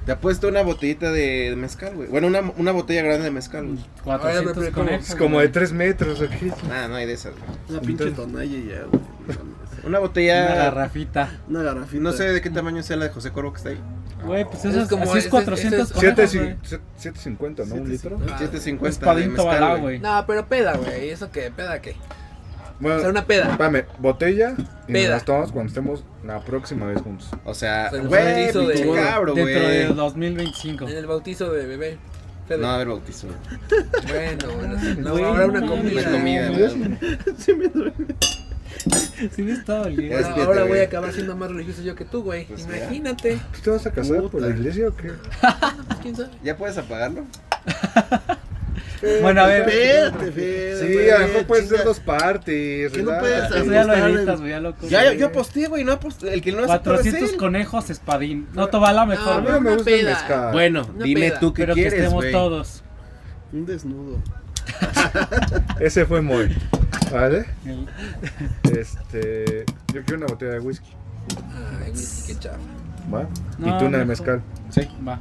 S1: Te apuesto una botellita de mezcal, güey. Bueno, una, una botella grande de mezcal, güey.
S3: 400
S5: pero
S3: con
S5: ¿cómo?
S3: Exa,
S2: Es como de
S3: güey.
S2: 3 metros aquí.
S1: Nah, no hay de esas, güey.
S4: Una pinche tonalla y ya, güey. no mames.
S1: Una
S3: Una
S1: botella.
S3: garrafita.
S4: Una garrafita.
S1: No sé de qué tamaño sea la de José Corvo que está ahí.
S3: Güey, pues
S5: Es
S3: eso es
S5: como-
S3: como. Así
S5: ese- ese
S3: es
S5: es-
S3: 400 con
S2: Siete
S3: Exa,
S2: cin-
S3: güey.
S2: siete- 750, ¿no? Un litro.
S5: Ah,
S1: 7.50
S3: Es
S1: de
S3: padito
S1: mezcal,
S3: balá,
S1: güey.
S3: güey.
S5: No, pero peda, güey. ¿Eso qué? ¿Peda qué?
S2: Bueno,
S5: O sea, una peda.
S2: Espérame, botella y nos
S5: Peda.
S2: las tomamos cuando estemos la próxima vez juntos.
S1: O sea,
S5: O sea, el
S1: güey,
S5: bautizo
S1: pinche
S5: de-
S1: cabro, güey.
S3: Dentro de 2025.
S5: En el bautizo de bebé.
S1: No,
S5: Peda.
S1: a ver, bautizo. güey.
S5: Bueno, bueno. sí. No,
S3: Güey,
S5: ahora
S3: no
S5: una
S3: mames.
S5: comida.
S1: Una comida,
S4: Dios.
S1: güey.
S4: Sí me duele.
S3: Sí, me está doliendo.
S1: Es
S2: Eh,
S5: Ahora,
S1: que te
S5: ahora voy
S1: ve.
S5: a acabar siendo más religioso yo que tú, güey.
S1: Pues ya.
S5: Imagínate.
S2: ¿Tú te vas a casar por
S1: Puta.
S2: la iglesia o qué?
S5: ¿Quién sabe?
S1: ¿Ya puedes apagarlo?
S3: Bueno, a ver.
S4: Espérate, Fer.
S2: Sí, a lo mejor puedes hacer
S4: chinga.
S2: dos partes.
S4: ¿Qué no
S2: relax.
S4: puedes hacer?
S3: Eso ya lo
S4: Está
S3: editas,
S4: en-
S3: güey. Ya lo
S1: Ya,
S5: Pues
S3: cortas.
S1: yo, yo aposté, güey, no aposté. El que no aceptó es
S3: 400
S1: él.
S3: conejos espadín. No,
S5: Ah,
S3: Tobalá
S2: A
S3: mejor,
S2: mí
S3: güey.
S2: no me
S5: Una
S2: gusta el
S5: peda.
S2: mezcal.
S1: Bueno,
S5: Una
S1: dime
S5: peda.
S1: tú qué
S3: Pero que
S1: quieres,
S3: estemos
S1: güey.
S3: todos.
S4: Un desnudo. (laughs)
S2: Ese fue muy. ¿Vale?
S3: El-
S2: Este. Yo quiero una botella de whisky.
S5: Ay, güey, qué chafa.
S2: ¿Va? y
S3: No,
S2: tú una de
S3: mejor.
S2: mezcal.
S3: Va.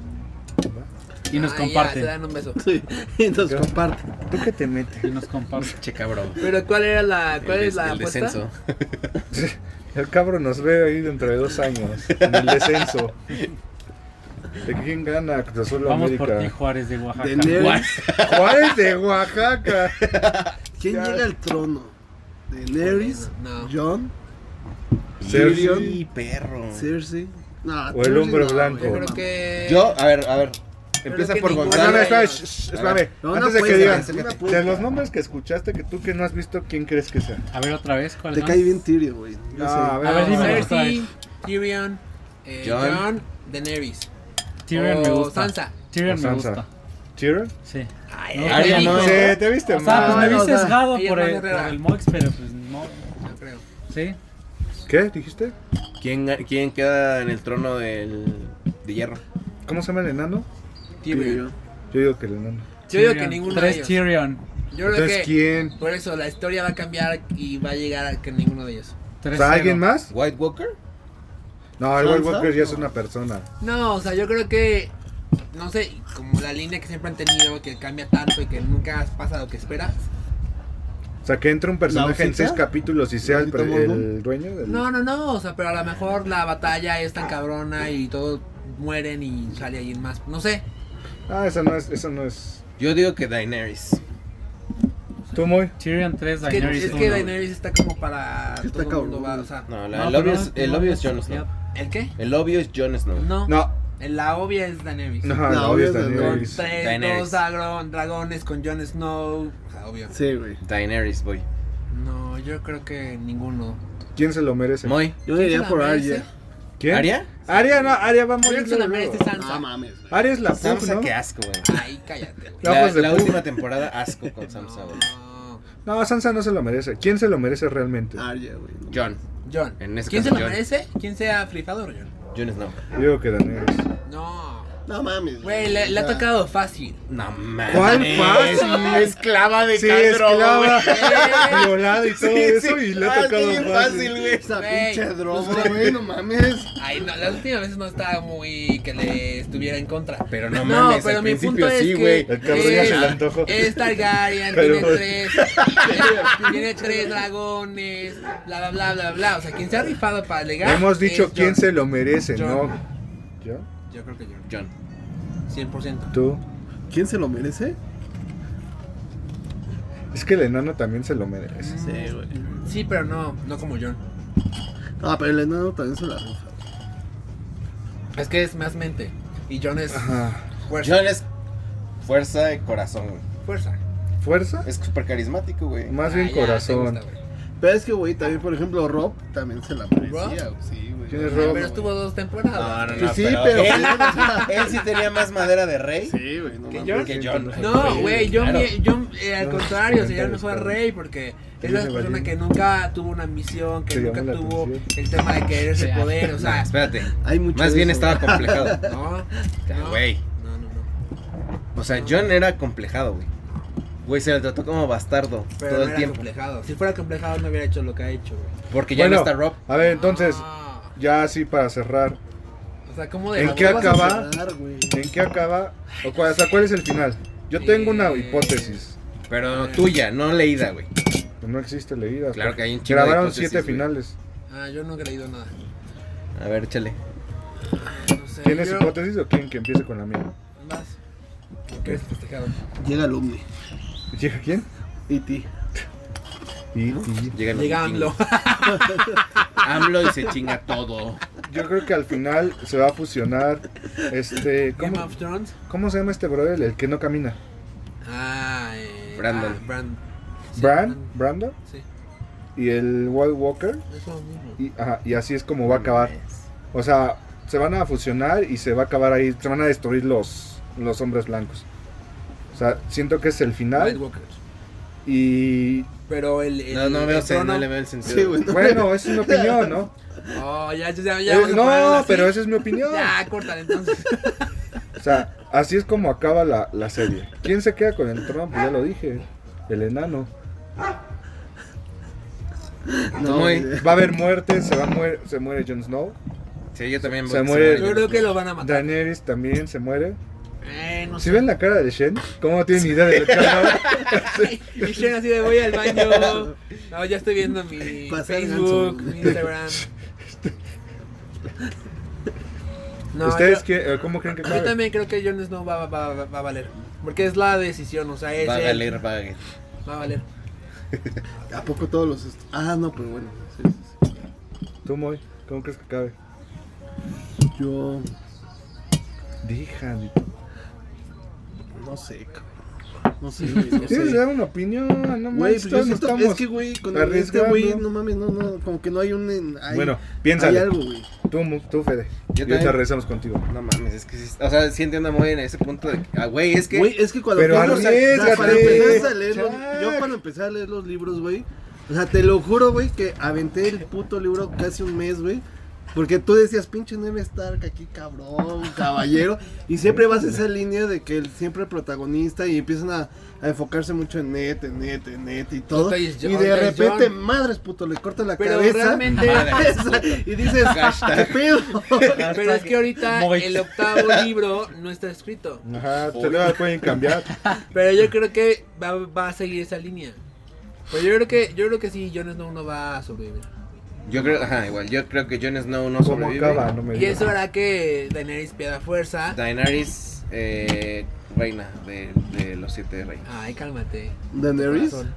S3: Y nos
S5: Ah, ya,
S3: comparte.
S5: se dan un beso.
S4: Sí. Y nos comparte.
S2: ¿Tú qué te metes?
S3: Y nos comparte.
S1: Che, cabrón.
S5: Pero ¿cuál era la, cuál
S1: El des-
S5: es la
S1: el
S5: apuesta?
S1: descenso.
S2: El cabro nos ve ahí dentro de dos años. En el descenso. ¿De quién gana Cruz Azul o
S3: Vamos por ti,
S2: América?
S3: Juárez de Oaxaca.
S4: De Nel.
S2: Juárez de Oaxaca.
S4: ¿Quién
S2: Ya.
S4: llega al trono? De Nerys,
S5: No.
S4: John,
S1: Sí, perro.
S4: Cersei. No,
S2: O el
S4: Cersei
S2: hombre
S4: no,
S2: blanco.
S5: Yo creo
S4: no,
S5: que.
S1: Yo, a ver, a ver. Empieza
S5: que
S1: por
S5: ninguno-
S2: Ah, no, no,
S1: Gonzalo.
S2: espérame, shh, shh, espérame.
S4: No, no
S2: Antes de que
S4: puedes,
S2: digan,
S4: no puedes.
S2: de los nombres que escuchaste que tú que no has visto, ¿quién crees que sea?
S3: A ver otra vez, ¿cuál
S4: Te cae bien Tyrion, güey. Yo
S2: No,
S4: sé.
S2: a
S3: A ver,
S2: no.
S3: dime.
S5: Cersei, Tyrion, eh,
S1: Jon.
S5: John, Daenerys.
S3: Tyrion
S5: o
S3: me gusta.
S5: Oh, Sansa. Ah,
S3: Tyrion
S2: O
S3: me
S2: Sansa.
S3: gusta.
S2: ¿Tyrion?
S3: Sí.
S5: Ay,
S3: No,
S5: ay,
S1: Arya no.
S5: hijo,
S2: Sí, te viste
S3: O sea, pues me
S2: mal.
S4: no,
S3: vi
S4: o sea,
S3: sesgado
S5: ella
S3: por
S5: más
S3: el,
S5: guerrera.
S3: por el Mox, pero pues no.
S5: no creo.
S3: Sí.
S2: ¿Qué dijiste?
S1: ¿Quién, ga- ¿Quién queda en el trono del, de hierro?
S2: ¿Cómo se llama el enano?
S5: Tyrion.
S2: Yo digo que el enano.
S5: Yo digo que
S3: Tyrion.
S5: ninguno de
S3: Tres
S5: ellos.
S3: Tyrion.
S5: Yo creo
S2: Entonces,
S5: que
S2: ¿quién?
S5: por eso la historia va a cambiar y va a llegar a que ninguno de ellos.
S2: O
S3: Tres
S2: sea, ¿Alguien
S3: cero.
S2: más?
S1: ¿White Walker?
S2: No, el White
S4: ¿Sansa?
S2: Walker ya es una persona.
S5: No, o sea, yo creo que no sé, como la línea que siempre han tenido que cambia tanto y que nunca pasa lo que esperas.
S2: O sea, que entre un personaje en
S4: ¿Lausita?
S2: seis capítulos y sea el, pre-
S4: ¿Lausita Morgul?
S2: el dueño del...
S5: No, no, no, o sea, pero a lo mejor la batalla es tan cabrona y todos mueren y sale alguien más. No sé.
S2: Ah, esa no es... Esa no es...
S1: Yo digo que Daenerys.
S2: ¿Tú, muy?
S3: Tyrion 3,
S5: Es que,
S3: Daenerys
S5: es que
S3: 1.
S5: Daenerys está como para
S4: Está
S5: todo el mundo
S4: cabrón.
S5: va, o sea,
S1: No,
S3: No,
S1: la- el,
S3: pero
S1: obvio
S3: no,
S1: es, el
S3: no,
S1: obvio es
S3: no,
S1: Jon Snow.
S5: ¿el qué?
S1: El obvio es Jon Snow.
S5: No.
S2: No.
S5: La obvia es Daenerys.
S2: No,
S4: No,
S2: no, obvio es
S4: obvio es
S5: Con
S2: Daenerys.
S5: tres,
S1: Daenerys.
S5: dos dragón- dragones con Jon Snow. O sea, obvio.
S4: Sí, güey.
S1: Daenerys, voy.
S5: No, yo creo que ninguno.
S2: ¿Quién se lo merece?
S1: Moy.
S4: Yo
S5: ¿Quién
S4: diría
S5: se la
S4: por
S5: merece?
S4: Arya.
S2: ¿Quién?
S1: ¿Aria?
S2: Aria, no, Aria va a
S5: Yo creo
S2: morir.
S5: que se la
S2: luego.
S5: merece
S4: No
S5: Sansa.
S4: mames, güey.
S2: Aria es la Puff,
S1: Sansa,
S2: ¿no?
S1: qué asco, güey.
S5: Ay, cállate, güey.
S2: No,
S1: La,
S2: pues, de
S1: la
S2: Puff.
S1: última temporada, asco con Sansa, güey.
S5: No.
S2: No, Sansa no se lo merece. ¿Quién se lo merece realmente?
S1: Ah.
S4: Arya, güey. no.
S1: Jon.
S5: Jon.
S1: En ese
S5: ¿Quién
S1: caso,
S5: se lo
S1: Jon.
S5: merece? ¿Quién sea flipado o Jon?
S1: Jon Snow.
S2: Yo digo que Daenerys.
S5: No.
S4: No mames.
S5: Güey, le, le ha
S4: Ya.
S5: tocado fácil.
S1: No mames.
S2: ¿Cuál fácil?
S1: Esclava de
S2: Sí,
S1: Khal-Drogo,
S2: esclava,
S5: (laughs) güey.
S2: violada y todo eso y le ha
S1: Ah,
S2: tocado
S1: sí,
S2: fácil.
S1: güey.
S4: Esa
S5: Güey,
S4: pinche droga,
S5: pues,
S4: güey. No mames.
S5: Ay, no, las últimas veces no estaba muy que le estuviera en contra.
S1: Pero no mames, al
S5: pero mi
S1: principio
S5: punto es
S1: sí,
S5: que
S1: güey.
S2: El cabrón ya se le antojó.
S5: Es Targaryen,
S2: Pero- (laughs)
S5: tiene tres. tiene tres dragones, bla, bla, bla, bla, bla. O sea, quien se ha rifado para alegar.
S2: Hemos dicho
S5: es
S2: quién
S5: Jon.
S2: se lo merece,
S5: Jon.
S2: ¿no? ¿Yo?
S5: Yo creo que yo.
S1: Jon.
S5: 100%.
S2: ¿Tú?
S4: ¿Quién se lo merece?
S2: Es que el enano también se lo merece.
S4: Sí, güey.
S5: Sí, pero no, no como John.
S4: Ah, pero el enano también se la rifa.
S5: Es que es más mente. Y John es
S2: Ajá.
S5: fuerza.
S1: Jon es fuerza de corazón, güey.
S5: Fuerza.
S2: ¿Fuerza?
S1: Es súper carismático, güey.
S2: Más
S5: Ah,
S2: bien
S5: ya,
S2: corazón.
S5: te gusta, güey.
S4: Pero es que, güey, también, por ejemplo, Rob también se la merecía, güey. Sí, güey.
S2: ¿Quién es
S5: Pero
S2: Rob?
S5: estuvo dos temporadas.
S1: No, no,
S4: Sí,
S1: no.
S4: sí, pero.
S1: Él,
S4: o sea,
S1: él sí tenía más madera de rey
S4: Sí, güey, no
S1: que
S4: mames.
S1: Jon. Que Jon.
S5: No, güey, yo,
S1: Claro.
S5: mi- yo, eh, al
S2: No,
S5: contrario, sería
S2: comentarios,
S5: el mejor
S2: claro.
S5: rey porque es
S2: Elena
S5: la persona
S2: Valiente.
S5: que nunca tuvo una ambición, que
S2: Te
S5: nunca
S2: llamó la
S5: tuvo
S2: atención.
S5: el tema de querer ese poder,
S1: (laughs)
S5: o sea,
S1: Espérate.
S4: Hay mucho
S1: Más
S4: de
S1: bien
S4: eso,
S1: estaba complejado. (laughs)
S5: no, no,
S1: Güey.
S5: no, no, no,
S1: O sea, Jon era complejado, güey. Güey, se le trató como bastardo
S5: pero
S1: todo
S5: no
S1: el
S5: era
S1: tiempo.
S5: complejado. Si fuera complejado no hubiera hecho lo que ha hecho, güey.
S1: Porque ya
S2: Bueno,
S1: no está Rob.
S2: A ver, entonces,
S5: Ah,
S2: ya así para cerrar.
S5: O sea, ¿cómo de
S2: ¿En
S5: la
S2: qué
S4: Lo
S5: hueva?
S4: vas a
S2: acaba?
S4: cenar, güey.
S2: ¿En qué acaba? O, cua- o sea, ¿cuál es el final? Yo tengo una
S1: Eh.
S2: hipótesis.
S1: Pero tuya, no leída, güey.
S2: No existe leída.
S1: Claro que hay un chingo de
S2: Grabaron
S1: hipótesis,
S2: siete
S1: güey.
S2: finales.
S5: Ah, yo no he creído nada.
S1: A ver, échale.
S5: No sé.
S2: ¿Tienes
S5: Eh, yo-
S2: hipótesis o quién que empiece con la mía?
S5: Vas. ¿Qué es festejado?
S4: Llega el ovni.
S2: ¿Llega quién?
S4: Y ti.
S2: Y, y-
S1: Llega los
S5: Llega
S1: vikingos.
S5: AMLO.
S1: AMLO y se chinga todo.
S2: Yo creo que al final se va a fusionar este.
S5: (laughs) Game
S2: ¿Cómo,
S5: of Thrones.
S2: cómo se llama este brother? El que no camina.
S5: Ah, eh,
S1: Brandon.
S5: ah, Brand. Sí,
S2: Bran, Brando
S5: Sí,
S2: y el White Walker.
S5: es lo mismo.
S2: Y, ajá, y así es como va a acabar. O sea, se van a fusionar y se va a acabar ahí. Se van a destruir los, los hombres blancos. O sea, siento que es el
S5: White
S2: final.
S5: Walkers.
S2: Y
S5: Pero el. el
S1: No, no veo,
S5: el
S1: sen-
S5: trono-
S1: no le veo el sentido.
S4: Sí, güey. no.
S2: bueno, es una opinión, ¿no?
S5: Oh, ya, ya, (laughs) ya.
S2: Eh,
S5: vamos a ponerla
S2: no,
S5: así.
S2: pero esa es mi opinión.
S5: (laughs) Ya,
S2: (laughs)
S5: córtale entonces.
S2: O sea, así es como acaba la, la serie. ¿Quién se queda con el trono? Pues ya lo dije. El enano.
S4: No,
S1: Muy-
S4: güey.
S2: Va a haber muerte, se, va a muer- se muere Jon Snow.
S1: Sí, yo también.
S2: Se
S1: voy-
S2: muere-
S1: me (laughs)
S5: Yo creo que lo van a matar.
S2: Daenerys también se muere.
S5: Eh,
S2: (laughs)
S5: no
S2: Si ven la cara de Shen, ¿cómo no tienen idea de lo que hablaba?
S4: (laughs)
S5: Y Shen así de voy al baño. No, ya estoy viendo mi
S4: Pasar
S5: Facebook,
S4: ganso.
S2: (laughs)
S5: mi Instagram. No,
S2: ¿Ustedes
S5: yo,
S2: qué- eh, cómo creen que
S5: yo
S2: acabe?
S5: también creo que Jon Snow va, va, va, va a valer. Porque es la decisión, o sea, es
S1: Va a
S5: él,
S1: valer, va a valer.
S5: Va a valer.
S4: ¿A poco todos los.? est- Ah, no, pero bueno. sí, sí, sí.
S2: Tú, Moy, ¿cómo crees que acabe?
S4: Yo.
S2: Díjame.
S4: No sé, cabrón. No sé, güey. No
S2: Tienes que
S4: sé.
S2: dar una opinión, no
S4: Güey,
S2: mames.
S4: pues yo
S2: todos
S4: siento-
S2: estamos-
S4: es que, güey, con este
S2: arriesgando.
S4: güey, no mames, no, no, como que no hay un. en- hay-
S2: Bueno,
S4: hay
S2: piénsale.
S4: algo, güey.
S2: Tú, Mu- tú, Fede. Y
S1: Yo
S2: ahorita
S1: también-
S2: regresamos contigo.
S1: No mames, es que sí. O sea, sí entiendo muy en ese punto de. que- Ah, güey, es que.
S4: Güey, es que cuando
S2: Pero
S4: empiezas a-
S2: arriésgate,
S4: cuando empezaste a leer los-
S2: Jack.
S4: yo cuando empecé a leer los libros, güey, o sea, te lo juro, güey, que aventé el puto libro casi un mes, güey. Porque tú decías, pinche Neve Stark aquí, cabrón, caballero. Y siempre vas a esa línea de que él siempre el protagonista y empiezan a, a enfocarse mucho en net, en net, en net y todo.
S5: Ahorita es John,
S4: y de
S5: ahorita es
S4: repente,
S5: John.
S4: madres puto, le corta la
S5: Pero
S4: cabeza. (laughs)
S5: realmente-
S4: y dices, ¿qué pedo? (laughs)
S5: Pero es que ahorita el octavo libro no está escrito.
S2: Ajá, te lo pueden (laughs) cambiar.
S5: Pero yo creo que va, va a seguir esa línea. Pero yo creo que, yo creo que sí, Jon Snow no va a sobrevivir.
S1: Yo creo. Ajá, igual. Yo creo que Jon Snow no
S2: ¿Cómo
S1: sobrevive.
S2: acaba? No me
S5: Y eso
S2: digas.
S5: hará que Daenerys pierda fuerza.
S1: Daenerys, eh, reina de, de los siete reinos.
S5: Ay, cálmate.
S4: Daenerys.
S5: Corazón.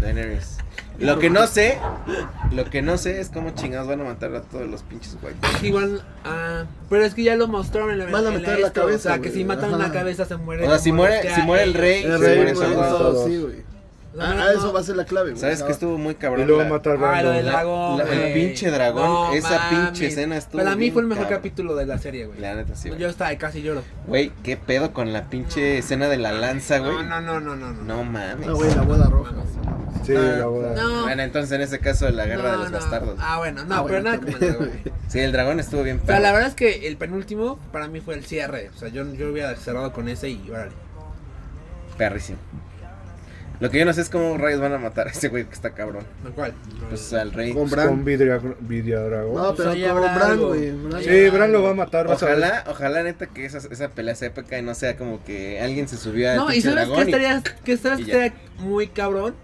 S1: Daenerys. Lo que no sé, lo que no sé es cómo chingados van a matar a todos los pinches white.
S5: Igual, ah, pero es que ya lo mostraron en la
S4: Van a
S5: en
S4: meter la
S5: esto,
S4: cabeza,
S5: O sea, que
S4: güey,
S5: si matan
S4: ajá.
S5: la cabeza se muere.
S1: O sea, si
S5: como
S1: muere-
S5: los
S1: si
S5: que
S1: muere el
S5: hay.
S1: rey,
S4: El
S1: se
S4: rey,
S1: muere
S4: güey,
S1: todo.
S4: todo, sí, güey.
S5: O sea,
S4: Ah,
S5: no-
S4: ah, eso va a ser la clave, güey.
S1: ¿Sabes que estuvo muy cabrón?
S2: Y luego
S1: la-
S2: matar
S5: Ah, lo
S2: Brandon.
S5: del lago.
S1: la- el
S5: güey.
S1: pinche dragón, esa pinche escena estuvo
S5: Para mí
S1: bien
S5: fue el mejor
S1: cabrón.
S5: capítulo de la serie, güey.
S1: La neta, sí.
S5: Yo
S1: güey.
S5: estaba ahí, casi lloro.
S1: Güey, qué pedo con la pinche escena de la lanza, Ah, güey.
S5: No, no, no, no, no. No,
S1: No mames.
S4: Ah, güey, la boda roja.
S2: Sí,
S1: Ah,
S2: la boda.
S5: no.
S1: Bueno, entonces en ese caso, la guerra de
S5: no,
S1: los
S5: no.
S1: bastardos.
S5: Ah, bueno, no,
S4: Ah,
S5: pero
S4: bueno,
S5: nada como
S4: también,
S5: el dragón, güey.
S1: Sí, el dragón estuvo bien
S5: O sea,
S1: pedo.
S5: la verdad es que el penúltimo para mí fue el cierre. O sea, yo, yo hubiera cerrado con ese y órale.
S1: Perrísimo. Lo que yo no sé es cómo rayos van a matar a ese güey que está cabrón.
S5: Lo cual.
S1: Pues al rey.
S4: Con
S2: Pues
S4: Bran.
S2: Con Vidria- Videodragón.
S4: No, pues, pero
S5: ahí
S4: con
S5: habrá
S4: Bran,
S5: algo.
S4: güey. Bran.
S5: Ahí
S2: sí, Bran lo va a matar. vas a ver.
S1: Ojalá, ojalá neta que esa, esa pelea sea épica y no sea como que alguien se subió al
S5: No, y
S1: pinche
S5: sabes que
S1: dragón. y-
S5: estaría, que sabes
S1: y
S5: que
S1: ya.
S5: estaría muy cabrón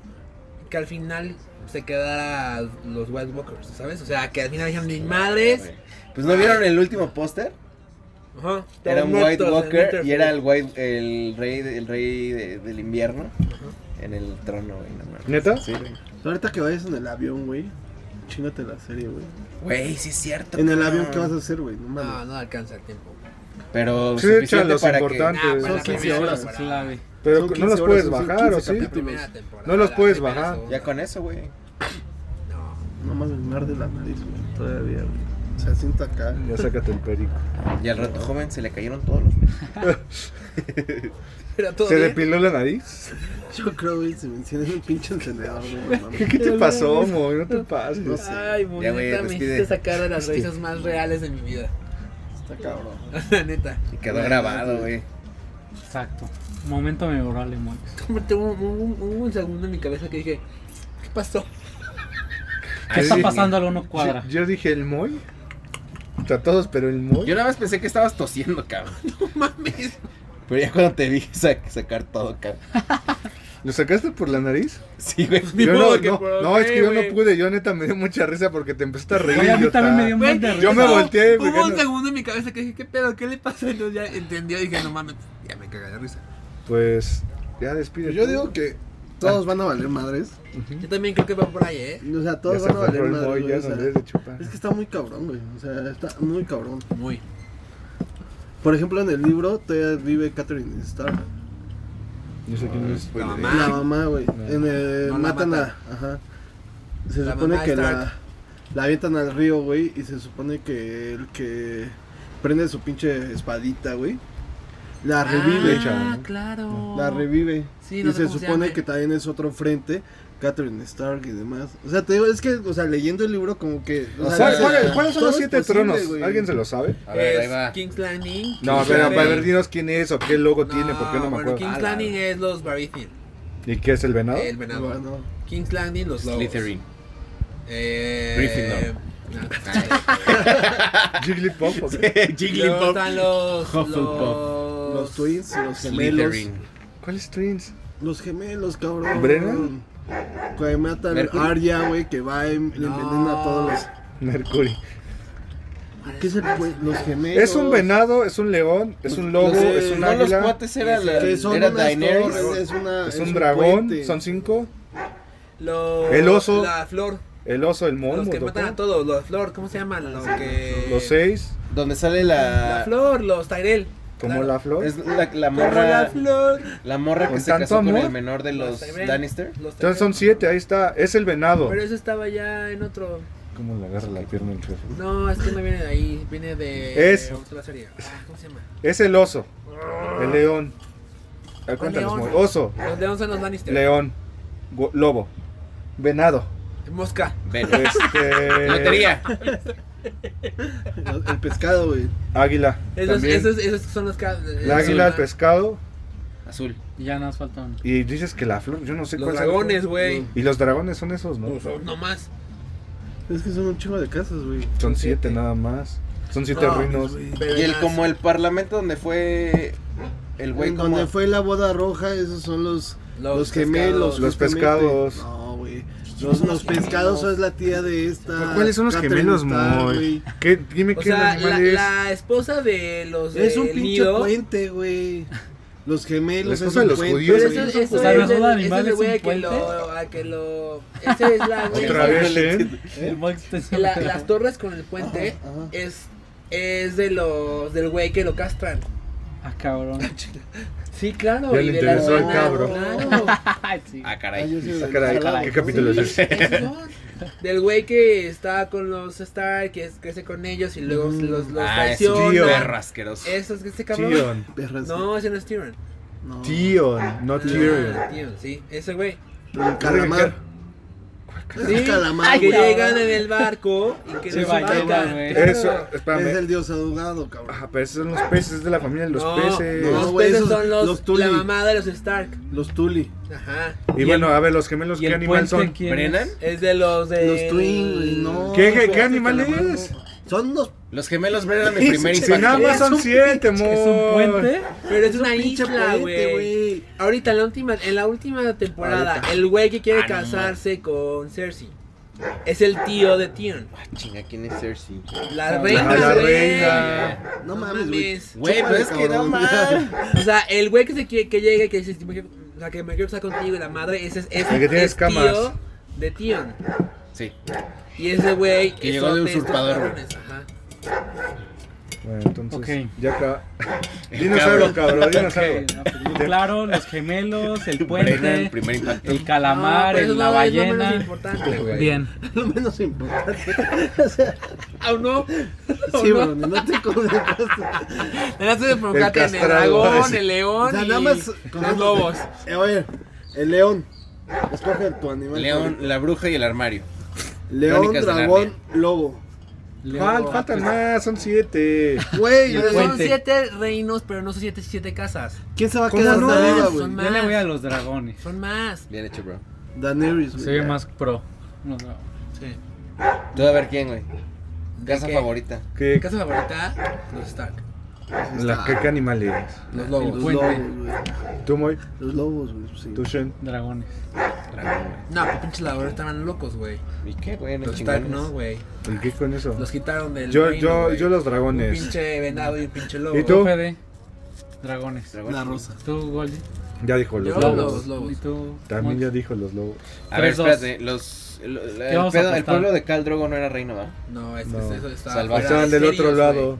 S5: que al final se quedara los White Walkers, ¿sabes? O sea, que al final dijeron, ni madres.
S1: Pues no vieron el último póster?
S5: Ajá,
S1: Era
S5: todos
S1: un White
S5: muertos en
S1: Walker
S5: Winterfell.
S1: y era el white, el rey, de- el rey de- del invierno en el trono, güey. no mames.
S2: ¿Neta?
S1: Sí, güey.
S4: Ahorita que vayas en el avión, güey. Chingate la serie, güey.
S1: Güey, sí es cierto.
S4: En el
S1: cabrón.
S4: avión, ¿qué vas a hacer, güey? No
S5: No,
S4: mames.
S5: no alcanza el tiempo.
S1: Pero
S2: Sí, echa
S1: suficiente
S2: los
S1: para
S2: importantes.
S5: Nah,
S4: Son
S5: para la
S4: 15
S5: primera
S4: horas,
S5: temporada.
S2: Pero
S4: Ah, Son
S2: no
S4: 15
S2: los puedes
S4: horas, son
S2: bajar, ¿o
S4: 15
S2: sí?
S5: La primera temporada.
S2: No los
S5: la
S2: puedes
S5: primera,
S2: bajar.
S1: que...
S5: segunda.
S1: Ya con eso, güey.
S5: No. (laughs)
S4: No mames, me arde la nariz, güey. Todavía, güey. Se asienta acá.
S2: Ya sácate el perico.
S1: Y al rato joven se le cayeron todos los...
S5: Pero (laughs) todo
S2: ¿Se
S5: bien.
S2: depiló la nariz?
S4: Yo creo, güey, se me enciende un pinche encendedor, güey. no mames.
S2: ¿Qué te pasó, Moy? No te pases.
S4: No sé.
S5: Ay, bonita,
S1: güey,
S5: me
S1: despide.
S5: hiciste sacar de las raíces más reales de mi vida. (laughs)
S4: Está cabrón.
S5: La neta.
S1: Y quedó grabado, güey.
S3: Exacto. Momento memorable, Moy.
S5: Tengo un, un- un- un segundo en mi cabeza que dije, ¿qué pasó?
S3: ¿Qué
S1: Ay,
S3: está
S1: sí.
S3: pasando? Algo no cuadra.
S2: Yo, yo dije el Moy.
S4: Contra todos, pero el Moy.
S1: Yo nada más pensé que estabas tosiendo, cabrón.
S5: No mames.
S1: Pero ya cuando te vi (laughs) sa- sacar todo, cabrón.
S2: ¿Lo sacaste por la nariz?
S1: Sí, güey.
S5: Ni
S2: Yo
S5: modo
S2: no,
S5: que
S2: no,
S5: por-
S2: no, es que
S5: ok,
S2: yo no
S5: güey.
S2: pude. Yo neta me dio mucha risa porque te empezaste a reír.
S9: Oye, a mí
S2: idiota.
S9: también me dio un
S5: Güey,
S9: buen de
S2: Yo
S9: risa.
S2: me
S5: Hubo-
S2: volteé, güey,
S5: Hubo
S2: no-
S5: un segundo en mi cabeza que dije, ¿qué pedo? ¿Qué le pasó? Entonces ya entendió y dije, no mames, ya me cagué de risa.
S2: Pues ya despide.
S4: Yo digo que todos van a valer madres.
S5: Yo también creo que va por ahí, ¿eh?
S4: O sea,
S2: Ya
S4: todos
S2: se
S4: van a
S2: aferró
S4: valer
S2: el
S4: madres.
S2: Moy,
S4: güey,
S2: ya
S4: o sea,
S2: no le des de chupar.
S4: es que está muy cabrón, güey. O sea, está muy cabrón.
S5: Muy.
S4: Por ejemplo, en el libro todavía vive Catherine Starr.
S2: No sé quién es. ¿eh?
S5: La
S4: La
S5: mamá.
S4: mamá, güey. En el
S5: Ah. No la
S4: matan
S5: mata.
S4: a. Ajá. Se
S5: La
S4: supone
S5: mamá
S4: que
S5: está-
S4: la. La avientan al río, güey. Y se supone que el que prende su pinche espadita, güey. La revive.
S5: Ah, claro.
S4: La revive.
S5: Sí, no
S4: y
S5: sé
S4: se
S5: cómo se
S4: supone
S5: llame.
S4: que también es otro frente. Catherine Stark y demás. O sea, te digo, es que, o sea, leyendo el libro, como que. o sea,
S2: ¿Cuál-
S4: dices,
S2: cuál- ¿Cuáles son
S4: todo
S2: los
S4: es
S2: siete
S4: posible,
S2: tronos?
S4: güey.
S2: ¿Alguien se lo sabe?
S1: A ver, ahí
S5: Es
S1: va.
S5: King's Landing.
S2: No,
S5: King's
S2: pero
S5: Landing.
S2: para ver, dinos quién es o qué logo tiene, porque no me
S5: bueno,
S2: acuerdo.
S5: King's Landing es los Baratheon.
S2: ¿Y qué es el venado?
S5: El venado.
S4: Bueno,
S5: King's Landing, los lobos.
S1: Slytherin.
S5: Eh,
S1: Gryffindor.
S5: (laughs) no.
S2: Jigglypuff. ¿o
S4: (laughs)
S2: qué?
S5: Luego
S1: Jigglypuff.
S5: están los.
S1: Hufflepuff.
S4: los
S5: Los.
S4: twins, los gemelos.
S1: Slytherin.
S2: ¿Cuál es Twins?
S4: Los gemelos, cabrón.
S2: ¿Brennan?
S4: Que matan
S1: ¿Mercury?
S4: a Arya, güey, que va y le envenena a todos los.
S2: Mercury.
S4: ¿Qué es el pue- Los gemelos.
S2: Es un venado, es un león, es un lobo,
S4: Los, eh,
S2: es un
S4: no
S1: los
S2: águila,
S1: cuates era, la,
S4: Que son
S1: era
S4: unas
S1: Daenerys.
S4: torres, es, una,
S2: es un dragón,
S4: puente.
S2: son cinco.
S5: los-
S2: El oso.
S5: La flor.
S2: El oso, el mono,
S5: Los que matan a todos. Los flor, ¿cómo se llaman? Los que.
S2: los seis,
S1: Donde sale
S5: La
S1: la.
S5: flor, los Tyrell.
S2: Ah. como
S5: Claro.
S2: la flor.
S1: Es la, la
S5: Corra la
S1: morra.
S5: flor.
S1: La morra que
S2: ¿Con
S1: se
S2: tanto
S1: casó con
S2: amor?
S1: el menor de los
S5: Tyrell.
S1: Lannister.
S5: Los
S2: Entonces son
S5: Tyrell.
S2: siete, ahí está. Es el venado.
S5: Pero eso estaba ya en otro.
S2: ¿Cómo le agarra la pierna el jefe?
S5: No, es que no viene de ahí. Viene de.
S2: Es-
S5: Otra serie. Ah, ¿Cómo se llama?
S2: Es el oso, el león. A ver, cuéntanos, Moy.
S5: león.
S2: Oso,
S5: Los leones son los Lannister.
S2: león, gu- lobo, venado.
S5: Mosca.
S1: Ven.
S2: Este,
S1: Lotería.
S4: El el pescado, güey.
S2: Águila.
S5: Esos,
S2: también.
S5: esos, esos son los que.
S2: La águila, el pescado.
S1: Azul.
S9: Y ya nos falta uno.
S2: Y dices que la flor, yo no sé
S5: Los
S2: cuál es la
S5: dragones,
S2: flor.
S5: güey.
S2: Y los dragones son esos, ¿no?
S5: No más.
S4: Es que son un chingo de casas, güey.
S2: Son siete nada más. Son siete
S5: No,
S2: reinos.
S5: Pero
S1: Y el
S5: las-
S1: como el parlamento donde fue. El güey
S4: En
S1: como.
S4: donde fue la boda roja, esos son los, los,
S5: pescados.
S4: gemelos.
S2: Los
S4: justamente.
S2: pescados.
S4: No, güey. Los, los pescados son la tía de esta.
S2: ¿Cuáles son los
S4: Catherine
S2: gemelos,
S4: Starr,
S2: Moy?
S4: güey.
S2: ¿Qué, dime
S5: O
S2: qué
S5: sea, la,
S2: animal es.
S5: la esposa de los.
S4: Es un
S5: del
S4: pinche
S5: nido,
S4: puente, güey. Los
S2: La
S4: gemelos.
S2: esposa
S4: es un
S2: de los
S4: puente,
S2: judíos,
S5: Pero
S4: güey.
S5: eso, eso
S9: O sea, la
S5: es, el,
S9: boda de
S5: ese es
S9: animales
S5: el güey
S9: sin
S5: que lo, a que lo. Esa es la.
S2: Otra vez, ¿eh?
S9: El Mox te
S5: La- las torres con el puente
S4: Ajá, ajá.
S5: es es de los del güey que lo castran.
S9: Ah,
S5: (laughs)
S9: cabrón.
S5: Sí, claro.
S2: Ya
S5: y
S2: le
S5: de la
S2: interesó al
S5: hermana,
S2: cabro.
S5: claro.
S9: Ay, sí.
S1: Ah,
S4: Ah,
S1: caray.
S4: yo sé,
S2: Ah,
S4: güey.
S2: caray,
S4: Ojalá,
S2: ¿Qué
S4: ¿no?
S2: capítulo es ese?
S5: Esos son. (laughs) Del güey que está con los Stark, que es- crece con ellos y luego
S4: Mm.
S5: los, los
S1: Ah, es un
S5: traiciona.
S1: perro asqueroso.
S5: Eso es que ese cabrón.
S2: Tion.
S4: Perras,
S5: No, ese no es Tyrion.
S4: no.
S2: Tion, no Tyrion.
S5: Ah, Tyrion, sí, ese güey.
S4: El calamar.
S5: Sí,
S4: El calamar,
S5: que
S4: güey.
S5: llegan en el barco y que
S9: Se
S5: los
S9: bañaban,
S5: matan.
S9: güey.
S5: Claro.
S2: Eso, espérame.
S4: Es el dios adogado, cabrón.
S2: Ajá, pero esos son los peces, es de la familia de los
S5: No,
S2: peces.
S4: no.
S5: Los
S4: güey,
S5: peces
S4: esos-
S5: son los,
S4: los Tully.
S5: la mamada de los Stark.
S4: Los Tuli.
S5: Ajá.
S2: Y, bueno, a ver, los gemelos,
S9: ¿Y
S2: ¿qué
S9: el
S2: animal
S9: puente
S2: son?
S9: quién
S1: ¿Brennan?
S9: es?
S5: Es de los de.
S4: Los Twin, güey, no.
S2: ¿Qué- qué- qué
S4: güey,
S2: animal
S4: el calamar,
S2: es?
S4: no. Son los.
S1: Los gemelos Brennan
S2: (laughs)
S1: mi primer
S2: Si nada
S1: impacto.
S2: más son siete, mo.
S9: ¿Es
S5: Oh.
S9: un puente?
S5: Pero es, una
S4: pinche
S5: isla,
S4: puente,
S5: güey.
S4: güey.
S5: Ahorita, en la última, en la última temporada,
S1: Ahorita.
S5: el güey que quiere
S1: Ah, no
S5: casarse con Cersei es el tío de Tion.
S1: Ah, Chinga, ¿quién es Cersei?
S5: La
S9: Ah,
S5: reina,
S2: la
S5: güey.
S2: reina.
S4: No mames, güey.
S1: Güey, pero es que no
S4: (laughs) Cabrón.
S1: mames.
S5: O sea, el güey que, se quiere, que llega y que dice, "Me quiero- o sea, que me quiero casar contigo y la madre, ese es, ese
S2: El que tiene
S5: es
S2: escamas.
S5: tío de Tion.
S1: Sí.
S5: Y ese güey
S1: Que
S5: es
S1: llegó de
S5: son estos
S1: usurpador, güey.
S5: cabrones, ajá.
S2: Bueno, entonces,
S9: Ok.
S2: ya acá.
S1: El
S2: Dinos
S1: cabro.
S2: algo, cabrón, dinos algo.
S9: Ok, no, pues, Claro, los gemelos, el
S1: Brennan,
S9: puente,
S1: primer impacto.
S9: el calamar,
S5: No, pero
S9: el-
S5: eso
S9: la
S5: no es lo menos
S9: ballena.
S1: (laughs)
S5: importante, güey.
S3: Bien.
S4: Lo menos importante.
S5: Ah, no.
S4: Sí, bro, no te concentraste.
S5: Dejaste de enfocarte en el
S2: castrado,
S5: dragón,
S2: parece.
S5: el
S4: O
S5: león
S4: sea,
S5: y
S4: nada más.
S5: los lobos.
S4: Eh, oye, el león. Escoge tu animal.
S1: León, la bruja y el armario.
S4: León,
S1: Crónicas de
S4: dragón, lobo.
S2: Fal- faltan más, son siete.
S4: Güey,
S5: Pero son
S9: Puente.
S5: siete reinos, pero no son siete, siete casas.
S4: ¿quién se va a
S2: ¿Cómo
S4: quedar
S2: no?
S4: hasta arriba, güey?
S5: Son
S9: Ya le voy a
S5: más.
S9: los dragones.
S5: Son más.
S1: Bien hecho, bro.
S4: Daenerys, güey.
S3: Se ve más pro.
S9: Los dragones.
S1: Tú a ver quién, güey. Casa
S5: qué?
S1: favorita.
S2: ¿Qué,
S5: Casa favorita, los Stark.
S2: la, ¿qué, qué animal eres?
S5: Los lobos.
S4: Los
S3: puente.
S4: lobos, güey.
S2: ¿Tú, Moy?
S4: Los lobos, güey. sí.
S2: ¿Tú, Shen?
S3: Dragones.
S5: No, pues pinches labradores estaban locos, güey.
S1: ¿Y qué, güey? No
S5: Los Stark
S1: chingones.
S5: no, güey.
S2: ¿Y qué con eso?
S5: Los quitaron del.
S2: Yo,
S5: reino,
S2: yo,
S5: güey.
S2: yo los
S5: Un
S2: dragones.
S5: pinche venado y un pinche lobo.
S2: ¿Y tú?
S3: Fede, dragones.
S4: La rosa.
S3: Tú, Goldie.
S2: Ya dijo los
S5: Yo
S2: lobos.
S5: los
S3: Y
S5: lobos.
S3: tú,
S2: También
S3: Monty.
S2: ya dijo los lobos.
S1: A ver,
S3: Tres, dos.
S1: espérate. Los, lo- la- el,
S3: vamos a
S1: pedo- el
S3: apostar?
S1: pueblo de Cal Drogo no era reino, ¿va?
S5: No, es que
S2: No.
S5: eso está.
S1: Salvajes.
S5: fuera de
S2: Estaban del otro
S5: serios,
S2: lado.
S3: Bueno,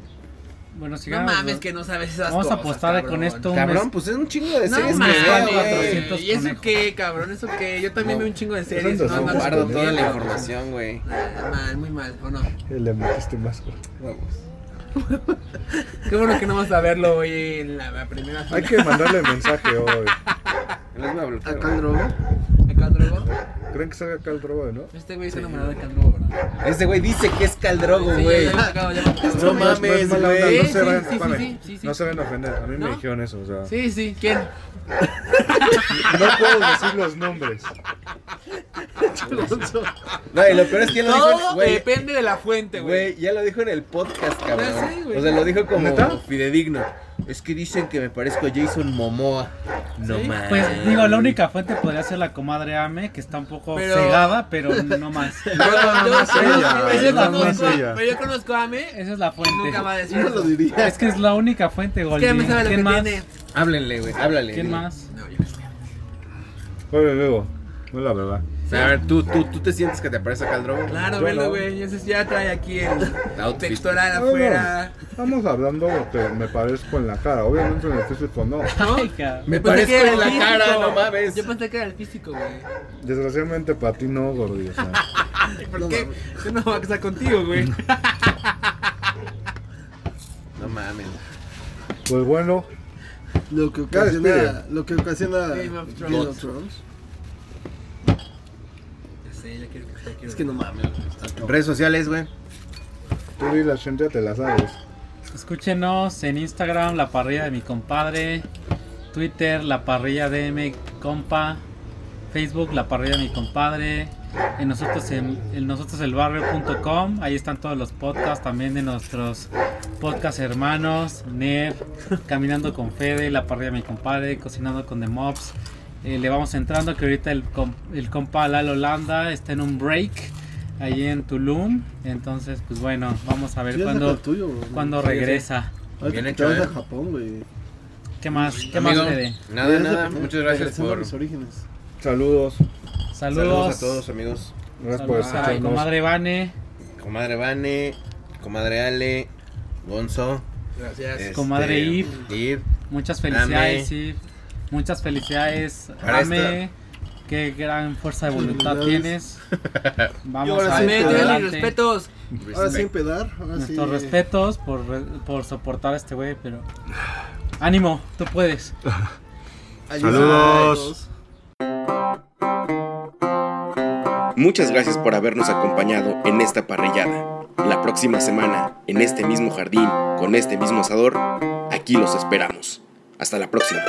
S5: güey. No
S3: sigamos.
S5: mames, que no sabes esas
S3: Vamos a
S5: cosas.
S3: apostar
S5: cabrón.
S3: con esto.
S1: Cabrón, pues es un chingo de
S5: No
S1: series que
S5: mames,
S1: veo, güey.
S3: 400
S5: ¿Y eso
S3: conejos.
S5: qué, cabrón? ¿Eso qué? Yo también veo un chingo de series.
S2: Esos
S5: No,
S2: no son
S5: no,
S1: Guardo
S2: Pues,
S1: toda la
S2: mira,
S1: información, güey.
S5: Ah, Mal, muy mal, ¿o no?
S2: Le metiste más. güey.
S5: Qué bueno que no vas a verlo hoy en la, la primera
S2: Hay
S5: fila.
S2: que mandarle mensaje hoy.
S1: Los voy a bloquear,
S4: Acá el droga.
S5: ¿A Candrogo?
S2: ¿Creen que salga acá el drogo, no?
S5: Este güey se enamoró de Candrogo, ¿verdad?
S1: güey. Este güey dice que es Cal Drogo,
S5: Sí,
S1: güey.
S5: ya me acabo, ya me acabo.
S1: No
S2: es- no es
S1: mames,
S2: mala onda,
S1: güey.
S2: no se
S5: Sí,
S2: van,
S5: sí, sí,
S2: espérame,
S5: sí, sí, sí.
S2: no se van a ofender. A mí me
S5: ¿No?
S2: dijeron eso, o sea.
S5: Sí, sí, ¿quién?
S2: No puedo decir los nombres.
S1: No, y lo peor es que ya lo dijo,
S5: Todo
S1: en- güey.
S5: depende de la fuente, güey.
S1: Güey, ya lo dijo en el podcast, cabrón.
S5: Ya sé, güey.
S1: o sea, lo dijo como
S2: ¿Neta?
S1: fidedigno. Es que dicen que me parezco a Jason Momoa. No
S5: Sí.
S1: mames.
S3: Pues digo, la única fuente podría ser la comadre Ame, que está un poco
S5: Pero-
S3: cegada, pero no más.
S5: Yo- yo-
S2: no es
S5: yo-
S2: ella,
S5: pero yo
S2: no, no
S5: conozco
S2: es
S5: a-
S2: ella.
S5: Pero yo conozco a Ame, este,
S3: Esa es la fuente.
S5: nunca va a decir
S4: Yo no lo
S5: eso.
S4: diría.
S3: Es que es la única fuente,
S5: Es
S3: Goldie.
S5: que Ame sabe lo
S3: ¿Quién
S5: que
S3: más?
S5: tiene.
S1: Háblenle, güey, háblale.
S3: ¿Quién más?
S5: No, yo no sé.
S2: Oye, luego. No la verdad.
S1: A ver, tú, tú, tú te sientes que te parece a Cal Drogo.
S5: Claro,
S2: Yo
S5: velo,
S2: no.
S5: güey. Ya, se- ya trae aquí el
S1: Outfit.
S5: textoral
S2: No, no.
S5: afuera.
S2: Estamos hablando que me parezco en la cara. Obviamente en el físico no.
S3: Ay, cabrón.
S1: Me
S5: Yo
S1: parezco
S5: pensé que era
S1: en la
S5: el
S1: cara,
S5: físico.
S1: no mames.
S5: Yo pensé que era el físico, güey.
S2: Desgraciadamente para ti no, gordi. o sea.
S5: ¿Por qué? Yo no voy a casar contigo, güey.
S1: No mames.
S2: Pues bueno,
S4: Lo que
S2: Ya
S4: ocasiona.
S2: despide.
S4: Lo que ocasiona.
S5: Game of
S4: Game of Thrones.
S5: Ya sé, ya quiero que ya quiero.
S4: Es que no mames, güey, está cabrón.
S1: Redes sociales, güey.
S2: tú y la gente te la sabes.
S3: Escúchenos en Instagram, la parrilla de mi compadre. Twitter, la parrilla de mi compa. Facebook, la parrilla de mi compadre. En nosotros en, en nosotroselbarrio.com. Ahí están todos los podcasts también de nuestros podcast hermanos. Nef, Caminando con Fede, la parrilla de mi compadre, Cocinando con The Mobs. Eh, le vamos entrando que ahorita el, com- el compa Lalo Landa está en un break ahí en Tulum. Entonces, pues bueno, vamos a ver
S4: Ya saca
S3: cuándo
S4: el tuyo, bro.
S3: cuando
S4: Sí,
S3: regresa.
S4: Ahorita
S1: Bien
S4: que
S1: hecho,
S4: te vas
S1: eh.
S4: a Japón, güey.
S3: ¿Qué más? ¿Qué
S1: Amigo,
S3: más Fede?
S1: Nada,
S4: Ya
S1: nada.
S4: se-
S1: Muchas gracias
S4: regresando a
S1: por.
S4: los orígenes.
S2: Saludos.
S3: Saludos.
S1: Saludos a todos, amigos.
S2: Gracias por
S3: Saludos a mi
S2: escucharnos.
S3: comadre Vane,
S1: Comadre Vane, comadre Ale, Gonzo.
S5: Gracias.
S1: este,
S3: comadre Ip.
S1: Ip.
S3: Muchas felicidades, sí. Muchas felicidades,
S1: Para
S3: Ame. Qué gran fuerza de voluntad
S4: Felicidades.
S3: tienes. Vamos
S4: ahora
S3: a
S4: sí,
S5: Ame, te doy
S3: adelante.
S5: Pues, mis respetos.
S4: Ahora sí, pedar. Ahora sí.
S3: Nuestros respetos por, re- por soportar a este güey, pero. Ánimo, tú puedes.
S4: Ayuda.
S2: Saludos.
S10: Muchas gracias por habernos acompañado en esta parrillada. La próxima semana, en este mismo jardín, con este mismo asador, aquí los esperamos. Hasta la próxima.